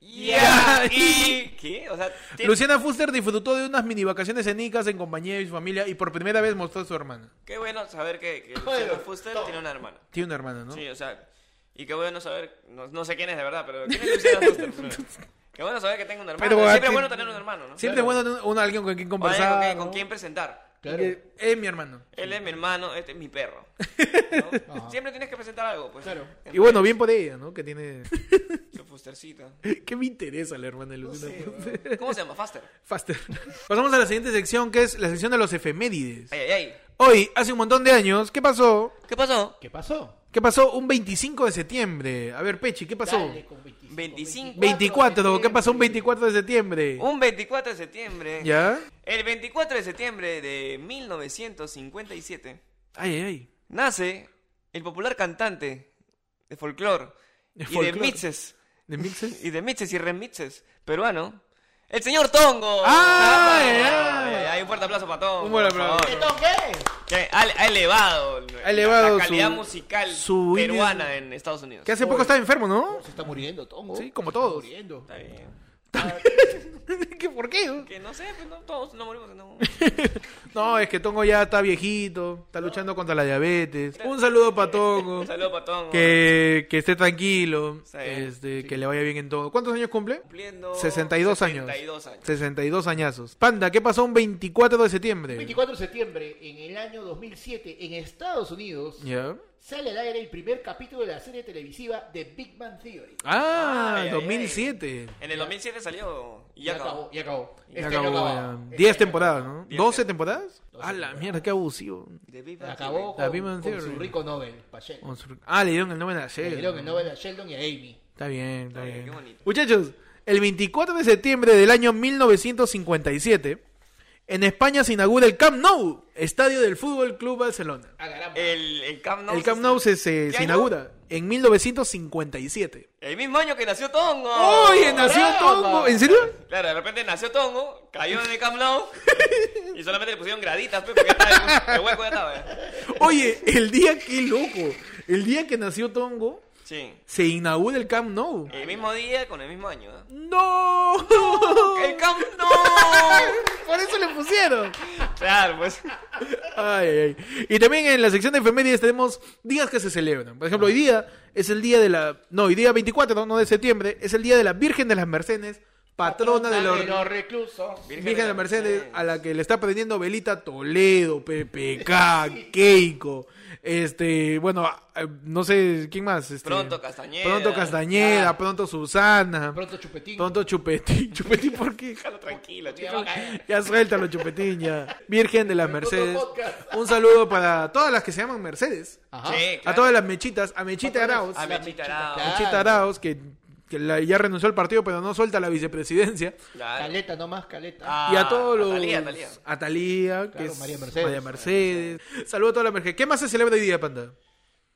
[SPEAKER 2] Ya. ¿Y qué? O sea, tiene-
[SPEAKER 1] Luciana Fuster disfrutó de unas mini vacaciones en Icas en compañía de su familia y por primera vez mostró a su hermana.
[SPEAKER 2] qué bueno saber que, que
[SPEAKER 3] Joder,
[SPEAKER 2] Luciano Fuster
[SPEAKER 3] no.
[SPEAKER 2] tiene una hermana.
[SPEAKER 1] Tiene una hermana, ¿no?
[SPEAKER 2] Sí, o sea, y qué bueno saber, no, no sé quién es de verdad, pero ¿quién es Luciano Fuster? qué bueno saber que tengo un hermano. Siempre
[SPEAKER 1] Pero, ah,
[SPEAKER 2] es
[SPEAKER 1] ti-
[SPEAKER 2] bueno tener un hermano, ¿no?
[SPEAKER 1] Siempre es bueno tener un- alguien con quien
[SPEAKER 2] O alguien
[SPEAKER 1] conversar.
[SPEAKER 2] con, quien- con
[SPEAKER 1] ¿no?
[SPEAKER 2] quien presentar.
[SPEAKER 3] Claro.
[SPEAKER 1] Eh, Es mi hermano.
[SPEAKER 2] Él es mi hermano, este es mi perro. ¿no?
[SPEAKER 3] Ajá.
[SPEAKER 2] Siempre tienes que presentar algo, pues.
[SPEAKER 3] Claro.
[SPEAKER 1] Y bueno, bien por ella, ¿no? Que tiene.
[SPEAKER 2] Su Fustercita.
[SPEAKER 1] ¿Qué me interesa la hermana de Luciana Fuster?
[SPEAKER 2] ¿Cómo se llama? Faster.
[SPEAKER 1] Faster. Pasamos a la siguiente sección, que es la sección de los efemérides.
[SPEAKER 2] Ay, ay, ay.
[SPEAKER 1] Hoy, hace un montón de años, ¿qué pasó?
[SPEAKER 2] ¿Qué pasó?
[SPEAKER 3] ¿Qué pasó?
[SPEAKER 1] ¿Qué pasó un 25 de septiembre? A ver, Pechi, ¿qué pasó?
[SPEAKER 3] Dale, con 25.
[SPEAKER 2] 25.
[SPEAKER 1] 24, ¿qué pasó un 24 de septiembre?
[SPEAKER 2] Un 24 de septiembre.
[SPEAKER 1] ¿Ya?
[SPEAKER 2] El 24 de septiembre de 1957
[SPEAKER 1] Ay, ay,
[SPEAKER 2] nace el popular cantante de folclore
[SPEAKER 1] De
[SPEAKER 2] y de
[SPEAKER 1] folclore.
[SPEAKER 2] mixes
[SPEAKER 1] ¿De mixes?
[SPEAKER 2] y de mixes y remixes peruano ¡El señor Tongo!
[SPEAKER 1] Ah,
[SPEAKER 2] Ay,
[SPEAKER 1] ya.
[SPEAKER 2] ay, ay, Un fuerte aplauso para Tongo.
[SPEAKER 1] Un buen
[SPEAKER 2] por
[SPEAKER 1] aplauso.
[SPEAKER 2] favor.
[SPEAKER 3] ¿Qué toque?
[SPEAKER 2] Que Ha, ha elevado,
[SPEAKER 1] Ha elevado
[SPEAKER 2] la calidad
[SPEAKER 1] su-
[SPEAKER 2] musical
[SPEAKER 1] su
[SPEAKER 2] peruana
[SPEAKER 1] índice-
[SPEAKER 2] en Estados Unidos.
[SPEAKER 1] Que hace poco estaba enfermo, ¿no?
[SPEAKER 3] Se está muriendo, Tongo.
[SPEAKER 1] Sí, como
[SPEAKER 3] Se está
[SPEAKER 1] todos.
[SPEAKER 3] muriendo.
[SPEAKER 2] Está bien.
[SPEAKER 1] ¿Qué, ¿Por qué?
[SPEAKER 2] Que no sé, pues no, todos no morimos. No.
[SPEAKER 1] No, es que Tongo ya está viejito, está luchando contra la diabetes. Un saludo para Tongo.
[SPEAKER 2] Un saludo para Tongo.
[SPEAKER 1] Que, que esté tranquilo,
[SPEAKER 2] Sí,
[SPEAKER 1] este, que le vaya bien en todo. ¿Cuántos años cumple?
[SPEAKER 2] Cumpliendo
[SPEAKER 1] 62 años.
[SPEAKER 2] 62 años.
[SPEAKER 1] 62 añazos. Panda, ¿qué pasó un 24 de septiembre?
[SPEAKER 3] 24 de septiembre, en el año 2007, en Estados Unidos,
[SPEAKER 1] Ya.
[SPEAKER 3] sale al aire el primer capítulo de la serie televisiva The Big Bang Theory.
[SPEAKER 1] Ah,
[SPEAKER 2] Ay, ay,
[SPEAKER 1] 2007.
[SPEAKER 2] En el 2007 salió y ya acabó.
[SPEAKER 3] ya acabó.
[SPEAKER 1] Ya
[SPEAKER 3] Este año
[SPEAKER 1] acabó,
[SPEAKER 3] acababa.
[SPEAKER 1] ya.
[SPEAKER 3] Este
[SPEAKER 1] 10
[SPEAKER 3] año
[SPEAKER 1] temporadas, ¿no?
[SPEAKER 2] Diez
[SPEAKER 1] 12 temporadas.
[SPEAKER 3] Doce
[SPEAKER 1] A la
[SPEAKER 3] temporadas.
[SPEAKER 1] mierda, qué abusivo.
[SPEAKER 2] The Big Bang
[SPEAKER 3] Acabó
[SPEAKER 1] The Big
[SPEAKER 3] con,
[SPEAKER 1] Bang
[SPEAKER 3] con
[SPEAKER 1] Theory.
[SPEAKER 3] su rico Nobel, pa' Sheldon.
[SPEAKER 1] Ah, le dieron el nombre de la serie.
[SPEAKER 3] Le dieron el Nobel a Sheldon y a Amy.
[SPEAKER 1] Está bien, está
[SPEAKER 2] Está bien,
[SPEAKER 1] bien.
[SPEAKER 2] qué bonito.
[SPEAKER 1] Muchachos, el 24 de septiembre del año 1957, en España se inaugura el Camp Nou, estadio del Fútbol Club Barcelona.
[SPEAKER 3] A
[SPEAKER 2] Theory.
[SPEAKER 1] Eh,
[SPEAKER 3] caramba.
[SPEAKER 2] El, el Camp Nou.
[SPEAKER 1] el Camp Nou se,
[SPEAKER 2] ¿Qué
[SPEAKER 1] se, se
[SPEAKER 2] año?
[SPEAKER 1] inaugura en 1957.
[SPEAKER 2] El mismo año que nació Tongo.
[SPEAKER 1] ¡Oye, nació
[SPEAKER 3] brava!
[SPEAKER 1] Tongo! ¿En serio?
[SPEAKER 2] Claro, de repente nació Tongo, cayó en el Camp Nou y solamente le pusieron graditas, pues, porque ya estaba, el hueco ya estaba. ya.
[SPEAKER 1] Oye, el día, qué loco. El día que nació Tongo,
[SPEAKER 2] Sí.
[SPEAKER 1] se inaugura el Camp Nou.
[SPEAKER 2] El mismo día con el mismo año. ¿eh?
[SPEAKER 1] ¡No!
[SPEAKER 2] ¡El Camp Nou!
[SPEAKER 1] Por eso le pusieron.
[SPEAKER 2] Claro, pues.
[SPEAKER 1] Ay, ay, ay. Y también en la sección de efemérides tenemos días que se celebran. Por ejemplo, hoy día es el día de la. No, hoy día 24, no, no de septiembre, es el día de la Virgen de las Mercedes, patrona de los.
[SPEAKER 3] reclusos.
[SPEAKER 1] Virgen de las Mercedes, a la que le está prendiendo velita Toledo, PPK, Keiko, este, bueno, a- a- no sé, ¿quién más? Este,
[SPEAKER 2] Pronto Castañeda.
[SPEAKER 1] Pronto Castañeda, pronto Susana, pronto,
[SPEAKER 3] Pronto Chupetín.
[SPEAKER 1] Chupetín, Chupetín, ¿por qué?
[SPEAKER 2] Déjalo tranquilo,
[SPEAKER 3] Ya va a
[SPEAKER 2] chicos.
[SPEAKER 3] caer.
[SPEAKER 1] Ya suéltalo, Chupetín, ya. Virgen de las
[SPEAKER 3] Pronto
[SPEAKER 1] Mercedes.
[SPEAKER 3] podcast.
[SPEAKER 1] Un saludo para todas las que se llaman Mercedes.
[SPEAKER 3] Ajá.
[SPEAKER 2] Sí,
[SPEAKER 1] A
[SPEAKER 2] claro.
[SPEAKER 1] todas las mechitas, a Mechita Arauz.
[SPEAKER 2] A
[SPEAKER 3] La
[SPEAKER 2] Mechita
[SPEAKER 3] Mechita,
[SPEAKER 2] Arauz.
[SPEAKER 3] claro.
[SPEAKER 1] Mechita Arauz, que, que la- ya renunció al partido, pero no suelta la vicepresidencia.
[SPEAKER 2] Claro.
[SPEAKER 3] Caleta nomás, caleta.
[SPEAKER 2] Ah,
[SPEAKER 1] Y a todos los.
[SPEAKER 2] Talía, Talía.
[SPEAKER 1] a Thalía, que
[SPEAKER 3] Claro,
[SPEAKER 1] es María
[SPEAKER 3] María
[SPEAKER 1] Mercedes.
[SPEAKER 3] Mercedes.
[SPEAKER 1] Saludos a toda la Mercedes. ¿Qué más se celebra hoy día, Panda?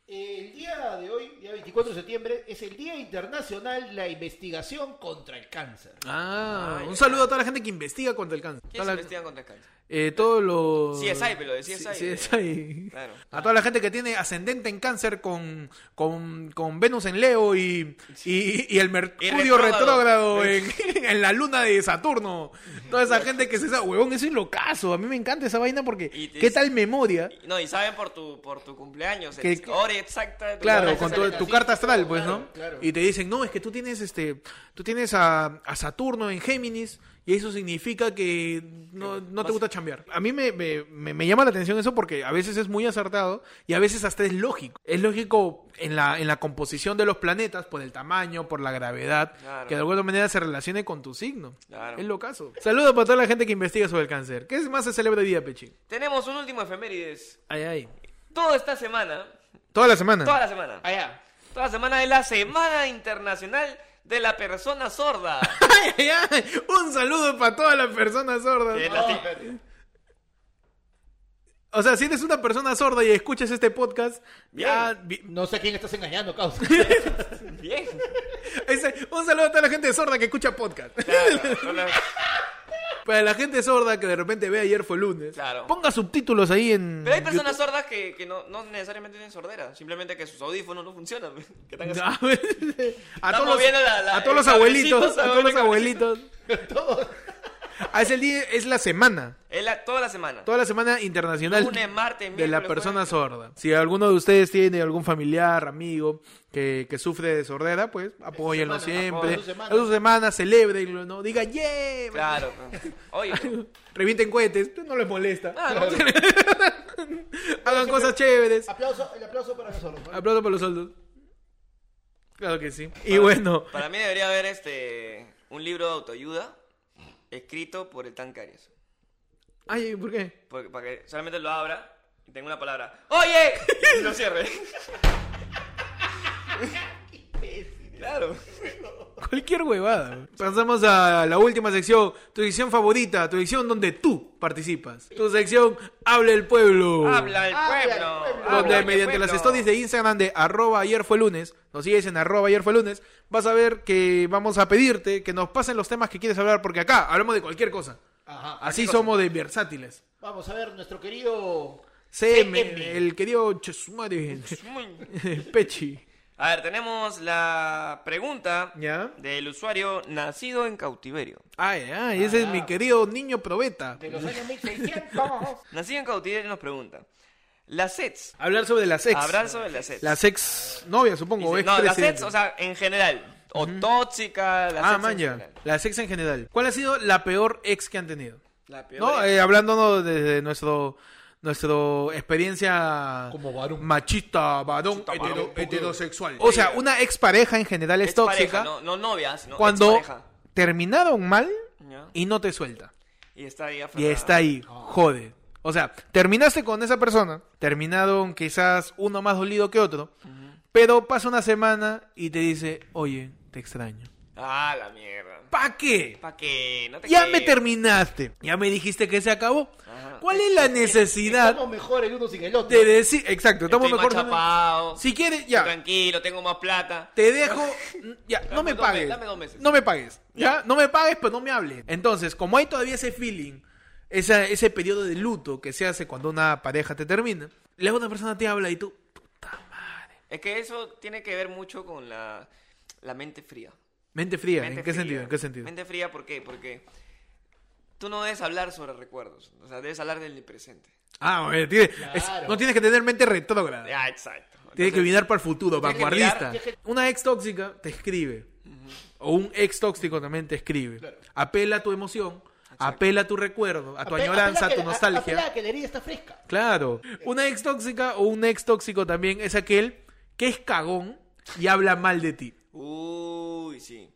[SPEAKER 3] El día de hoy, día 24 de septiembre, es el Día Internacional de la Investigación contra el Cáncer.
[SPEAKER 1] Ah,
[SPEAKER 2] Ay,
[SPEAKER 1] un
[SPEAKER 2] ay,
[SPEAKER 1] saludo a toda la gente que investiga contra el cáncer.
[SPEAKER 2] ¿Quién
[SPEAKER 1] Toda
[SPEAKER 2] se
[SPEAKER 1] la-
[SPEAKER 2] investigan contra el cáncer?
[SPEAKER 1] eh, todos los.
[SPEAKER 2] CSI, pero de CSI.
[SPEAKER 1] Sí, CSI.
[SPEAKER 2] Claro.
[SPEAKER 1] A toda la gente que tiene ascendente en cáncer con, con, con Venus en Leo y, y, y el Mercurio retrógrado
[SPEAKER 2] retrógrado.
[SPEAKER 1] en, en la luna de Saturno. Toda esa gente que se sabe, huevón, eso es locazo. A mí me encanta esa vaina porque
[SPEAKER 2] Y te
[SPEAKER 1] qué
[SPEAKER 2] dice-
[SPEAKER 1] tal memoria.
[SPEAKER 2] Y- No, y saben por tu, por tu cumpleaños,
[SPEAKER 1] Que-
[SPEAKER 2] el hora exacta de tu
[SPEAKER 1] Claro,
[SPEAKER 2] cumpleaños,
[SPEAKER 1] con
[SPEAKER 2] sale
[SPEAKER 1] tu,
[SPEAKER 3] la
[SPEAKER 1] tu
[SPEAKER 3] cita,
[SPEAKER 1] carta astral, pues,
[SPEAKER 3] claro,
[SPEAKER 1] ¿no?
[SPEAKER 3] claro.
[SPEAKER 1] Y te dicen, no, es que tú tienes este, tú tienes a, a Saturno en Géminis y eso significa que no, no te
[SPEAKER 2] vas-
[SPEAKER 1] gusta chambear. A mí me, me- me- me llama la atención eso porque a veces es muy acertado y a veces hasta es lógico. Es lógico en la, en la composición de los planetas, por el tamaño, por la gravedad,
[SPEAKER 2] Claro.
[SPEAKER 1] que de alguna manera se relacione con tu signo.
[SPEAKER 2] Claro.
[SPEAKER 1] Es lo caso. Saludos para toda la gente que investiga sobre el cáncer. ¿Qué más se celebra hoy día, Pechín?
[SPEAKER 2] Tenemos un último efemérides.
[SPEAKER 1] Ay, ay.
[SPEAKER 2] Toda esta semana,
[SPEAKER 1] Toda la semana.
[SPEAKER 2] toda la semana,
[SPEAKER 3] Allá.
[SPEAKER 2] toda la semana es la Semana Internacional de la Persona Sorda.
[SPEAKER 1] Ay, ay, ay. Un saludo para todas las personas sordas.
[SPEAKER 3] Ah,
[SPEAKER 2] Que es la ti-
[SPEAKER 1] O sea, si eres una persona sorda y escuchas este podcast, ah, ya, vi-
[SPEAKER 3] No sé a quién estás engañando, causa.
[SPEAKER 2] Bien.
[SPEAKER 1] ese- un saludo a toda la gente sorda que escucha podcast.
[SPEAKER 2] Claro, no la-
[SPEAKER 1] Para la gente sorda que de repente ve ayer fue lunes,
[SPEAKER 2] Claro.
[SPEAKER 1] ponga subtítulos ahí en.
[SPEAKER 2] Pero hay personas sordas que, que no, no necesariamente tienen sordera, simplemente que sus audífonos no funcionan. Que están así.
[SPEAKER 1] YouTube. a,
[SPEAKER 2] Estamos
[SPEAKER 1] todos los,
[SPEAKER 2] viendo la- la-
[SPEAKER 1] a todos los
[SPEAKER 2] el cablecito,
[SPEAKER 1] abuelitos, a todos los
[SPEAKER 2] el cablecito.
[SPEAKER 1] abuelitos. Ah, es el día, es la semana,
[SPEAKER 2] Es la- toda la semana.
[SPEAKER 1] toda la semana internacional
[SPEAKER 2] Lunes, martes,
[SPEAKER 1] de la
[SPEAKER 2] miércoles,
[SPEAKER 1] persona
[SPEAKER 2] jueves.
[SPEAKER 1] sorda. Si alguno de ustedes tiene algún familiar, amigo que, que sufre de sordera, pues apóyenlo
[SPEAKER 3] semana,
[SPEAKER 1] siempre.
[SPEAKER 3] apoya.
[SPEAKER 1] Es
[SPEAKER 3] Es su
[SPEAKER 1] su semana,
[SPEAKER 3] semana.
[SPEAKER 1] celébrenlo, ¿no? Diga, yeah,
[SPEAKER 2] Claro. pues. Oye, ah,
[SPEAKER 1] Revienten cohetes, pues, no les molesta.
[SPEAKER 2] Claro.
[SPEAKER 1] Hagan cosas chéveres.
[SPEAKER 2] Ah.
[SPEAKER 3] aplauso, el aplauso para nosotros. ¿no?
[SPEAKER 1] Aplauso para los soldos. Claro que sí. Y bueno,
[SPEAKER 2] para mí debería haber este un libro de autoayuda escrito por el Tancaries.
[SPEAKER 1] ay, ¿por qué?
[SPEAKER 2] Porque, para que solamente lo abra y tenga una palabra. ¡Oye! Y lo cierre. claro.
[SPEAKER 1] Cualquier huevada. Pasamos a la última sección, tu sección favorita, tu sección donde tú participas. Tu sección Habla el Pueblo.
[SPEAKER 2] Habla el
[SPEAKER 3] Habla el
[SPEAKER 2] pueblo.
[SPEAKER 3] pueblo.
[SPEAKER 2] habla
[SPEAKER 1] Donde
[SPEAKER 2] el
[SPEAKER 1] mediante las
[SPEAKER 2] pueblo.
[SPEAKER 1] stories de Instagram de arroba ayer fue lunes, nos sigues en arroba ayer fue lunes, vas a ver que vamos a pedirte que nos pasen los temas que quieres hablar, porque acá hablamos de cualquier cosa.
[SPEAKER 3] Ajá.
[SPEAKER 1] Así somos de versátiles.
[SPEAKER 3] Vamos a ver, nuestro querido.
[SPEAKER 1] CM,
[SPEAKER 3] CM.
[SPEAKER 1] el querido Chesumare, Pechi.
[SPEAKER 2] A ver, tenemos la pregunta
[SPEAKER 1] ¿Ya?
[SPEAKER 2] del usuario nacido en cautiverio.
[SPEAKER 1] Ay, ay, ese es mi querido niño probeta.
[SPEAKER 3] De los años 1600.
[SPEAKER 2] Nacido en cautiverio nos pregunta. Las sets.
[SPEAKER 1] Hablar sobre las ex.
[SPEAKER 2] Hablar sobre las sets.
[SPEAKER 1] Las ex novias, supongo.
[SPEAKER 2] Dice,
[SPEAKER 1] ex
[SPEAKER 2] no, las
[SPEAKER 1] presidentes.
[SPEAKER 2] sets, o sea, en general. O tóxica, las
[SPEAKER 1] ah,
[SPEAKER 2] sets en
[SPEAKER 1] man, ya.
[SPEAKER 2] general.
[SPEAKER 1] Las ex en general. ¿Cuál ha sido la peor ex que han tenido?
[SPEAKER 2] La peor
[SPEAKER 1] No,
[SPEAKER 2] es-
[SPEAKER 1] eh, hablándonos desde nuestro nuestro experiencia
[SPEAKER 3] Como varón.
[SPEAKER 1] machista, varón,
[SPEAKER 2] Machista,
[SPEAKER 1] hetero-
[SPEAKER 2] varón,
[SPEAKER 1] heterosexual. O sea, una ex pareja en general es,
[SPEAKER 2] es
[SPEAKER 1] tóxica
[SPEAKER 2] pareja, no, no novias, no
[SPEAKER 1] cuando
[SPEAKER 2] expareja.
[SPEAKER 1] terminaron mal
[SPEAKER 2] Ya.
[SPEAKER 1] y no te suelta.
[SPEAKER 2] Y está ahí
[SPEAKER 1] Y
[SPEAKER 2] aferrada.
[SPEAKER 1] está ahí,
[SPEAKER 3] Ah.
[SPEAKER 1] jode. O sea, terminaste con esa persona, terminaron quizás uno más dolido que otro, pero pasa una semana y te dice, oye, te extraño.
[SPEAKER 2] Ah, la mierda.
[SPEAKER 1] ¿Pa qué?
[SPEAKER 2] ¿Para qué? No te
[SPEAKER 1] Ya
[SPEAKER 2] creo.
[SPEAKER 1] me terminaste, ya me dijiste que se acabó.
[SPEAKER 2] Ajá.
[SPEAKER 1] ¿Cuál es la necesidad
[SPEAKER 3] Estamos mejor el uno sin el otro.
[SPEAKER 1] de decir, exacto, estamos
[SPEAKER 2] Estoy
[SPEAKER 1] mejor.
[SPEAKER 2] más chapado.
[SPEAKER 1] Si quieres,
[SPEAKER 2] Estoy
[SPEAKER 1] ya,
[SPEAKER 2] Tranquilo, tengo más plata.
[SPEAKER 1] te dejo, ya, no
[SPEAKER 2] Dame
[SPEAKER 1] me
[SPEAKER 2] dos
[SPEAKER 1] pagues.
[SPEAKER 2] meses, dame dos meses.
[SPEAKER 1] No me pagues, ya, no me pagues, pero no me hables. Entonces, como hay todavía ese feeling, esa- ese periodo de luto que se hace cuando una pareja te termina, luego una persona te habla y tú,
[SPEAKER 2] Es que eso tiene que ver mucho con la, la mente fría.
[SPEAKER 1] mente fría,
[SPEAKER 2] Mente
[SPEAKER 1] ¿en qué
[SPEAKER 2] fría.
[SPEAKER 1] sentido? ¿En qué sentido?
[SPEAKER 2] Mente fría, ¿por qué? Porque tú no debes hablar sobre recuerdos. O sea, debes hablar del presente.
[SPEAKER 1] Ah, bueno, tiene- es-
[SPEAKER 3] Claro.
[SPEAKER 1] no tienes que tener mente retrógrada.
[SPEAKER 2] Ah, exacto.
[SPEAKER 1] Tiene que
[SPEAKER 2] Entonces,
[SPEAKER 1] mirar para el futuro,
[SPEAKER 2] Tiene que
[SPEAKER 1] vanguardista.
[SPEAKER 3] mirar, tiene
[SPEAKER 1] Una ex tóxica te escribe. O un ex tóxico también te escribe.
[SPEAKER 3] Claro.
[SPEAKER 1] Apela a tu emoción, apela a tu recuerdo, a tu
[SPEAKER 3] Apela-
[SPEAKER 1] añoranza,
[SPEAKER 3] apela
[SPEAKER 1] a
[SPEAKER 3] que
[SPEAKER 1] tu
[SPEAKER 3] la-
[SPEAKER 1] nostalgia.
[SPEAKER 3] apela que la herida está fresca.
[SPEAKER 1] Claro. Una ex tóxica o un ex tóxico también es aquel que es cagón y habla mal de ti.
[SPEAKER 2] Uy, sí.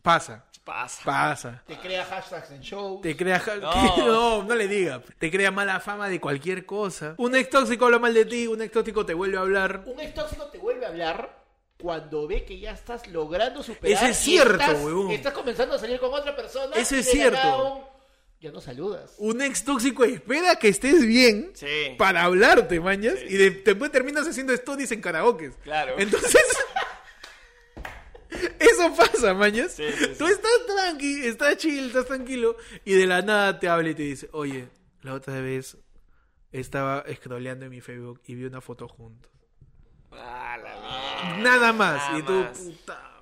[SPEAKER 1] Pasa,
[SPEAKER 2] Pasa.
[SPEAKER 1] pasa.
[SPEAKER 3] Te crea hashtags en shows.
[SPEAKER 1] Te crea... ja-
[SPEAKER 2] No.
[SPEAKER 1] ¿Qué? No, no le diga. Te crea mala fama de cualquier cosa. Un ex tóxico habla mal de ti, un ex tóxico te vuelve a hablar.
[SPEAKER 3] Un ex tóxico te vuelve a hablar cuando ve que ya estás logrando superar.
[SPEAKER 1] Eso es
[SPEAKER 3] y
[SPEAKER 1] cierto,
[SPEAKER 3] estás,
[SPEAKER 1] huevón.
[SPEAKER 3] Estás comenzando a salir con otra persona.
[SPEAKER 1] Eso
[SPEAKER 3] y
[SPEAKER 1] es
[SPEAKER 3] de la nada
[SPEAKER 1] cierto.
[SPEAKER 3] un, Ya no saludas.
[SPEAKER 1] Un ex tóxico espera que estés bien
[SPEAKER 2] Sí.
[SPEAKER 1] para hablarte, mañas.
[SPEAKER 2] Sí.
[SPEAKER 1] Y de- después terminas haciendo stories en karaoke.
[SPEAKER 2] Claro.
[SPEAKER 1] Entonces. Eso pasa, mañas.
[SPEAKER 2] Sí, sí, sí.
[SPEAKER 1] Tú estás tranqui, estás chill, estás tranquilo. Y de la nada te habla y te dice: Oye, la otra vez estaba scrolleando en mi Facebook y vi una foto juntos.
[SPEAKER 2] Ah, la mierda.
[SPEAKER 1] Nada más.
[SPEAKER 2] Ah, Nada
[SPEAKER 1] y tú,
[SPEAKER 2] más.
[SPEAKER 1] puta.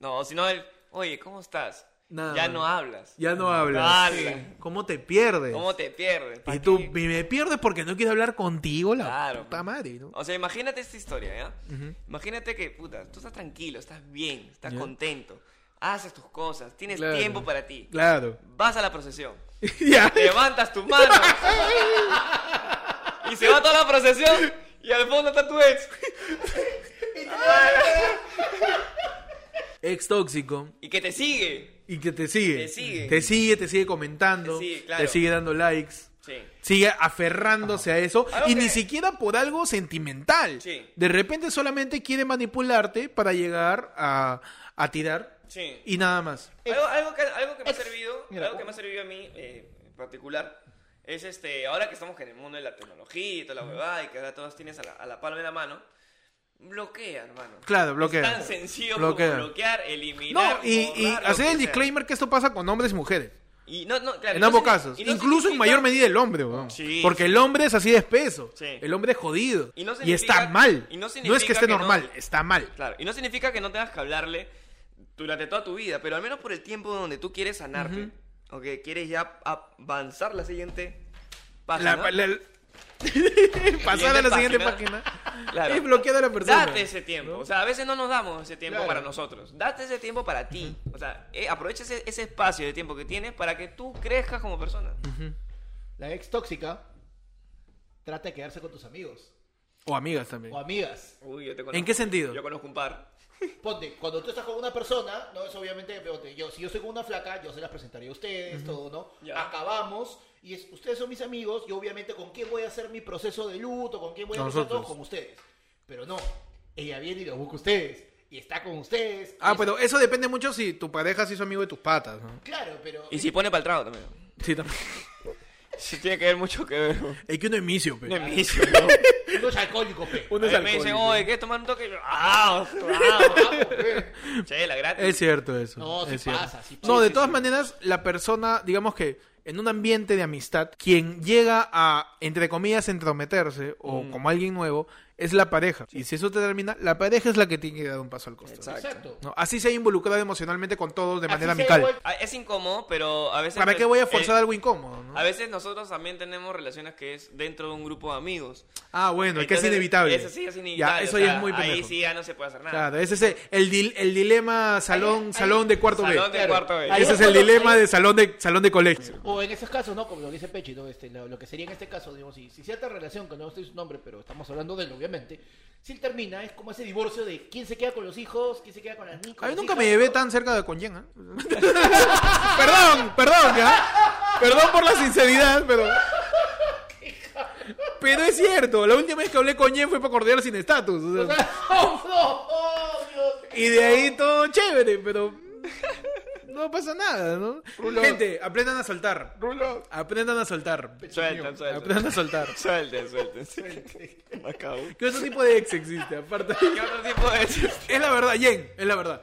[SPEAKER 2] No, sino el. Oye, ¿cómo estás?
[SPEAKER 1] Nada.
[SPEAKER 2] Ya no hablas.
[SPEAKER 1] Ya no hablas.
[SPEAKER 2] Habla.
[SPEAKER 1] ¿Cómo te pierdes?
[SPEAKER 2] ¿Cómo te pierdes? ¿Pa'
[SPEAKER 1] Y tú,
[SPEAKER 2] qué?
[SPEAKER 1] y me pierdes porque no quiero hablar contigo, la
[SPEAKER 2] Claro.
[SPEAKER 1] puta madre, ¿no?
[SPEAKER 2] O sea, imagínate esta historia, ¿ya? Imagínate que, puta, tú estás tranquilo, estás bien, estás contento, haces tus cosas, tienes
[SPEAKER 1] Claro.
[SPEAKER 2] tiempo para ti.
[SPEAKER 1] Claro.
[SPEAKER 2] Vas a la procesión,
[SPEAKER 1] ya.
[SPEAKER 2] levantas tus manos y se va toda la procesión y al fondo está tu ex.
[SPEAKER 1] Ex tóxico.
[SPEAKER 2] Y que te sigue.
[SPEAKER 1] Y que te sigue.
[SPEAKER 2] Te sigue.
[SPEAKER 1] Te sigue, te sigue comentando.
[SPEAKER 2] Te sigue, claro.
[SPEAKER 1] te sigue dando likes.
[SPEAKER 2] Sí.
[SPEAKER 1] Sigue aferrándose a eso.
[SPEAKER 2] Algo
[SPEAKER 1] Y
[SPEAKER 2] que-
[SPEAKER 1] ni siquiera por algo sentimental.
[SPEAKER 2] Ah, Sí.
[SPEAKER 1] De repente solamente quiere manipularte para llegar a, a tirar.
[SPEAKER 2] Sí.
[SPEAKER 1] Y nada más.
[SPEAKER 2] Algo, algo que, algo que me ha
[SPEAKER 3] Ex.
[SPEAKER 2] servido,
[SPEAKER 3] Mira,
[SPEAKER 2] algo que
[SPEAKER 3] un-
[SPEAKER 2] me ha servido a mí eh, en particular, es este, ahora que estamos en el mundo de la tecnología y toda la huevada y que ahora todos tienes a la, a la palma de la mano, bloquea, hermano.
[SPEAKER 1] Claro, bloquea.
[SPEAKER 2] Es tan sencillo
[SPEAKER 1] Bloquea.
[SPEAKER 2] como bloquear,
[SPEAKER 1] No,
[SPEAKER 2] eliminar.
[SPEAKER 1] y, y
[SPEAKER 2] borrar, lo
[SPEAKER 1] hacer
[SPEAKER 2] que
[SPEAKER 1] el
[SPEAKER 2] sea.
[SPEAKER 1] disclaimer que esto pasa con hombres y mujeres.
[SPEAKER 2] Y no, no, claro,
[SPEAKER 1] En
[SPEAKER 2] no
[SPEAKER 1] ambos
[SPEAKER 2] significa-
[SPEAKER 1] casos.
[SPEAKER 2] y no
[SPEAKER 1] Incluso en
[SPEAKER 2] significa-
[SPEAKER 1] mayor medida el hombre, weón.
[SPEAKER 2] Sí.
[SPEAKER 1] Porque el hombre es así de espeso.
[SPEAKER 2] Sí.
[SPEAKER 1] El hombre es jodido.
[SPEAKER 2] Y
[SPEAKER 1] Y,
[SPEAKER 2] no
[SPEAKER 1] está
[SPEAKER 2] significa-
[SPEAKER 1] mal.
[SPEAKER 2] y no
[SPEAKER 1] no, es que
[SPEAKER 2] significa
[SPEAKER 1] esté
[SPEAKER 2] que no-
[SPEAKER 1] normal, está mal.
[SPEAKER 2] Claro, y no significa que no tengas que hablarle durante toda tu vida, pero al menos por el tiempo donde tú quieres sanarte, o que quieres ya avanzar la siguiente página.
[SPEAKER 1] La- la- pasar a la siguiente
[SPEAKER 2] página.
[SPEAKER 1] página.
[SPEAKER 2] Claro.
[SPEAKER 1] Es bloquear a la persona.
[SPEAKER 2] Date ese tiempo. O sea, a veces no nos damos ese tiempo
[SPEAKER 3] Claro.
[SPEAKER 2] para nosotros. Date ese tiempo para ti. O sea, eh, aprovecha ese, ese espacio de tiempo que tienes para que tú crezcas como persona.
[SPEAKER 3] La ex tóxica trata de quedarse con tus amigos
[SPEAKER 1] O amigas también.
[SPEAKER 3] o amigas.
[SPEAKER 2] Uy, yo te
[SPEAKER 1] ¿En qué sentido?
[SPEAKER 2] Yo conozco un par.
[SPEAKER 3] Ponte, cuando tú estás con una persona, no es obviamente, ponte, yo, si yo soy con una flaca, yo se las presentaría a ustedes, todo, ¿no?
[SPEAKER 2] Ya.
[SPEAKER 3] Acabamos y es- ustedes son mis amigos y obviamente con quién voy a hacer mi proceso de luto, con quién voy a hacer
[SPEAKER 1] Nosotros.
[SPEAKER 3] todo, con ustedes. Pero no, ella viene y los busca a ustedes. y está con ustedes.
[SPEAKER 1] Ah,
[SPEAKER 3] Y-
[SPEAKER 1] pero eso depende mucho si tu pareja se hizo amigo de tus patas, ¿no?
[SPEAKER 3] Claro, pero.
[SPEAKER 2] Y si pone para el trago también.
[SPEAKER 1] Sí, también.
[SPEAKER 2] Sí, tiene que ver mucho que ver. ¿no?
[SPEAKER 1] Es que uno es misio,
[SPEAKER 2] No
[SPEAKER 1] pero.
[SPEAKER 2] es mi hijo, ¿no?
[SPEAKER 3] Uno es alcohólico, pe.
[SPEAKER 1] Uno es
[SPEAKER 2] A mí me dicen,
[SPEAKER 1] alcohólico.
[SPEAKER 2] oye, ¿quieres tomar un toque? Y yo, ¡ah!
[SPEAKER 3] Vamos, pe.
[SPEAKER 2] ah". Chela, gratis.
[SPEAKER 1] Es cierto eso.
[SPEAKER 3] No, sí
[SPEAKER 1] es cierto.
[SPEAKER 3] pasa, sí
[SPEAKER 1] No,
[SPEAKER 3] pasa.
[SPEAKER 1] de todas maneras, la persona, digamos que en un ambiente de amistad, quien llega a, entre comillas, entrometerse o
[SPEAKER 3] Mm.
[SPEAKER 1] como alguien nuevo, es la pareja. Y si eso te termina, la pareja es la que tiene que dar un paso al costado.
[SPEAKER 2] Exacto.
[SPEAKER 3] Exacto.
[SPEAKER 1] ¿no? Así se ha involucrado emocionalmente con todos de
[SPEAKER 3] Así
[SPEAKER 1] manera
[SPEAKER 3] se ha
[SPEAKER 1] amical.
[SPEAKER 3] vuelto-
[SPEAKER 2] Ah, Es incómodo, pero a veces...
[SPEAKER 1] ¿Para qué voy a forzar
[SPEAKER 2] eh,
[SPEAKER 1] algo incómodo? no?
[SPEAKER 2] A veces nosotros también tenemos relaciones que es dentro de un grupo de amigos.
[SPEAKER 1] Ah, bueno, es que es
[SPEAKER 2] Entonces,
[SPEAKER 1] inevitable.
[SPEAKER 2] Eso sí es inevitable.
[SPEAKER 1] Ya, eso
[SPEAKER 2] o
[SPEAKER 1] ya
[SPEAKER 2] sea,
[SPEAKER 1] es muy
[SPEAKER 2] Ahí
[SPEAKER 1] pendejo.
[SPEAKER 2] sí ya no se puede hacer nada.
[SPEAKER 1] Claro, ese es el, el dil- el dilema salón,
[SPEAKER 3] ahí-
[SPEAKER 1] salón de cuarto B.
[SPEAKER 2] Salón de cuarto B.
[SPEAKER 3] Ahí
[SPEAKER 1] Ese es el
[SPEAKER 3] cuando-
[SPEAKER 1] dilema
[SPEAKER 3] ahí-
[SPEAKER 1] de salón de salón de colegio.
[SPEAKER 3] O en esos casos, ¿no? Como lo dice Pechi, ¿no? Este, lo, lo que sería en este caso, digamos, si, si cierta relación, que no estoy su nombre, pero estamos hablando de él, obviamente, si él termina, es como ese divorcio de quién se queda con los hijos, quién se queda con las niñas.
[SPEAKER 1] A mí nunca me llevé tan cerca de Conyen, ¿eh? perdón, perdón, ¿ya? Perdón por la sinceridad, pero. Pero es cierto, la última vez que hablé con Jen fue para Cordial sin estatus. o sea,
[SPEAKER 3] ¡Oh, no! ¡Oh, Dios!
[SPEAKER 1] y de ahí todo chévere, pero. No pasa nada, ¿no? Gente, aprendan a soltar.
[SPEAKER 2] Rulo.
[SPEAKER 1] Aprendan a soltar.
[SPEAKER 2] Suelten, suelten.
[SPEAKER 1] Aprendan a soltar.
[SPEAKER 2] Suelten, suelten. Me acabo.
[SPEAKER 1] ¿Qué otro tipo de ex existe? Aparte.
[SPEAKER 2] ¿Qué otro tipo de
[SPEAKER 1] Es la verdad, Jen, es la verdad.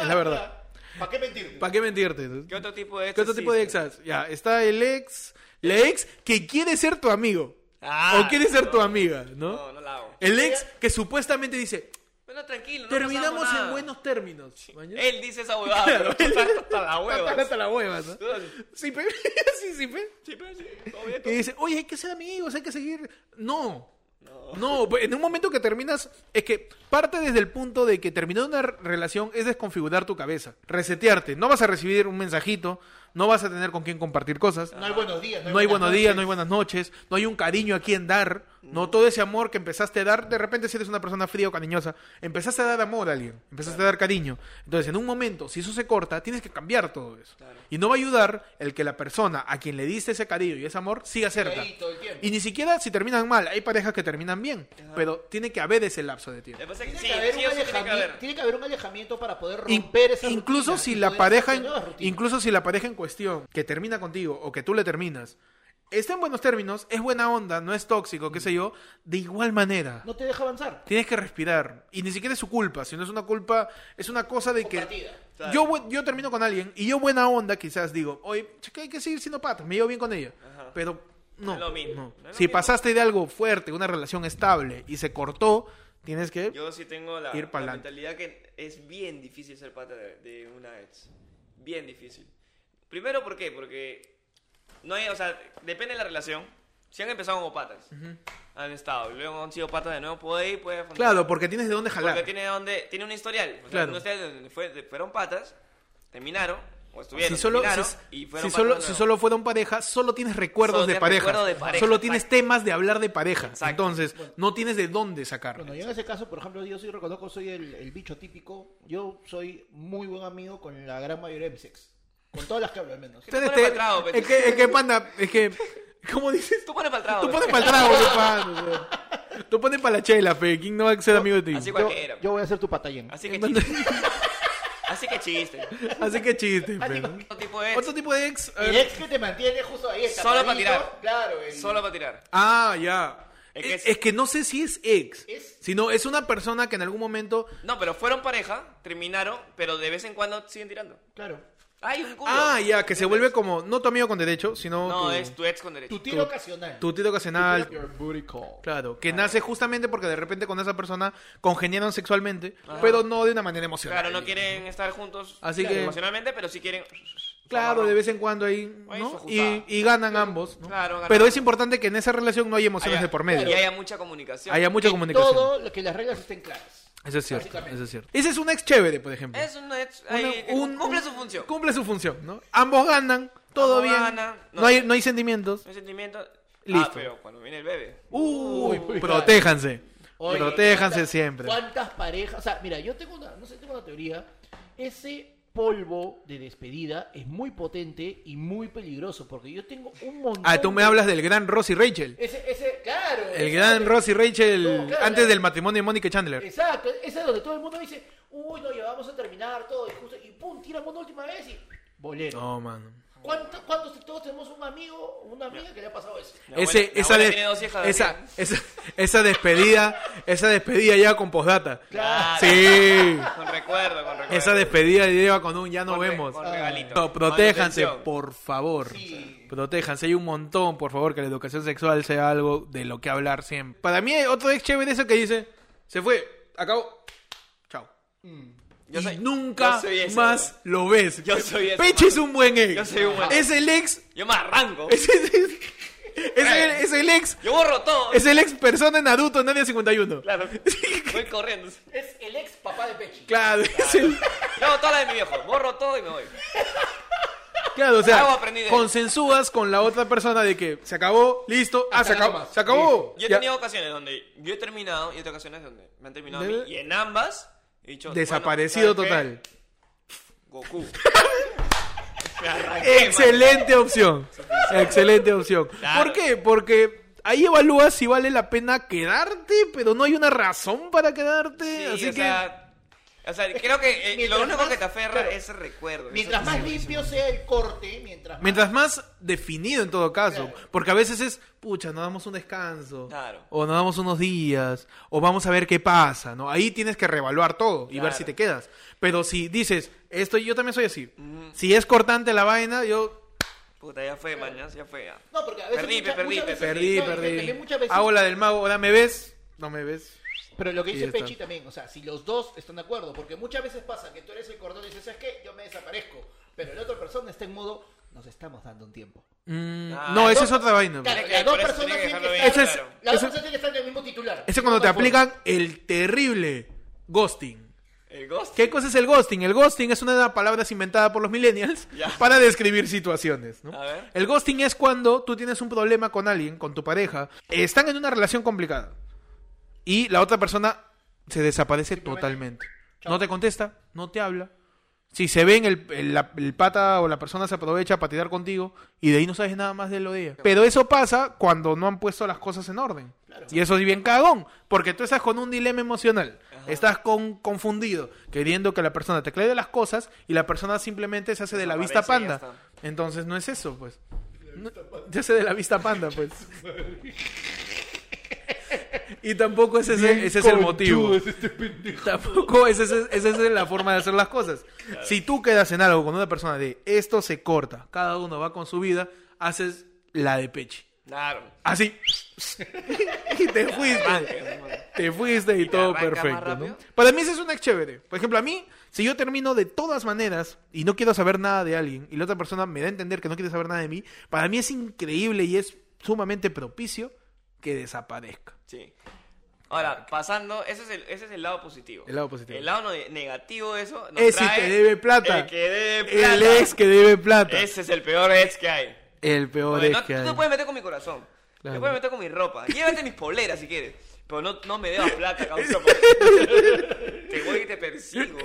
[SPEAKER 1] Es la verdad.
[SPEAKER 3] ¿Para qué mentir?
[SPEAKER 1] ¿Para qué mentirte?
[SPEAKER 2] ¿Qué otro tipo de
[SPEAKER 1] ¿Qué otro tipo de
[SPEAKER 2] existe?
[SPEAKER 1] exas? Ya, está el ex, la ex que quiere ser tu amigo.
[SPEAKER 2] Ah,
[SPEAKER 1] o quiere ser tu
[SPEAKER 2] no.
[SPEAKER 1] amiga, ¿no?
[SPEAKER 2] No, no la hago.
[SPEAKER 1] El ex que supuestamente dice,
[SPEAKER 2] Bueno, tranquilo. no
[SPEAKER 1] terminamos
[SPEAKER 2] pasamos
[SPEAKER 1] en
[SPEAKER 2] nada". Eh,
[SPEAKER 1] buenos términos. Mañana-
[SPEAKER 2] Él dice esa huevada, pero tú estás hasta la hueva.
[SPEAKER 1] Hasta la hueva, ¿no?
[SPEAKER 2] Tú haces,
[SPEAKER 1] Sí, pe. sí, sí, pe.
[SPEAKER 2] "Sí, pero sí, todo bien,
[SPEAKER 1] Y
[SPEAKER 2] todo bien".
[SPEAKER 1] dice, oye, hay que ser amigos, hay que seguir. No. No. pues, en un momento que terminas, es que parte desde el punto de que terminar una r- relación es desconfigurar tu cabeza, resetearte. No vas a recibir un mensajito, no vas a tener con quién compartir cosas.
[SPEAKER 3] No hay buenos días.
[SPEAKER 1] No hay buenos
[SPEAKER 3] buenas
[SPEAKER 1] días, no hay
[SPEAKER 3] noches.
[SPEAKER 1] buenas noches, no hay un cariño a quien dar, no todo ese amor que empezaste a dar, de repente si eres una persona fría o cariñosa, empezaste a dar amor a alguien, empezaste a dar cariño. Entonces, en un momento, si eso se corta, tienes que cambiar todo eso. Y no va a ayudar el que la persona a quien le diste ese cariño y ese amor siga cerca.
[SPEAKER 3] ahí todo el tiempo.
[SPEAKER 1] Y ni siquiera si terminan mal, hay parejas que terminan bien, pero tiene que haber ese lapso de tiempo.
[SPEAKER 2] Le pasa que
[SPEAKER 3] Tiene,
[SPEAKER 2] sí,
[SPEAKER 3] que haber
[SPEAKER 2] sí
[SPEAKER 3] un
[SPEAKER 2] o sí tiene que
[SPEAKER 3] alejami-
[SPEAKER 2] haber.
[SPEAKER 3] tiene que haber un alejamiento para poder
[SPEAKER 1] In-
[SPEAKER 3] romper esa
[SPEAKER 1] incluso
[SPEAKER 3] rutina
[SPEAKER 1] si
[SPEAKER 3] y
[SPEAKER 1] la
[SPEAKER 3] poder
[SPEAKER 1] pareja
[SPEAKER 3] hacer nuevas rutinas.
[SPEAKER 1] incluso si la pareja en cuestión que termina contigo o que tú le terminas está en buenos términos es buena onda no es tóxico qué sé yo de igual manera
[SPEAKER 3] No te deja avanzar.
[SPEAKER 1] tienes que respirar y ni siquiera es su culpa sino es una culpa es una cosa de que
[SPEAKER 3] Compartida.
[SPEAKER 1] yo, bu- yo termino con alguien y yo buena onda quizás digo oye que hay que seguir siendo patas me llevo bien con ella
[SPEAKER 2] Ajá.
[SPEAKER 1] pero no,
[SPEAKER 2] No es lo mismo.
[SPEAKER 1] no.
[SPEAKER 2] No es lo
[SPEAKER 1] si
[SPEAKER 2] mismo.
[SPEAKER 1] pasaste de algo fuerte una relación estable y se cortó tienes que
[SPEAKER 2] Yo sí tengo la,
[SPEAKER 1] Ir
[SPEAKER 2] la
[SPEAKER 1] pa'lante.
[SPEAKER 2] mentalidad que es bien difícil ser pata de, de una ex. Bien difícil. Primero, ¿por qué? Porque no hay, o sea, depende de la relación. Si han empezado como patas, han estado, y luego han sido patas de nuevo, puede ir, puede
[SPEAKER 1] claro porque tienes de dónde jalar
[SPEAKER 2] Porque tiene donde tiene un historial. O sea,
[SPEAKER 1] Claro.
[SPEAKER 2] un historial donde fue- fueron patas, terminaron o estuvieron,
[SPEAKER 1] si solo,
[SPEAKER 2] terminaron,
[SPEAKER 1] si,
[SPEAKER 2] y
[SPEAKER 1] si
[SPEAKER 2] fueron
[SPEAKER 1] solo,
[SPEAKER 2] patas
[SPEAKER 1] si
[SPEAKER 2] de nuevo.
[SPEAKER 1] solo fueron pareja, solo tienes recuerdos
[SPEAKER 2] Solo
[SPEAKER 1] de,
[SPEAKER 2] tienes
[SPEAKER 1] pareja.
[SPEAKER 2] recuerdo de pareja,
[SPEAKER 1] Solo tienes
[SPEAKER 2] exacto.
[SPEAKER 1] temas de hablar de pareja.
[SPEAKER 2] Exacto.
[SPEAKER 1] Entonces, no tienes de dónde sacar.
[SPEAKER 3] Bueno, yo en ese caso, por ejemplo, yo sí reconozco, soy el, el bicho típico. Yo soy muy buen amigo con la gran mayoría de mis ex. Con todas las que hablo, al menos.
[SPEAKER 1] Tú eres
[SPEAKER 2] Tú pones
[SPEAKER 1] te-
[SPEAKER 2] pa'l trago, pe.
[SPEAKER 1] este, es, que, es que, panda, es que, ¿cómo dices?
[SPEAKER 2] Tú pones para el trago.
[SPEAKER 1] Tú
[SPEAKER 2] pe.
[SPEAKER 1] pones para el trago, pe, panda, o sea. Tú pones para la chela, fe. ¿Quién no va a ser amigo de ti?
[SPEAKER 2] Así
[SPEAKER 1] Así,
[SPEAKER 3] Yo,
[SPEAKER 2] cualquiera.
[SPEAKER 3] yo voy a ser tu patallén.
[SPEAKER 2] Así que chiste. Así que chiste.
[SPEAKER 1] que chiste, fe.
[SPEAKER 2] Otro tipo de ex,
[SPEAKER 1] Otro tipo de ex. a
[SPEAKER 3] El
[SPEAKER 1] ver.
[SPEAKER 3] ex que te mantiene justo ahí.
[SPEAKER 2] Solo para
[SPEAKER 3] escapadito,
[SPEAKER 2] tirar.
[SPEAKER 3] Claro, el-
[SPEAKER 2] solo para tirar.
[SPEAKER 1] Ah, ya.
[SPEAKER 2] Es
[SPEAKER 1] Es
[SPEAKER 2] que
[SPEAKER 1] que,
[SPEAKER 2] es-
[SPEAKER 1] es que no sé si es ex,
[SPEAKER 3] Es-
[SPEAKER 1] sino es una persona que en algún momento
[SPEAKER 2] No, pero fueron pareja, terminaron, pero de vez en cuando siguen tirando.
[SPEAKER 3] Claro.
[SPEAKER 2] Ay, un culo.
[SPEAKER 1] Ah, ya, que se vuelve como, no tu amigo con derecho, sino
[SPEAKER 2] No,
[SPEAKER 1] tu,
[SPEAKER 2] es tu ex con
[SPEAKER 3] Tu
[SPEAKER 2] derecho.
[SPEAKER 3] tiro ocasional.
[SPEAKER 1] tu tío ocasional.
[SPEAKER 3] Your booty Ah. call.
[SPEAKER 1] Claro, que nace justamente porque de repente con esa persona congeniaron sexualmente, pero no de una manera emocional.
[SPEAKER 2] Ah. Claro, no quieren estar juntos
[SPEAKER 1] Así que-
[SPEAKER 2] emocionalmente, pero sí quieren.
[SPEAKER 1] Claro, de vez en cuando ahí,
[SPEAKER 2] Ahí
[SPEAKER 1] ¿no?
[SPEAKER 2] su
[SPEAKER 1] Y,
[SPEAKER 2] juntada.
[SPEAKER 1] y ganan ambos, ¿no?
[SPEAKER 2] Claro, ganan.
[SPEAKER 1] Pero es importante que en esa relación no haya emociones
[SPEAKER 2] Haya-
[SPEAKER 1] de por medio.
[SPEAKER 2] Y haya mucha comunicación.
[SPEAKER 1] Haya mucha
[SPEAKER 3] Que
[SPEAKER 1] comunicación.
[SPEAKER 3] Todo lo que las reglas estén claras.
[SPEAKER 1] Eso es cierto,
[SPEAKER 3] Básicamente.
[SPEAKER 1] eso es cierto. Ese es un ex chévere, por ejemplo.
[SPEAKER 2] Es un ex.
[SPEAKER 1] Una-
[SPEAKER 2] ahí, que
[SPEAKER 1] un-
[SPEAKER 2] cumple
[SPEAKER 1] un-
[SPEAKER 2] su función.
[SPEAKER 1] Cumple su función, ¿no? Ambos ganan, todo
[SPEAKER 2] Ambos
[SPEAKER 1] bien.
[SPEAKER 2] ganan, no.
[SPEAKER 1] no. hay, no hay sentimientos.
[SPEAKER 2] Un sentimiento. Ah,
[SPEAKER 1] Listo.
[SPEAKER 2] pero cuando viene el bebé.
[SPEAKER 1] Uy,
[SPEAKER 3] uy,
[SPEAKER 1] protéjanse.
[SPEAKER 3] Oye,
[SPEAKER 1] protéjanse
[SPEAKER 3] ¿cuántas-
[SPEAKER 1] siempre.
[SPEAKER 3] ¿Cuántas parejas? O sea, mira, yo tengo una, no sé, tengo una teoría. Ese polvo de despedida es muy potente y muy peligroso. Porque yo tengo un montón.
[SPEAKER 1] Ah, tú me
[SPEAKER 3] de-
[SPEAKER 1] hablas del gran Ross y Rachel.
[SPEAKER 3] Ese, ese, claro.
[SPEAKER 1] El
[SPEAKER 3] ese-
[SPEAKER 1] gran Ross y Rachel
[SPEAKER 3] No, claro,
[SPEAKER 1] antes
[SPEAKER 3] la-
[SPEAKER 1] del matrimonio de Mónica Chandler.
[SPEAKER 3] Exacto, esa es donde todo el mundo dice, uy, no, ya vamos a terminar todo. Y, justo, y pum, tiramos una última vez y. Bolero.
[SPEAKER 1] No, man.
[SPEAKER 3] ¿Cuánto- ¿Cuántos todos tenemos un amigo o una amiga que le ha pasado eso?
[SPEAKER 2] Mi
[SPEAKER 1] Ese-
[SPEAKER 2] abuela- mi
[SPEAKER 1] esa,
[SPEAKER 2] abuela
[SPEAKER 1] de-
[SPEAKER 2] tiene dos hijas de
[SPEAKER 1] esa,
[SPEAKER 2] Adrián.
[SPEAKER 1] esa, esa despedida, esa despedida ya con postdata.
[SPEAKER 2] Claro.
[SPEAKER 1] Sí.
[SPEAKER 2] Con recuerdo, con recuerdo.
[SPEAKER 1] Esa despedida lleva con un ya no
[SPEAKER 2] Con re-
[SPEAKER 1] vemos.
[SPEAKER 2] con regalito.
[SPEAKER 1] No, protéjanse,
[SPEAKER 2] Manutención.
[SPEAKER 1] por favor.
[SPEAKER 3] Sí.
[SPEAKER 1] Protéjanse. Hay un montón, por favor, que la educación sexual sea algo de lo que hablar siempre. Para mí, otro ex chévere eso que dice: se fue, acabó, chao.
[SPEAKER 2] Mm. Yo
[SPEAKER 1] y
[SPEAKER 2] soy-
[SPEAKER 1] nunca
[SPEAKER 2] yo soy ese,
[SPEAKER 1] más lo ves.
[SPEAKER 2] Yo soy ese,
[SPEAKER 1] Peche es un buen ex.
[SPEAKER 2] Yo soy un buen-
[SPEAKER 1] es el ex.
[SPEAKER 2] Yo me arranco.
[SPEAKER 1] Es el, es el- es el ex.
[SPEAKER 2] Yo borro todo.
[SPEAKER 1] Es el ex persona en adulto en área 51.
[SPEAKER 2] Claro. Voy corriendo.
[SPEAKER 3] Es el ex papá de Pechi.
[SPEAKER 1] Claro, es el-
[SPEAKER 2] Yo hago toda la de mi viejo. Borro todo y me voy.
[SPEAKER 1] Claro, o
[SPEAKER 2] Algo
[SPEAKER 1] sea,
[SPEAKER 2] aprendí de él.
[SPEAKER 1] consensúas con la otra persona de que se acabó, listo, ah, se
[SPEAKER 3] Hasta acá
[SPEAKER 1] acabó,
[SPEAKER 3] nomás,
[SPEAKER 1] se acabó.
[SPEAKER 2] Yo he
[SPEAKER 1] Ya.
[SPEAKER 2] tenido ocasiones donde yo he terminado y otras ocasiones donde me han terminado a mí.
[SPEAKER 1] Debe-
[SPEAKER 2] Y en ambas he dicho. bueno,
[SPEAKER 1] Desaparecido
[SPEAKER 2] ¿sabes qué?
[SPEAKER 1] total.
[SPEAKER 2] Goku. Me arranqué,
[SPEAKER 1] Excelente opción. Excelente opción.
[SPEAKER 2] Claro.
[SPEAKER 1] ¿Por qué? Porque ahí evalúas si vale la pena quedarte, pero no hay una razón para quedarte.
[SPEAKER 2] man. Sí,
[SPEAKER 1] así
[SPEAKER 2] o
[SPEAKER 1] que.
[SPEAKER 2] sea, o sea, creo que eh,
[SPEAKER 3] Mientras
[SPEAKER 2] lo único
[SPEAKER 3] más-
[SPEAKER 2] que te aferra
[SPEAKER 3] claro.
[SPEAKER 2] es el recuerdo.
[SPEAKER 3] Mientras
[SPEAKER 2] Eso-
[SPEAKER 3] más limpio sea el corte, mientras más...
[SPEAKER 1] Mientras más definido en todo caso,
[SPEAKER 3] Claro.
[SPEAKER 1] porque a veces es, pucha, nos damos un descanso,
[SPEAKER 2] Claro.
[SPEAKER 1] o nos damos unos días, o vamos a ver qué pasa, ¿no? Ahí tienes que reevaluar todo y ver
[SPEAKER 2] Claro.
[SPEAKER 1] si te quedas. Pero si dices, esto yo también soy así, si es cortante la vaina, yo
[SPEAKER 2] Puta, ya fue, mañana, ya fue. ya.
[SPEAKER 3] No, porque a veces...
[SPEAKER 2] Perdí,
[SPEAKER 3] muchas-
[SPEAKER 2] perdí,
[SPEAKER 3] muchas veces-
[SPEAKER 1] perdí,
[SPEAKER 3] no, y
[SPEAKER 1] perdí.
[SPEAKER 3] también muchas veces-
[SPEAKER 1] Hago la del mago, ahora me ves, no me ves.
[SPEAKER 3] Pero lo que
[SPEAKER 1] Y
[SPEAKER 3] dice
[SPEAKER 1] ya está.
[SPEAKER 3] Pechi también, o sea, si los dos están de acuerdo, porque muchas veces pasa que tú eres el cordón y dices, ¿sabes qué? Yo me desaparezco. Pero la otra persona está en modo, nos estamos dando un tiempo.
[SPEAKER 1] Mm,
[SPEAKER 2] Ah,
[SPEAKER 1] no, esa
[SPEAKER 3] no.
[SPEAKER 1] es otra vaina. pues.
[SPEAKER 3] Claro,
[SPEAKER 2] Ok,
[SPEAKER 3] las dos
[SPEAKER 2] por eso
[SPEAKER 3] personas
[SPEAKER 2] tiene que
[SPEAKER 3] tienen
[SPEAKER 2] dejarlo
[SPEAKER 3] que
[SPEAKER 2] bien
[SPEAKER 3] estar...
[SPEAKER 1] Ese es-
[SPEAKER 2] claro.
[SPEAKER 3] Las dos
[SPEAKER 1] Ese-
[SPEAKER 3] personas tienen que estar en el mismo titular.
[SPEAKER 1] Ese es cuando te
[SPEAKER 3] Otra forma.
[SPEAKER 1] aplican el terrible ghosting.
[SPEAKER 2] El ghost.
[SPEAKER 1] ¿Qué cosa es el ghosting? El ghosting es una de las palabras inventadas por los millennials
[SPEAKER 2] Ya.
[SPEAKER 1] para describir situaciones. ¿no?
[SPEAKER 2] A ver.
[SPEAKER 1] El ghosting es cuando tú tienes un problema con alguien, con tu pareja, están en una relación complicada y la otra persona se desaparece
[SPEAKER 3] Simplemente,
[SPEAKER 1] totalmente.
[SPEAKER 3] chao.
[SPEAKER 1] No te contesta, no te habla. Si se ven, el, el- la- el pata o la persona se aprovecha para tirar contigo y de ahí no sabes nada más de lo de ella. Pero eso pasa cuando no han puesto las cosas en orden.
[SPEAKER 3] Claro.
[SPEAKER 1] Y eso es bien cagón, porque tú estás con un dilema emocional. Estás con, confundido, queriendo que la persona te aclare las cosas y la persona simplemente se hace de la vista
[SPEAKER 2] Desaparece y ya
[SPEAKER 1] panda. Entonces no es eso, pues. No- se hace de la vista panda, pues. Y tampoco ese, es- ese es el motivo. Tampoco esa es, esa es la forma de hacer las cosas. Si tú quedas en algo con una persona de esto se corta, cada uno va con su vida, haces la de peche.
[SPEAKER 2] Claro.
[SPEAKER 1] Así. y te fuiste. Te fuiste y,
[SPEAKER 2] te
[SPEAKER 1] todo
[SPEAKER 2] arranca más
[SPEAKER 1] perfecto. ¿no?
[SPEAKER 2] rápido.
[SPEAKER 1] Para mí ese es un ex chévere. Por ejemplo, a mí, si yo termino de todas maneras y no quiero saber nada de alguien y la otra persona me da a entender que no quiere saber nada de mí, para mí es increíble y es sumamente propicio que desaparezca.
[SPEAKER 2] Sí. Ahora, pasando, ese es el, ese es el lado positivo.
[SPEAKER 1] El lado positivo.
[SPEAKER 2] El lado no- negativo de eso. nos
[SPEAKER 1] Es el
[SPEAKER 2] trae
[SPEAKER 1] que debe plata.
[SPEAKER 2] El que debe plata.
[SPEAKER 1] El ex que debe plata.
[SPEAKER 2] Ese es el peor ex que hay.
[SPEAKER 1] El peor
[SPEAKER 2] Oye,
[SPEAKER 1] ex
[SPEAKER 2] no,
[SPEAKER 1] que
[SPEAKER 2] tú
[SPEAKER 1] hay.
[SPEAKER 2] te puedes meter con mi corazón.
[SPEAKER 1] Claro.
[SPEAKER 2] Te puedes meter con mi ropa. Llévate mis poleras si quieres. Pero no, no me debas plata, causa. porque Te voy y te persigo.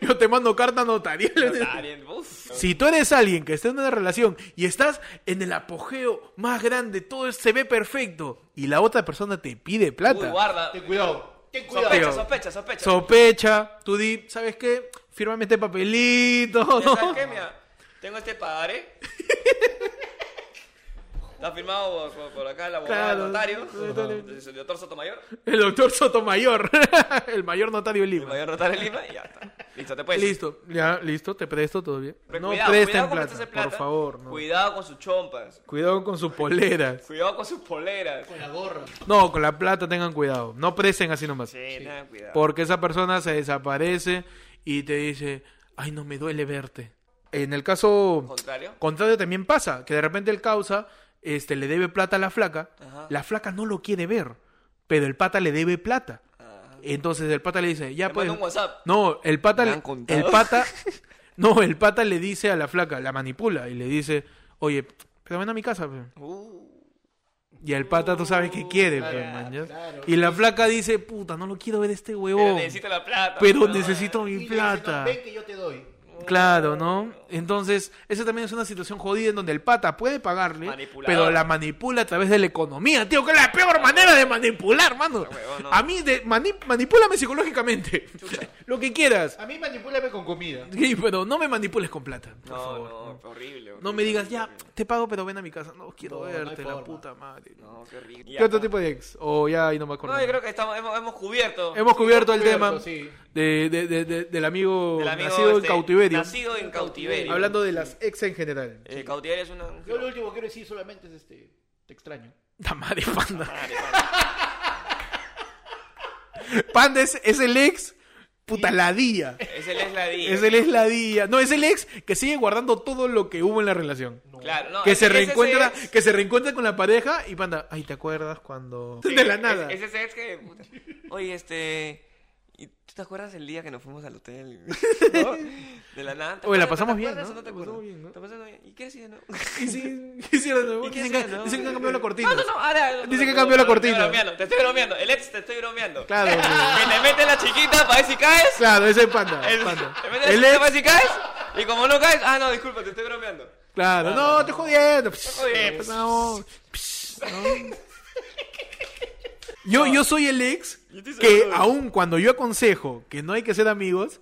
[SPEAKER 1] Yo te mando carta notarial.
[SPEAKER 2] No, está bien, uf.
[SPEAKER 1] Si tú eres alguien que está en una relación y estás en el apogeo más grande, todo se ve perfecto y la otra persona te pide
[SPEAKER 2] Uy,
[SPEAKER 1] plata,
[SPEAKER 2] guarda.
[SPEAKER 3] Ten cuidado, ten cuidado.
[SPEAKER 2] Sospecha,
[SPEAKER 1] Pero-
[SPEAKER 2] sospecha, sospecha.
[SPEAKER 1] sospecha, tú di, ¿sabes qué? Fírmame este papelito.
[SPEAKER 2] Ya sabes qué, mira, tengo este padre. Está firmado por, por- por acá el abogado
[SPEAKER 1] Claro.
[SPEAKER 2] el notario. Entonces, El doctor Sotomayor.
[SPEAKER 1] El doctor Sotomayor, el mayor notario de
[SPEAKER 2] El
[SPEAKER 1] Lima.
[SPEAKER 2] mayor notario en Lima y ya está. Listo, te puedes. ir.
[SPEAKER 1] Listo, ya, listo, te presto todavía.
[SPEAKER 2] Pero
[SPEAKER 1] No
[SPEAKER 2] cuidado,
[SPEAKER 1] presten
[SPEAKER 2] cuidado con
[SPEAKER 1] plata,
[SPEAKER 2] meterse plata.
[SPEAKER 1] por favor. no.
[SPEAKER 2] Cuidado con sus chompas.
[SPEAKER 1] Cuidado con sus poleras.
[SPEAKER 2] Cuidado con sus poleras.
[SPEAKER 3] Con la gorra.
[SPEAKER 1] No, con la plata tengan cuidado. No presten así nomás.
[SPEAKER 2] Sí, tengan cuidado.
[SPEAKER 1] Porque esa persona se desaparece y te dice, ay, no me duele verte. En el caso
[SPEAKER 2] Contrario.
[SPEAKER 1] contrario también pasa, que de repente el causa este, le debe plata a la flaca,
[SPEAKER 2] Ajá.
[SPEAKER 1] la flaca no lo quiere ver, pero el pata le debe plata.
[SPEAKER 2] Ah,
[SPEAKER 1] Entonces el pata le dice, ya
[SPEAKER 2] Te
[SPEAKER 1] pues...
[SPEAKER 2] mando un WhatsApp.
[SPEAKER 1] No, el pata...
[SPEAKER 2] ¿Me
[SPEAKER 1] le-
[SPEAKER 2] han contado?
[SPEAKER 1] el pata... No, el pata le dice a la flaca, la manipula y le dice, oye, pero ven a mi casa. pe".
[SPEAKER 2] uh,
[SPEAKER 1] Y el pata tú sabes que quiere, pe,
[SPEAKER 3] claro,
[SPEAKER 1] man, ¿ya?
[SPEAKER 3] claro.
[SPEAKER 1] Y la flaca dice, puta, no lo quiero ver este
[SPEAKER 2] pero
[SPEAKER 1] huevón.
[SPEAKER 2] necesito la plata.
[SPEAKER 1] Pero
[SPEAKER 2] weón.
[SPEAKER 1] necesito
[SPEAKER 3] Y le
[SPEAKER 1] mi
[SPEAKER 3] dicen, "No,
[SPEAKER 1] plata.
[SPEAKER 3] ven que yo te doy.
[SPEAKER 1] Claro, ¿no? Entonces, esa también es una situación jodida en donde el pata puede pagarle,
[SPEAKER 2] Manipulador.
[SPEAKER 1] pero la manipula a través de la economía, tío, que es la peor manera de manipular, mano.
[SPEAKER 2] huevón, no.
[SPEAKER 1] A mí, de, mani- manipúlame psicológicamente, lo que quieras.
[SPEAKER 3] A mí manipúlame con comida.
[SPEAKER 1] Sí, pero no me manipules con plata, por
[SPEAKER 2] No,
[SPEAKER 1] favor.
[SPEAKER 2] no, fue horrible.
[SPEAKER 1] No me digas, ya, te pago, pero ven a mi casa. No, quiero
[SPEAKER 3] No, no hay
[SPEAKER 1] verte, la
[SPEAKER 3] forma.
[SPEAKER 1] puta madre.
[SPEAKER 2] No, qué horrible.
[SPEAKER 1] ¿Qué otro tipo de ex? O ya ahí no me acuerdo.
[SPEAKER 2] No, yo creo que estamos, hemos, hemos cubierto
[SPEAKER 1] Hemos cubierto el tema
[SPEAKER 3] Sí.
[SPEAKER 1] de, de- de- de- del amigo,
[SPEAKER 2] del amigo
[SPEAKER 1] nacido
[SPEAKER 2] este,
[SPEAKER 1] en cautiverio.
[SPEAKER 2] Nacido en cautiverio. Eh,
[SPEAKER 1] Hablando de las ex en general.
[SPEAKER 2] El cautiverio es una. un
[SPEAKER 3] Yo lo último que quiero decir solamente es este. Te extraño.
[SPEAKER 1] La madre panda.
[SPEAKER 2] madre, madre.
[SPEAKER 1] Panda es, es el ex puta ladilla.
[SPEAKER 2] Es el es la di.
[SPEAKER 1] Es el ex ladilla. No, es el ex que sigue guardando todo lo que hubo en la relación.
[SPEAKER 3] No.
[SPEAKER 2] Claro, no,
[SPEAKER 1] que
[SPEAKER 2] es-
[SPEAKER 1] se
[SPEAKER 2] es ese
[SPEAKER 1] reencuentra,
[SPEAKER 2] ex-
[SPEAKER 1] que se reencuentra con la pareja y panda, ay, ¿te acuerdas cuando? de la
[SPEAKER 2] Es-
[SPEAKER 1] nada.
[SPEAKER 2] Es, ese ex que. puta, Oye, este. ¿y ¿Tú te acuerdas el día que nos fuimos al hotel? ¿No? De la nada. ¿Te
[SPEAKER 1] Oye, la
[SPEAKER 2] acuerdas-
[SPEAKER 1] pasamos
[SPEAKER 2] te
[SPEAKER 1] bien,
[SPEAKER 2] acuerdas
[SPEAKER 1] ¿no?
[SPEAKER 2] o te
[SPEAKER 1] La pasamos
[SPEAKER 2] acuerdas?
[SPEAKER 1] bien, ¿no?
[SPEAKER 2] ¿Te pasamos bien? ¿Y qué hacías, no?
[SPEAKER 1] Y sí, hicieron de nuevo.
[SPEAKER 2] ¿Y qué
[SPEAKER 1] Dicen
[SPEAKER 2] hacían,
[SPEAKER 1] que-
[SPEAKER 2] no?
[SPEAKER 1] dicen que han cambiado la cortina.
[SPEAKER 2] No, no, no, ahora.
[SPEAKER 1] Dice que
[SPEAKER 2] no,
[SPEAKER 1] cambió
[SPEAKER 2] no,
[SPEAKER 1] la
[SPEAKER 2] no, Te
[SPEAKER 1] cortina.
[SPEAKER 2] estoy bromeando, te estoy bromeando. El ex te estoy bromeando.
[SPEAKER 1] Claro, güey.
[SPEAKER 2] Que te mete la chiquita para ver si caes.
[SPEAKER 1] claro, ese es panda.
[SPEAKER 2] El,
[SPEAKER 1] panda.
[SPEAKER 2] te mete la chiquita
[SPEAKER 1] El
[SPEAKER 2] para
[SPEAKER 1] ex-
[SPEAKER 2] ver si caes. Y como no caes, ah, no, disculpa, te estoy bromeando.
[SPEAKER 1] Claro, no, te jodiendo. Psh,
[SPEAKER 2] jodiendo.
[SPEAKER 1] pues, no, psh, no. Yo, yo soy el ex
[SPEAKER 2] estoy
[SPEAKER 1] que
[SPEAKER 2] seguro.
[SPEAKER 1] aun cuando yo aconsejo que no hay que ser amigos,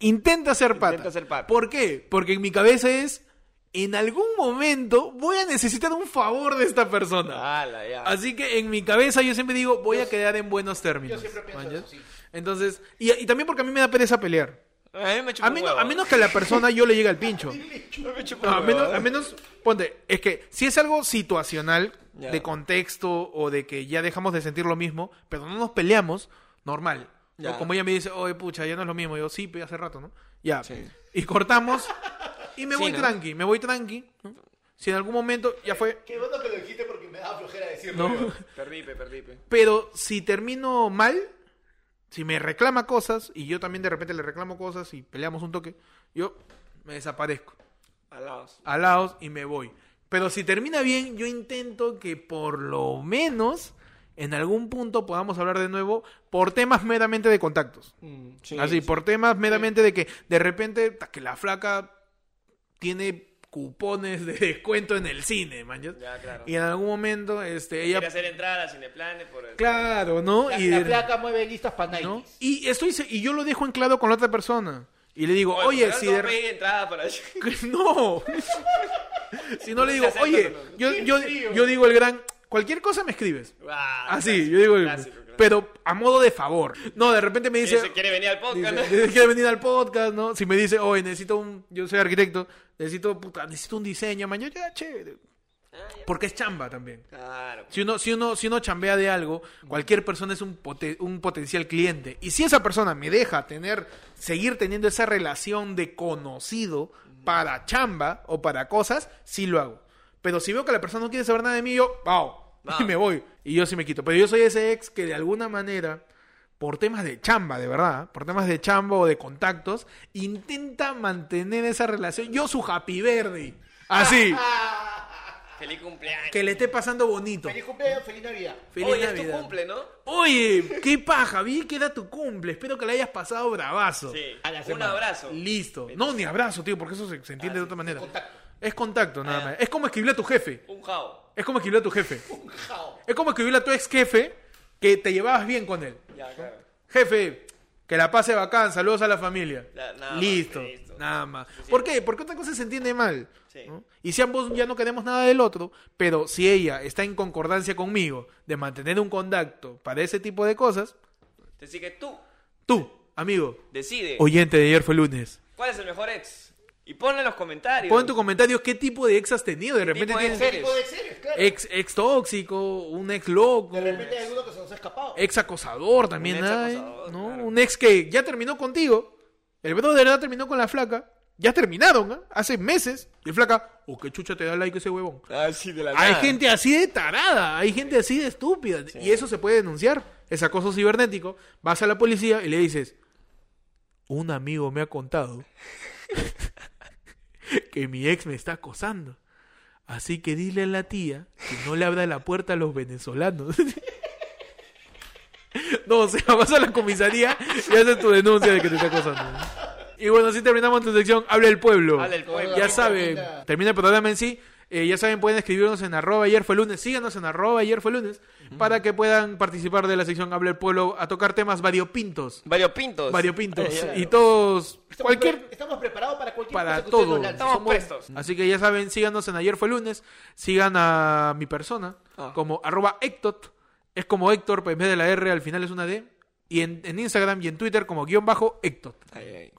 [SPEAKER 1] intenta ser pata.
[SPEAKER 2] ser pata.
[SPEAKER 1] ¿Por qué? Porque en mi cabeza es, en algún momento voy a necesitar un favor de esta persona.
[SPEAKER 2] Ala, ya.
[SPEAKER 1] Así que en mi cabeza yo siempre digo, voy a quedar en buenos
[SPEAKER 3] Yo
[SPEAKER 1] términos.
[SPEAKER 3] siempre pienso
[SPEAKER 1] ¿Manchas?
[SPEAKER 3] eso, sí.
[SPEAKER 1] Entonces, y, y también porque a mí me da pereza pelear.
[SPEAKER 2] A mí me chupa
[SPEAKER 1] A,
[SPEAKER 2] un
[SPEAKER 1] menos-
[SPEAKER 2] huevo.
[SPEAKER 1] a menos que a la persona yo le llegue al pincho.
[SPEAKER 2] Me chupa
[SPEAKER 1] No,
[SPEAKER 2] un
[SPEAKER 1] a
[SPEAKER 2] huevo.
[SPEAKER 1] menos, a menos, ponte, es que si es algo situacional,
[SPEAKER 2] Ya.
[SPEAKER 1] de contexto o de que ya dejamos de sentir lo mismo, pero no nos peleamos, normal. ¿no?
[SPEAKER 2] Ya.
[SPEAKER 1] Como ella me dice, oye, pucha, ya no es lo mismo. Yo, sí, pe, hace rato, ¿no? Ya.
[SPEAKER 2] Sí.
[SPEAKER 1] Y cortamos y me
[SPEAKER 2] Sí,
[SPEAKER 1] voy
[SPEAKER 2] ¿no?
[SPEAKER 1] tranqui, me voy tranqui. ¿no? Si en algún momento ya fue,
[SPEAKER 3] Qué bueno que lo dijiste porque me daba flojera decirlo.
[SPEAKER 1] ¿no?
[SPEAKER 3] yo.
[SPEAKER 2] Perdí, pe, perdí, pe.
[SPEAKER 1] Pero si termino mal, si me reclama cosas y yo también de repente le reclamo cosas y peleamos un toque, yo me desaparezco.
[SPEAKER 2] Alaos.
[SPEAKER 1] alaos y me voy. Pero si termina bien, yo intento que por lo menos en algún punto podamos hablar de nuevo por temas meramente de contactos.
[SPEAKER 3] Mm.
[SPEAKER 1] Así, por temas meramente de que de repente ta, que la flaca tiene cupones de descuento en el cine, man. ¿ya?
[SPEAKER 2] Ya, claro.
[SPEAKER 1] Y en algún momento, este,
[SPEAKER 2] Quiere
[SPEAKER 1] ella...
[SPEAKER 2] hacer entrar a Cineplanet por el...
[SPEAKER 1] Claro, ¿no?
[SPEAKER 3] La,
[SPEAKER 1] y
[SPEAKER 3] la
[SPEAKER 1] de-
[SPEAKER 3] placa mueve listas para Nike.
[SPEAKER 1] ¿no? Y estoy se- y yo lo dejo en claro con la otra persona. Y le digo, oye, si de
[SPEAKER 2] de... pedí entrada para...
[SPEAKER 1] Que No. si no le digo,
[SPEAKER 2] Se acepta,
[SPEAKER 1] oye,
[SPEAKER 2] no, no.
[SPEAKER 1] yo, yo, yo digo el gran, cualquier cosa me escribes.
[SPEAKER 2] Guau, Ah,
[SPEAKER 1] Así,
[SPEAKER 2] clásico,
[SPEAKER 1] Ah, yo digo, el-
[SPEAKER 2] clásico, clásico.
[SPEAKER 1] pero a modo de favor. No, de repente me
[SPEAKER 2] Ese
[SPEAKER 1] dice,
[SPEAKER 2] quiere venir al podcast.
[SPEAKER 1] dice, dice, quiere venir al podcast, ¿no? Si me dice, oye, necesito un, yo soy arquitecto, necesito, puta, necesito un diseño, mañana ya, chévere. Porque es chamba también.
[SPEAKER 2] Claro.
[SPEAKER 1] Si uno, si uno, si uno chambea de algo, cualquier persona es un, pote- un potencial cliente. Y si esa persona me deja tener, seguir teniendo esa relación de conocido para chamba o para cosas, sí lo hago. Pero si veo que la persona no quiere saber nada de mí, yo, ¡pau! Y
[SPEAKER 2] Vao.
[SPEAKER 1] me voy. Y yo sí me quito. Pero yo soy ese ex que de alguna manera, por temas de chamba, de verdad, por temas de chamba o de contactos, intenta mantener esa relación. Yo su happy verde. Así.
[SPEAKER 2] Feliz cumpleaños.
[SPEAKER 1] que le esté pasando bonito.
[SPEAKER 3] Ah, Feliz cumpleaños, feliz Navidad.
[SPEAKER 1] Feliz
[SPEAKER 2] Oye, es
[SPEAKER 1] Navidad.
[SPEAKER 2] tu cumple, ¿no?
[SPEAKER 1] Oye, qué paja, vi que era tu cumple. Espero que la hayas pasado bravazo.
[SPEAKER 2] Sí.
[SPEAKER 3] A la
[SPEAKER 2] Un
[SPEAKER 3] semana.
[SPEAKER 2] abrazo.
[SPEAKER 1] Listo. No, ni abrazo, tío, porque eso se, se entiende de otra manera.
[SPEAKER 3] contacto.
[SPEAKER 1] Es contacto, nada
[SPEAKER 2] Ah,
[SPEAKER 1] más. Es como escribirle a tu jefe.
[SPEAKER 2] Un jao.
[SPEAKER 1] Es como escribirle a tu jefe.
[SPEAKER 3] Jao.
[SPEAKER 1] Es como escribirle a tu ex jefe que te llevabas bien con él.
[SPEAKER 2] Ya, claro.
[SPEAKER 1] Jefe, que la pase bacán, saludos a la familia.
[SPEAKER 2] Ya, nada más,
[SPEAKER 1] listo,
[SPEAKER 2] listo.
[SPEAKER 1] nada más. ¿Por qué? Porque otra cosa se entiende mal.
[SPEAKER 2] Sí.
[SPEAKER 1] ¿no? Y si ambos ya no queremos nada del otro, pero si ella está en concordancia conmigo de mantener un contacto para ese tipo de cosas,
[SPEAKER 2] Así que tú
[SPEAKER 1] tú, amigo,
[SPEAKER 2] decide
[SPEAKER 1] oyente de ayer fue lunes,
[SPEAKER 2] cuál es el mejor ex. Y ponlo en los comentarios.
[SPEAKER 1] pon en tu comentario qué tipo de ex has tenido. De repente
[SPEAKER 2] tipo de
[SPEAKER 1] tienes
[SPEAKER 2] ex
[SPEAKER 1] ex?
[SPEAKER 2] eres?
[SPEAKER 3] Tipo de seres, claro.
[SPEAKER 1] ex, tóxico, un ex loco.
[SPEAKER 3] De repente hay alguno que se nos ha escapado.
[SPEAKER 1] ex acosador también
[SPEAKER 2] ex
[SPEAKER 1] hay,
[SPEAKER 2] acosador,
[SPEAKER 1] ¿no?
[SPEAKER 2] claro.
[SPEAKER 1] Un ex que ya terminó contigo, el brother ya terminó con la flaca, ya terminaron, ¿ah? hace meses, y el flaca, oh, qué chucha te da like ese huevón.
[SPEAKER 2] Ah, sí, de la
[SPEAKER 1] Hay
[SPEAKER 2] nada.
[SPEAKER 1] gente así de tarada, hay gente así de estúpida, y eso se puede denunciar, es acoso cibernético, vas a la policía y le dices, un amigo me ha contado que mi ex me está acosando. Así que dile a la tía que no le abra la puerta a los venezolanos. No, o sea, vas a la comisaría y haces tu denuncia de que te está acosando. Y bueno, así terminamos tu sección. Habla el pueblo.
[SPEAKER 2] Habla el pueblo.
[SPEAKER 1] eh, Ya saben, termina el programa en sí. Eh, ya saben, pueden escribirnos en arroba ayer fue lunes. Síganos en arroba ayer fue lunes para que puedan participar de la sección Habla el pueblo a tocar temas variopintos.
[SPEAKER 2] Variopintos.
[SPEAKER 1] Variopintos.
[SPEAKER 2] Claro.
[SPEAKER 1] Y todos,
[SPEAKER 3] Estamos
[SPEAKER 1] cualquier
[SPEAKER 3] pre- Estamos preparados para cualquier
[SPEAKER 1] para
[SPEAKER 3] cosa que ustedes
[SPEAKER 1] todo.
[SPEAKER 3] nos lancen.
[SPEAKER 2] Estamos prestos.
[SPEAKER 1] Así que ya saben, síganos en Ayer fue lunes, sigan a mi persona
[SPEAKER 2] Ah.
[SPEAKER 1] como arroba Hectot, es como Héctor, pero en vez de la R al final es una D, y en, en Instagram y en Twitter como guión bajo Hectot.
[SPEAKER 2] Ahí, ahí.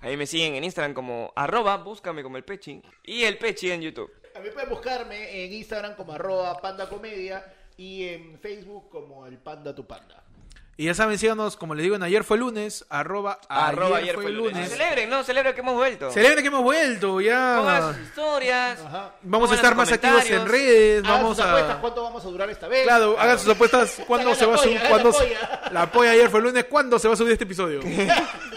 [SPEAKER 2] Ahí me siguen en Instagram como arroba, búscame como el Pechi. Y el Pechi en YouTube.
[SPEAKER 3] También pueden buscarme en Instagram como arroba pandacomedia y en Facebook como el panda tu panda.
[SPEAKER 1] Y ya saben, síganos, como les digo, en Ayer fue lunes, arroba,
[SPEAKER 2] Arroba ayer fue lunes. Ah, Celebren, no, celebren que hemos vuelto.
[SPEAKER 1] Celebren que hemos vuelto,
[SPEAKER 2] Pongan sus
[SPEAKER 1] ya.
[SPEAKER 2] historias.
[SPEAKER 3] Ajá.
[SPEAKER 1] Vamos
[SPEAKER 2] pongan
[SPEAKER 1] a estar
[SPEAKER 2] sus
[SPEAKER 1] más activos en
[SPEAKER 2] comentarios.
[SPEAKER 1] redes,
[SPEAKER 3] Hagan
[SPEAKER 1] vamos
[SPEAKER 3] sus apuestas,
[SPEAKER 1] a...
[SPEAKER 2] pues.
[SPEAKER 3] ¿Cuánto vamos a durar esta vez?
[SPEAKER 1] Claro, hagan sus apuestas. ¿Cuándo
[SPEAKER 3] Hagan
[SPEAKER 1] se
[SPEAKER 3] la
[SPEAKER 1] va a subir?
[SPEAKER 3] polla, hagan
[SPEAKER 1] ¿Cuándo
[SPEAKER 3] la
[SPEAKER 1] se-
[SPEAKER 3] polla.
[SPEAKER 1] La polla ayer fue el lunes. ¿Cuándo se va a subir este episodio?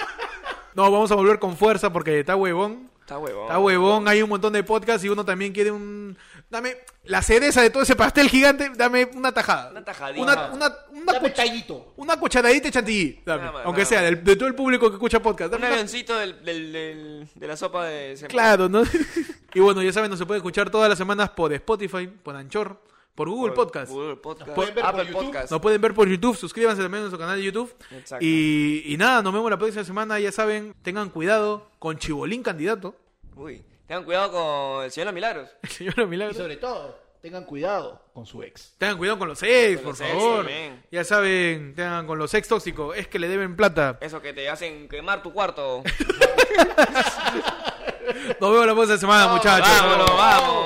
[SPEAKER 1] No, vamos a volver con fuerza porque está huevón.
[SPEAKER 2] Está huevón.
[SPEAKER 1] Está huevón, hay un montón de podcasts y uno también quiere un... Dame la cereza de todo ese pastel gigante, dame una tajada.
[SPEAKER 2] Una tajadita.
[SPEAKER 1] Una, una, una
[SPEAKER 3] Dame
[SPEAKER 1] cuch-
[SPEAKER 3] tallito.
[SPEAKER 1] una cucharadita de chantilly. dame.
[SPEAKER 2] Nada más,
[SPEAKER 1] Aunque
[SPEAKER 2] nada
[SPEAKER 1] sea,
[SPEAKER 2] más.
[SPEAKER 1] del- de todo el público que escucha podcast.
[SPEAKER 2] Un
[SPEAKER 1] Dame una-
[SPEAKER 2] avioncito del, del- del- de la sopa de sem-
[SPEAKER 1] Claro, ¿no? y bueno, ya saben, nos se puede escuchar todas las semanas por Spotify, por Anchor, por Google
[SPEAKER 2] por-
[SPEAKER 1] Podcast.
[SPEAKER 2] Google Podcast.
[SPEAKER 3] pueden ver por
[SPEAKER 2] Apple
[SPEAKER 3] YouTube.
[SPEAKER 2] Podcast.
[SPEAKER 1] Nos pueden ver por YouTube, suscríbanse también a nuestro canal de YouTube.
[SPEAKER 2] Exacto.
[SPEAKER 1] Y, y nada, nos vemos la próxima semana, ya saben, tengan cuidado con Chibolín candidato.
[SPEAKER 2] Uy, tengan cuidado con el Señor de los Milagros.
[SPEAKER 1] El señor Milagro.
[SPEAKER 3] Y sobre todo, tengan cuidado con su ex.
[SPEAKER 1] Tengan cuidado con los ex,
[SPEAKER 2] Con
[SPEAKER 1] por
[SPEAKER 2] los ex
[SPEAKER 1] favor.
[SPEAKER 2] también.
[SPEAKER 1] ya saben, tengan con los ex tóxicos, es que le deben plata.
[SPEAKER 2] Eso que te hacen quemar tu cuarto.
[SPEAKER 1] Nos vemos la próxima semana, muchachos.
[SPEAKER 2] Vámonos, vamos.